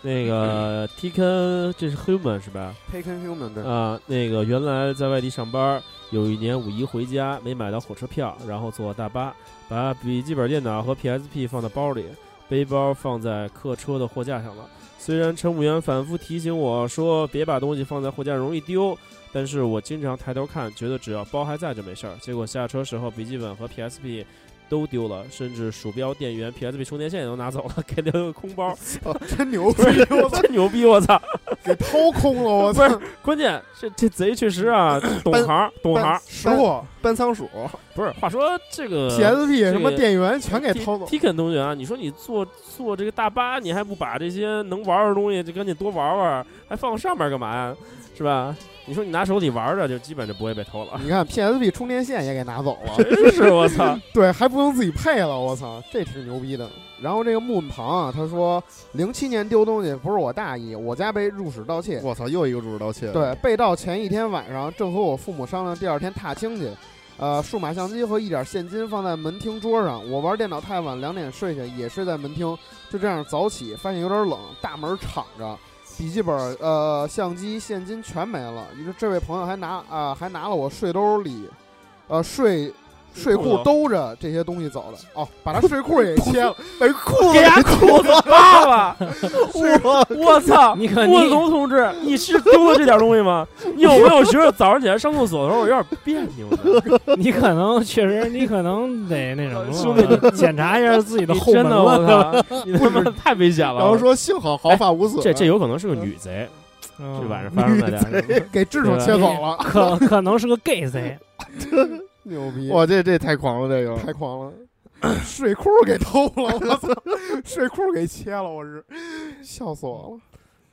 Speaker 3: 那 个 t i k n 这是 Human 是吧？
Speaker 2: Taken Human 对，
Speaker 3: 啊、那个原来在外地上班，有一年五一回家没买到火车票，然后坐大巴，把笔记本电脑和 PSP 放在包里，背包放在客车的货架上了。虽然乘务员反复提醒我说别把东西放在货架容易丢，但是我经常抬头看，觉得只要包还在就没事儿。结果下车时候，笔记本和 PSP 都丢了，甚至鼠标、电源、PSP 充电线也都拿走了，给留个空 包。
Speaker 1: 哦
Speaker 2: 真牛 逼
Speaker 3: 不，是，真牛逼！我操！
Speaker 2: 给掏空了，我操！
Speaker 3: 关键这这贼确实啊， 懂
Speaker 1: 搬
Speaker 3: 行懂行
Speaker 1: 搬。
Speaker 2: 失货
Speaker 1: 搬仓鼠，
Speaker 3: 不是，话说这个
Speaker 2: PSP
Speaker 3: 这
Speaker 2: 什么
Speaker 3: 个
Speaker 2: 电源全给掏走，
Speaker 3: Tiken 同学啊，你说你坐坐这个大巴，你还不把这些能玩儿的东西就赶紧多玩玩，还放上面干嘛呀？是吧？你说你拿手里玩着，就基本就不会被 偷了。
Speaker 2: 你看 PSP 充电线也给拿走了，
Speaker 3: 真是我 操！
Speaker 2: 对，还不用自己配了，我操，这挺牛逼的。然后这个木本旁啊，他说零七年丢东西不是我大意，我家被入室盗窃，
Speaker 1: 我操，又一个主持盗窃。
Speaker 2: 对，，被盗前一天晚上，正和我父母商量第二天踏青去。呃，数码相机和一点现金放在门厅桌上。我玩电脑太晚，两点睡去，也睡在门厅。就这样早起，发现有点冷，大门敞着，笔记本、呃，相机、现金全没了。你说这位朋友还拿啊、还拿了我睡兜里，呃，睡睡
Speaker 3: 睡裤
Speaker 2: 裤
Speaker 3: 兜
Speaker 2: 兜着这些东西走的。哦，把他睡裤 也给切了，把裤
Speaker 3: 给
Speaker 2: 子
Speaker 3: 俺裤子扒了！
Speaker 1: 我
Speaker 3: 我操！
Speaker 4: 你
Speaker 3: 郭
Speaker 4: 可你
Speaker 3: 子龙同志，你是丢了这点东西吗？你有没有觉得早上起来上厕所的时候有点别扭呢？
Speaker 4: 你可能确实，你可能得那什么 了，呃
Speaker 3: 兄弟你
Speaker 4: 检查一下自己的
Speaker 3: 你
Speaker 4: 后门
Speaker 3: 真的我
Speaker 4: 了。
Speaker 3: 操！你他妈太危险了！
Speaker 1: 然后说幸好毫发 无损。
Speaker 2: 啊
Speaker 3: 这这有可能是个女贼，
Speaker 4: 嗯
Speaker 3: 这晚上发生了点。
Speaker 2: 给痔疮切走 了，
Speaker 4: 可可能是个 gay 贼，
Speaker 2: 牛逼！
Speaker 1: 哇，这这太狂了，这个。
Speaker 2: 太狂了， 水库给偷了，我操，水库给切了，我日，笑死我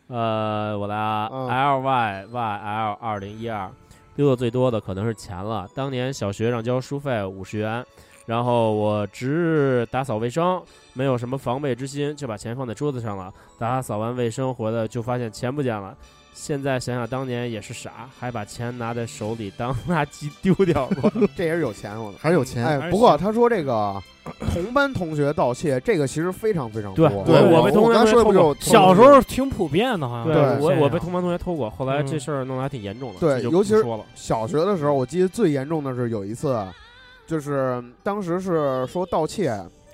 Speaker 2: 了。
Speaker 3: 呃，我来啊、
Speaker 2: 嗯
Speaker 3: l y y l 二零一二，丢的最多的可能是钱了。当年小学让交书费五十元，然后我值日打扫卫生，没有什么防备之心，就把钱放在桌子上了。打扫完卫生回来就发现钱不见了，现在想想当年也是傻，还把钱拿在手里当垃圾丢掉过。
Speaker 2: 这也是有钱我的。
Speaker 1: 还是有钱。
Speaker 4: 还
Speaker 2: 哎，
Speaker 4: 是
Speaker 2: 不过他说这个 同班同学盗窃，这个其实非常非常
Speaker 3: 对
Speaker 2: 多。
Speaker 1: 对
Speaker 3: 我被
Speaker 1: 我
Speaker 3: 同学
Speaker 1: 我刚才说的不
Speaker 3: 偷过
Speaker 1: 就是
Speaker 4: 小时候挺普遍的，好像
Speaker 3: 对，
Speaker 2: 对
Speaker 3: 我我被
Speaker 4: 被
Speaker 3: 同班同学偷过，后来
Speaker 4: 嗯
Speaker 3: 这事儿弄得还挺严重的。
Speaker 2: 对
Speaker 3: 这就
Speaker 2: 尤
Speaker 3: 不
Speaker 2: 其是
Speaker 3: 说了，
Speaker 2: 小学的时候，我记得最严重的是有一次，就是当时是说盗窃，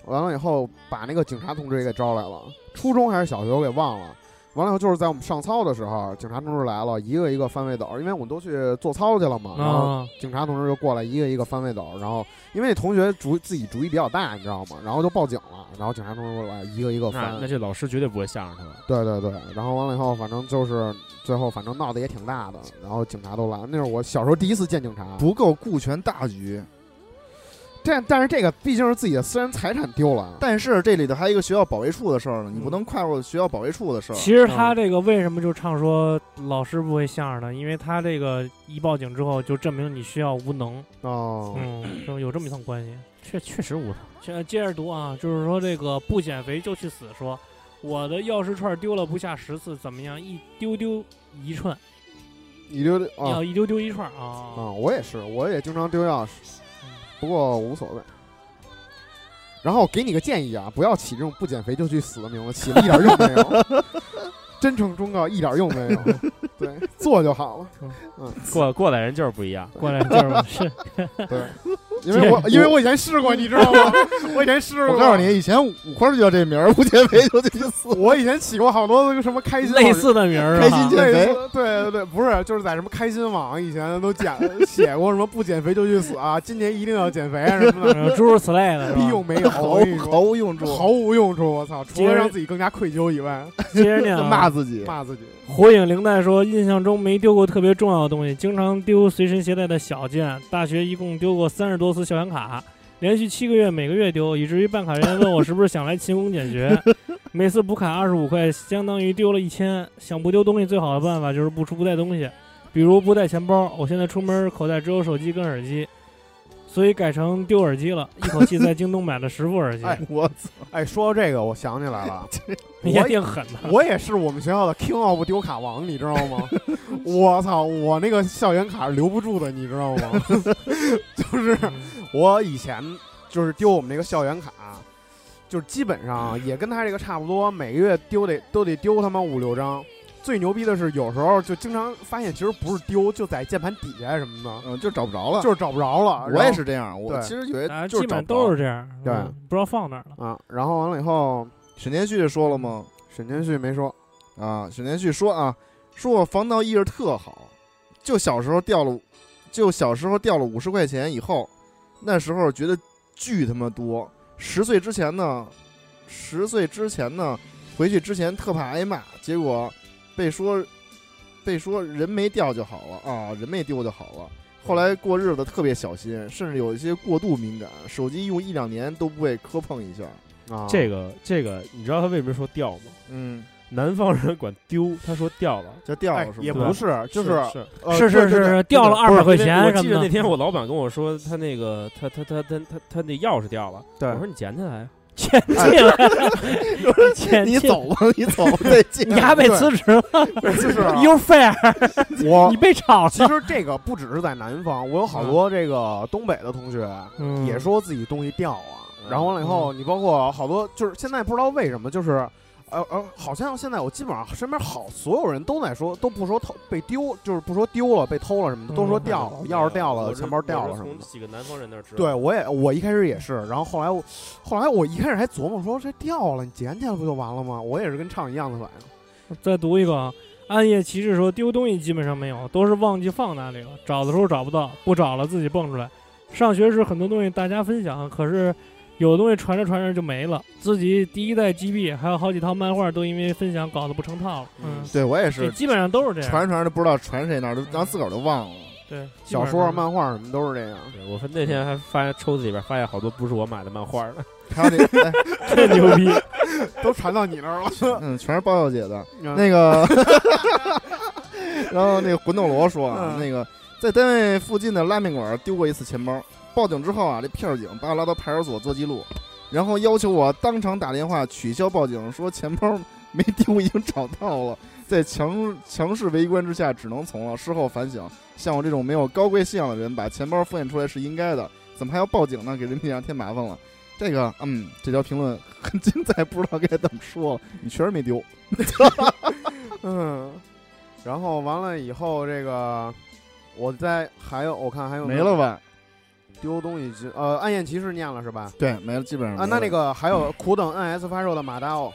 Speaker 2: 完了以后把那个警察同志也给招来了。初中还是小学，我给忘了。完了以后就是在我们上操的时候，警察同志来了，一个一个翻位斗，因为我们都去做操去了嘛。然后
Speaker 4: 啊，
Speaker 2: 警察同志就过来，一个一个翻位斗，然后因为那同学主自己主意比较大，你知道吗？然后就报警了，然后警察同志过来一个一个翻
Speaker 3: 那。那这老师绝对不会向着他的。
Speaker 2: 对对对，然后完了以后，反正就是最后反正闹得也挺大的，然后警察都来。那是我小时候第一次见警察，
Speaker 1: 不够顾全大局，
Speaker 2: 但但是这个毕竟是自己的私人财产丢了，
Speaker 1: 但是这里头还有一个学校保卫处的事儿
Speaker 2: 嗯
Speaker 1: 呢，你不能跨过学校保卫处的事儿。
Speaker 4: 其实他
Speaker 3: 嗯
Speaker 4: 这个为什么就唱说老师不会向着他？因为他这个一报警之后就证明你需要无能，
Speaker 2: 哦，
Speaker 4: 嗯，就有这么一层关系。
Speaker 3: 确确实无
Speaker 4: 接接着读啊，就是说这个不减肥就去死说，我的钥匙串丢了不下十次，怎么样？一丢丢一串，
Speaker 2: 你丢的
Speaker 4: 要
Speaker 2: 啊
Speaker 4: 一丢丢一串啊
Speaker 2: 啊，我也是，我也经常丢钥匙，不过无所谓。然后给你个建议啊，不要起这种不减肥就去死的名字，起了一点用没 有，真诚忠告一点用 没有，对，做就好了。
Speaker 3: 过过来人就是不一样。
Speaker 4: 过来就是是
Speaker 2: 对，因为我因为我以前试过，你知道吗？ 我以前试过，
Speaker 1: 我告诉你，以前五花就叫这名儿，不减肥就得死。
Speaker 2: 我以前起过好多那个什么开心
Speaker 4: 类似的名儿
Speaker 1: 开
Speaker 4: 是吧
Speaker 1: 心？减肥
Speaker 2: 类似对对对，不是，就是在什么开心网以前都讲写过什么不减肥就去死啊，今年一定要减肥啊什 么的，
Speaker 4: 嗯诸如此类的，是吧
Speaker 2: 屁用没有，
Speaker 1: 毫
Speaker 2: 我跟你
Speaker 1: 毫
Speaker 2: 说
Speaker 1: 无用处，
Speaker 2: 毫无用处，我操，除
Speaker 4: 接
Speaker 2: 了
Speaker 4: 着
Speaker 2: 让自己更加愧疚以外，
Speaker 4: 接着念啊
Speaker 1: 骂自己。
Speaker 2: 骂自己。
Speaker 4: 火影灵代说，印象中没丢过特别重要的东西，经常丢随身携带的小件。大学一共丢过三十多次校园卡，连续七个月每个月丢，以至于办卡人员问我是不是想来勤工俭学。每次补卡二十五块，相当于丢了一千。想不丢东西，最好的办法就是不出不带东西，比如不带钱包。我现在出门口袋只有手机跟耳机，所以改成丢耳机了。一口气在京东买了十副 耳机，
Speaker 2: 哎
Speaker 1: 我
Speaker 2: 哎，说到这个，我想起来 了，
Speaker 4: 你也挺狠的。
Speaker 2: 我也是我们学校的 King of 丢卡王，你知道 吗？我操，我那个校园卡是留不住的，你知道吗？ 就是我以前就是丢我们那个校园卡，就是基本上也跟他这个差不多，每个月丢得都得丢他妈五六张。最牛逼的是，有时候就经常发现，其实不是丢，就在键盘底下什么的，
Speaker 1: 嗯，就找不着了。啊
Speaker 2: 就是找不着了。
Speaker 1: 我也
Speaker 2: 然后
Speaker 1: 是这样，我
Speaker 2: 对
Speaker 1: 其实以为
Speaker 4: 啊，
Speaker 1: 就是
Speaker 4: 基本
Speaker 1: 找
Speaker 4: 上
Speaker 1: 不着
Speaker 4: 都是。这样，
Speaker 2: 对
Speaker 4: 嗯不知道放哪儿了。
Speaker 2: 啊，然后完了以后，
Speaker 1: 沈殿旭说了吗？
Speaker 2: 沈天旭没说，
Speaker 1: 啊，沈殿旭说啊，说我防盗意识特好，就小时候掉了，就小时候掉了五十块钱以后，那时候觉得巨他妈多。十岁之前呢，十岁之前呢，回去之前特怕挨骂，结果被说被说人没掉就好了啊，人没丢就好了。后来过日子特别小心，甚至有一些过度敏感，手机用一两年都不会磕碰一下。
Speaker 2: 啊，
Speaker 3: 这个这个，你知道他为什么说掉吗？
Speaker 1: 嗯，
Speaker 3: 南方人管丢，他说掉了，
Speaker 1: 就掉
Speaker 2: 哎
Speaker 1: 了是吗？
Speaker 2: 也
Speaker 3: 对
Speaker 2: 不是，就是
Speaker 3: 是
Speaker 2: 呃
Speaker 4: 是是
Speaker 2: 对对
Speaker 4: 是
Speaker 2: 对
Speaker 4: 是，掉了
Speaker 3: 不
Speaker 4: 二
Speaker 3: 是
Speaker 4: 百块
Speaker 3: 因为
Speaker 4: 钱
Speaker 3: 我
Speaker 4: 什
Speaker 3: 记
Speaker 4: 么
Speaker 3: 得
Speaker 4: 的。
Speaker 3: 那天我老板跟我说，他那个他他他他他他那钥匙掉了。
Speaker 2: 对
Speaker 3: 我说你捡起来啊呀。
Speaker 4: 欠进来， 欠
Speaker 1: 你
Speaker 4: 进
Speaker 1: 走 吧，你走吧，再见。
Speaker 4: 你还被辞职了
Speaker 2: 就是啊
Speaker 4: ，You fair，
Speaker 2: 我
Speaker 4: 你被炒
Speaker 2: 其
Speaker 4: 了。
Speaker 2: 实这个不只是在南方，我有好多这个东北的同学
Speaker 4: 嗯
Speaker 2: 也说自己东西掉啊。然后完了以后，你包括好多，就是现在不知道为什么，就是，呃呃，好像现在我基本上身边好所有人都在说，都不说偷被丢，就是不说丢了被偷了什么的，
Speaker 4: 嗯
Speaker 2: 都说掉了，钥匙掉了，钱包掉了什么
Speaker 3: 从
Speaker 2: 的。
Speaker 3: 几个南方人那儿知道。
Speaker 2: 对，我也我一开始也是，然后后来我，后来我一开始还琢磨说这掉了，你捡起来不就完了吗？我也是跟唱一样的反应。
Speaker 4: 再读一个啊，暗夜骑士说丢东西基本上没有，都是忘记放哪里了，找的时候找不到，不找了自己蹦出来。上学时很多东西大家分享，可是有的东西传着传着就没了。自己第一代 GB 还有好几套漫画都因为分享搞得不成套了。嗯，
Speaker 1: 对我也
Speaker 4: 这
Speaker 1: 是
Speaker 4: 基本上都是这
Speaker 1: 传
Speaker 4: 样。
Speaker 1: 着传着不知道传谁那儿，都然后自个儿都忘了。
Speaker 4: 对，基
Speaker 2: 小
Speaker 4: 本上
Speaker 2: 说、
Speaker 4: 都是
Speaker 2: 漫画什么都是 这样。
Speaker 3: 对，我那天还发现抽屉里边发现好多不是我买的漫画呢。
Speaker 1: 还有 那、哎、
Speaker 4: 这牛逼。
Speaker 2: 都传到你那儿了。
Speaker 1: 嗯，全是包小姐的
Speaker 2: 嗯
Speaker 1: 那个。 然后那个魂斗罗说啊，
Speaker 2: 嗯
Speaker 1: 那个在单位附近的拉面馆丢过一次钱包，报警之后啊，这片警把我拉到派出所做记录，然后要求我当场打电话取消报警，说钱包没丢已经找到了， 在强强势围观之下，只能从了。事后反省，像我这种没有高贵信仰的人，把钱包奉献出来是应该的，怎么还要报警呢？给人民上添麻烦了。这个，嗯，这条评论很精彩，不知道该怎么说了。你确实没丢，
Speaker 2: 嗯，然后完了以后，这个我在还有我看还有
Speaker 1: 没
Speaker 2: 有
Speaker 1: 了吧？
Speaker 2: 丢东西就呃暗夜骑士念了是吧？
Speaker 1: 对，没了，基本上
Speaker 2: 啊，
Speaker 1: 嗯没嗯
Speaker 2: 那
Speaker 1: 了
Speaker 2: 那个还有苦等 NS 发售的马达奥，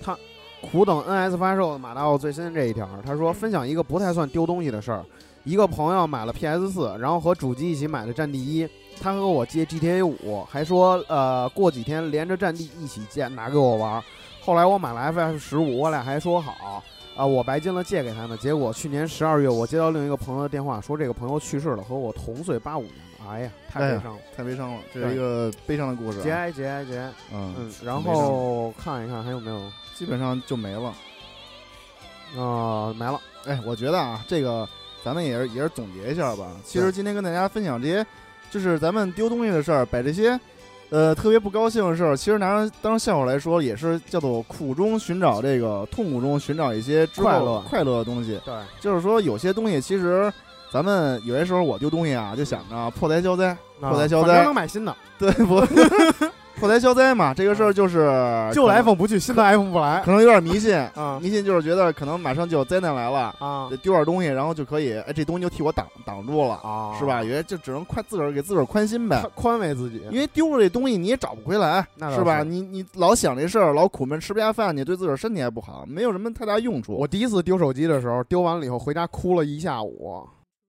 Speaker 2: 他苦等 NS 发售的马达奥最新这一条，他说分享一个不太算丢东西的事儿。一个朋友买了 PS 四，然后和主机一起买的《战地一》，他和我借 GTA 五，还说呃过几天连着《战地》一起借拿给我玩儿。后来我买了 FF 十五，我俩还说好啊、我白金了借给他呢。结果去年十二月，我接到另一个朋友的电话，说这个朋友去世了，和我同岁八五年的。哎呀，太
Speaker 1: 哎呀
Speaker 2: 悲伤了，
Speaker 1: 太悲伤了，这是一个悲伤的故事
Speaker 2: 节
Speaker 1: 啊。
Speaker 2: 哀节哀节哀。
Speaker 1: 嗯，
Speaker 2: 嗯，然
Speaker 1: 没事儿
Speaker 2: 后看一看还有没有
Speaker 1: 基本上就没了。
Speaker 2: 啊，没了。
Speaker 1: 哎，我觉得啊，这个咱们也是也是总结一下吧。其实
Speaker 2: 对
Speaker 1: 今天跟大家分享这些，就是咱们丢东西的事儿，把这些呃特别不高兴的事儿，其实拿当笑话来说，也是叫做苦中寻找这个痛苦中寻找一些之后
Speaker 2: 快乐
Speaker 1: 快乐的东西。
Speaker 2: 对，
Speaker 1: 就是说，有些东西其实咱们有些时候我丢东西啊，就想着破财消灾，破财消
Speaker 2: 反正
Speaker 1: 灾
Speaker 2: 能，买新的，
Speaker 1: 对不？破财消灾嘛，这个事儿就是
Speaker 2: 旧
Speaker 1: 可能
Speaker 2: iPhone 不去，新的 iPhone 不来
Speaker 1: 可能有点迷信，
Speaker 2: 啊
Speaker 1: 迷信就是觉得可能马上就有灾难来了。
Speaker 2: 啊
Speaker 1: 得丢点东西，然后就可以，哎，这东西就替我挡挡住了，
Speaker 2: 啊
Speaker 1: 是吧？？也就只能快自个儿给自个儿宽心呗
Speaker 2: 宽，宽慰自己，
Speaker 1: 因为丢了这东西你也找不回来，
Speaker 2: 那倒
Speaker 1: 是吧？
Speaker 2: 是
Speaker 1: 你你老想这事儿，老苦闷，吃不下饭，你对自个儿身体还不好，没有什么太大用处。
Speaker 2: 我第一次丢手机的时候，丢完了以后回家哭了一下午，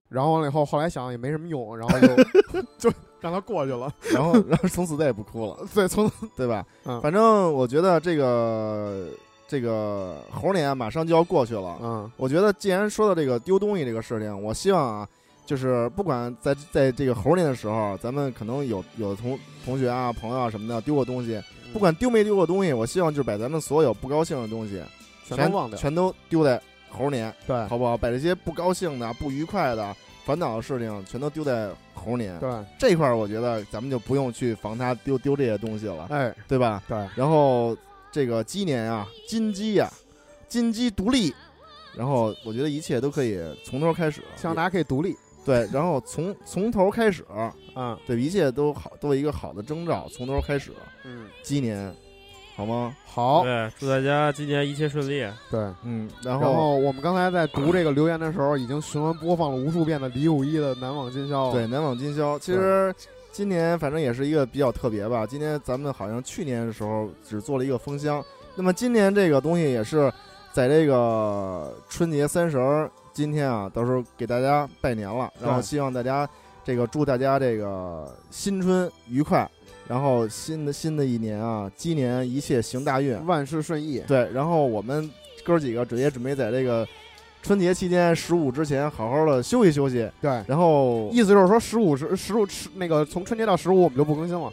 Speaker 2: 然后完了以后，后来想也没什么用，然后 就就让它过去了。
Speaker 1: 然后然后从此再也不哭了，
Speaker 2: 对，从
Speaker 1: 对吧？
Speaker 2: 嗯
Speaker 1: 反正我觉得这个这个猴年马上就要过去了，
Speaker 2: 嗯
Speaker 1: 我觉得既然说到这个丢东西这个事情，我希望啊，就是不管在在这个猴年的时候，咱们可能有有同同学啊、朋友啊什么的丢过东西，
Speaker 2: 嗯
Speaker 1: 不管丢没丢过东西，我希望就是把咱们所有不高兴的东西
Speaker 2: 全都忘掉，
Speaker 1: 全都丢在猴年，
Speaker 2: 对
Speaker 1: 好不好？把这些不高兴的、不愉快的、烦恼的事情全都丢在猴年。
Speaker 2: 对，
Speaker 1: 这一块儿我觉得咱们就不用去防它丢丢这些东西了，
Speaker 2: 哎
Speaker 1: 对吧？
Speaker 2: 对，
Speaker 1: 然后这个鸡年啊，金鸡呀、金鸡独立，然后我觉得一切都可以从头开始，
Speaker 2: 希望大家可以独立。
Speaker 1: 对，然后从从头开始，
Speaker 2: 嗯
Speaker 1: 对，一切都好，都有一个好的征兆，从头开始，
Speaker 2: 嗯，
Speaker 1: 鸡年，好吗？
Speaker 2: 好，
Speaker 3: 对，祝大家今年一切 顺利。
Speaker 2: 对。
Speaker 1: 嗯，然
Speaker 2: 然后我们刚才在读这个留言的时候，已经循环播放了无数遍的李友一的《难忘今宵》。
Speaker 1: 对，南往今宵，其实今年反正也是一个比较特别吧。今年咱们好像去年的时候只做了一个封箱，那么今年这个东西也是在这个春节三十儿今天啊，到时候给大家拜年了，然后
Speaker 2: 对
Speaker 1: 希望大家这个祝大家这个新春愉快，然后新的新的一年啊，鸡年一切行大运。
Speaker 2: 万事顺意。
Speaker 1: 对，然后我们哥儿几个直接准备在这个春节期间十五之前好好的休息休息，
Speaker 2: 对，
Speaker 1: 然后
Speaker 2: 意思就是说十五十十五十那个从春节到十五我们就不更新了。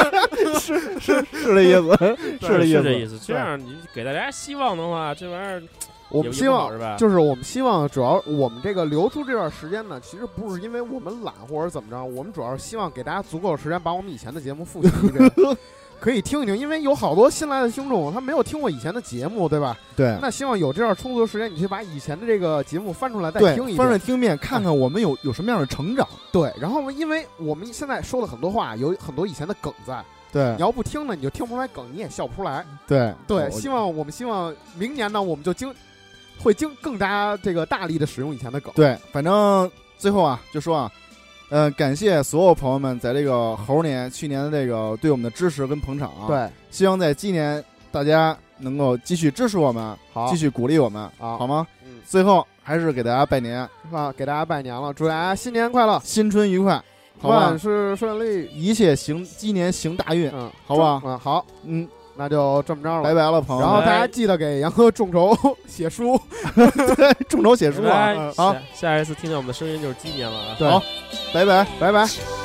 Speaker 1: 是这意思，
Speaker 3: 是
Speaker 1: 这意
Speaker 3: 这
Speaker 1: 思。
Speaker 3: 意思。这样你给大家希望的话，这玩意儿
Speaker 2: 我
Speaker 3: 也
Speaker 2: 们
Speaker 3: 不
Speaker 2: 希
Speaker 3: 也不好
Speaker 2: 望
Speaker 3: 是吧
Speaker 2: 就是我们希望主要我们这个留出这段时间呢，其实不是因为我们懒或者怎么着，我们主要是希望给大家足够的时间把我们以前的节目复习 一遍。可以听一听，因为有好多新来的听众，他没有听过以前的节目，对吧？
Speaker 1: 对
Speaker 2: 那希望有这段充足的时间，你去把以前的这个节目翻出来再
Speaker 1: 对，
Speaker 2: 听一遍，啊
Speaker 1: 翻来听遍，看看我们有有什么样的成长。
Speaker 2: 对，然后因为我们现在说的很多话，有很多以前的梗在，
Speaker 1: 对
Speaker 2: 你要不听呢，你就听不出来梗，你也笑不出来。
Speaker 1: 对
Speaker 2: 对，希望我们希望明年呢，我们就经会经更加这个大力的使用以前的梗。
Speaker 1: 对，反正最后啊，就说啊，呃，感谢所有朋友们在这个猴年去年的这个对我们的支持跟捧场啊。，
Speaker 2: 对，
Speaker 1: 希望在今年大家能够继续支持我们，
Speaker 2: 好，
Speaker 1: 继续鼓励我们，
Speaker 2: 好
Speaker 1: 好吗？
Speaker 2: 嗯
Speaker 1: 最后还是给大家拜年，
Speaker 2: 啊，给大家拜年了，祝大家新年快乐，
Speaker 1: 新春愉快，好吧
Speaker 2: 万？事顺利，
Speaker 1: 一切行，今年行大运。
Speaker 2: 嗯，
Speaker 1: 好吧
Speaker 2: 嗯，好，
Speaker 1: 嗯，
Speaker 2: 那就这么着
Speaker 1: 拜
Speaker 2: 了。
Speaker 1: 拜了，朋友
Speaker 2: 然
Speaker 1: 们。
Speaker 2: 后大家记得给杨哥众筹 写书，
Speaker 1: 众筹写书啊，
Speaker 3: 拜拜
Speaker 1: 好，
Speaker 2: 嗯
Speaker 3: 下下一次听到我们的声音就是今年了啊。
Speaker 1: 好，拜拜。
Speaker 2: 拜拜。
Speaker 6: 秋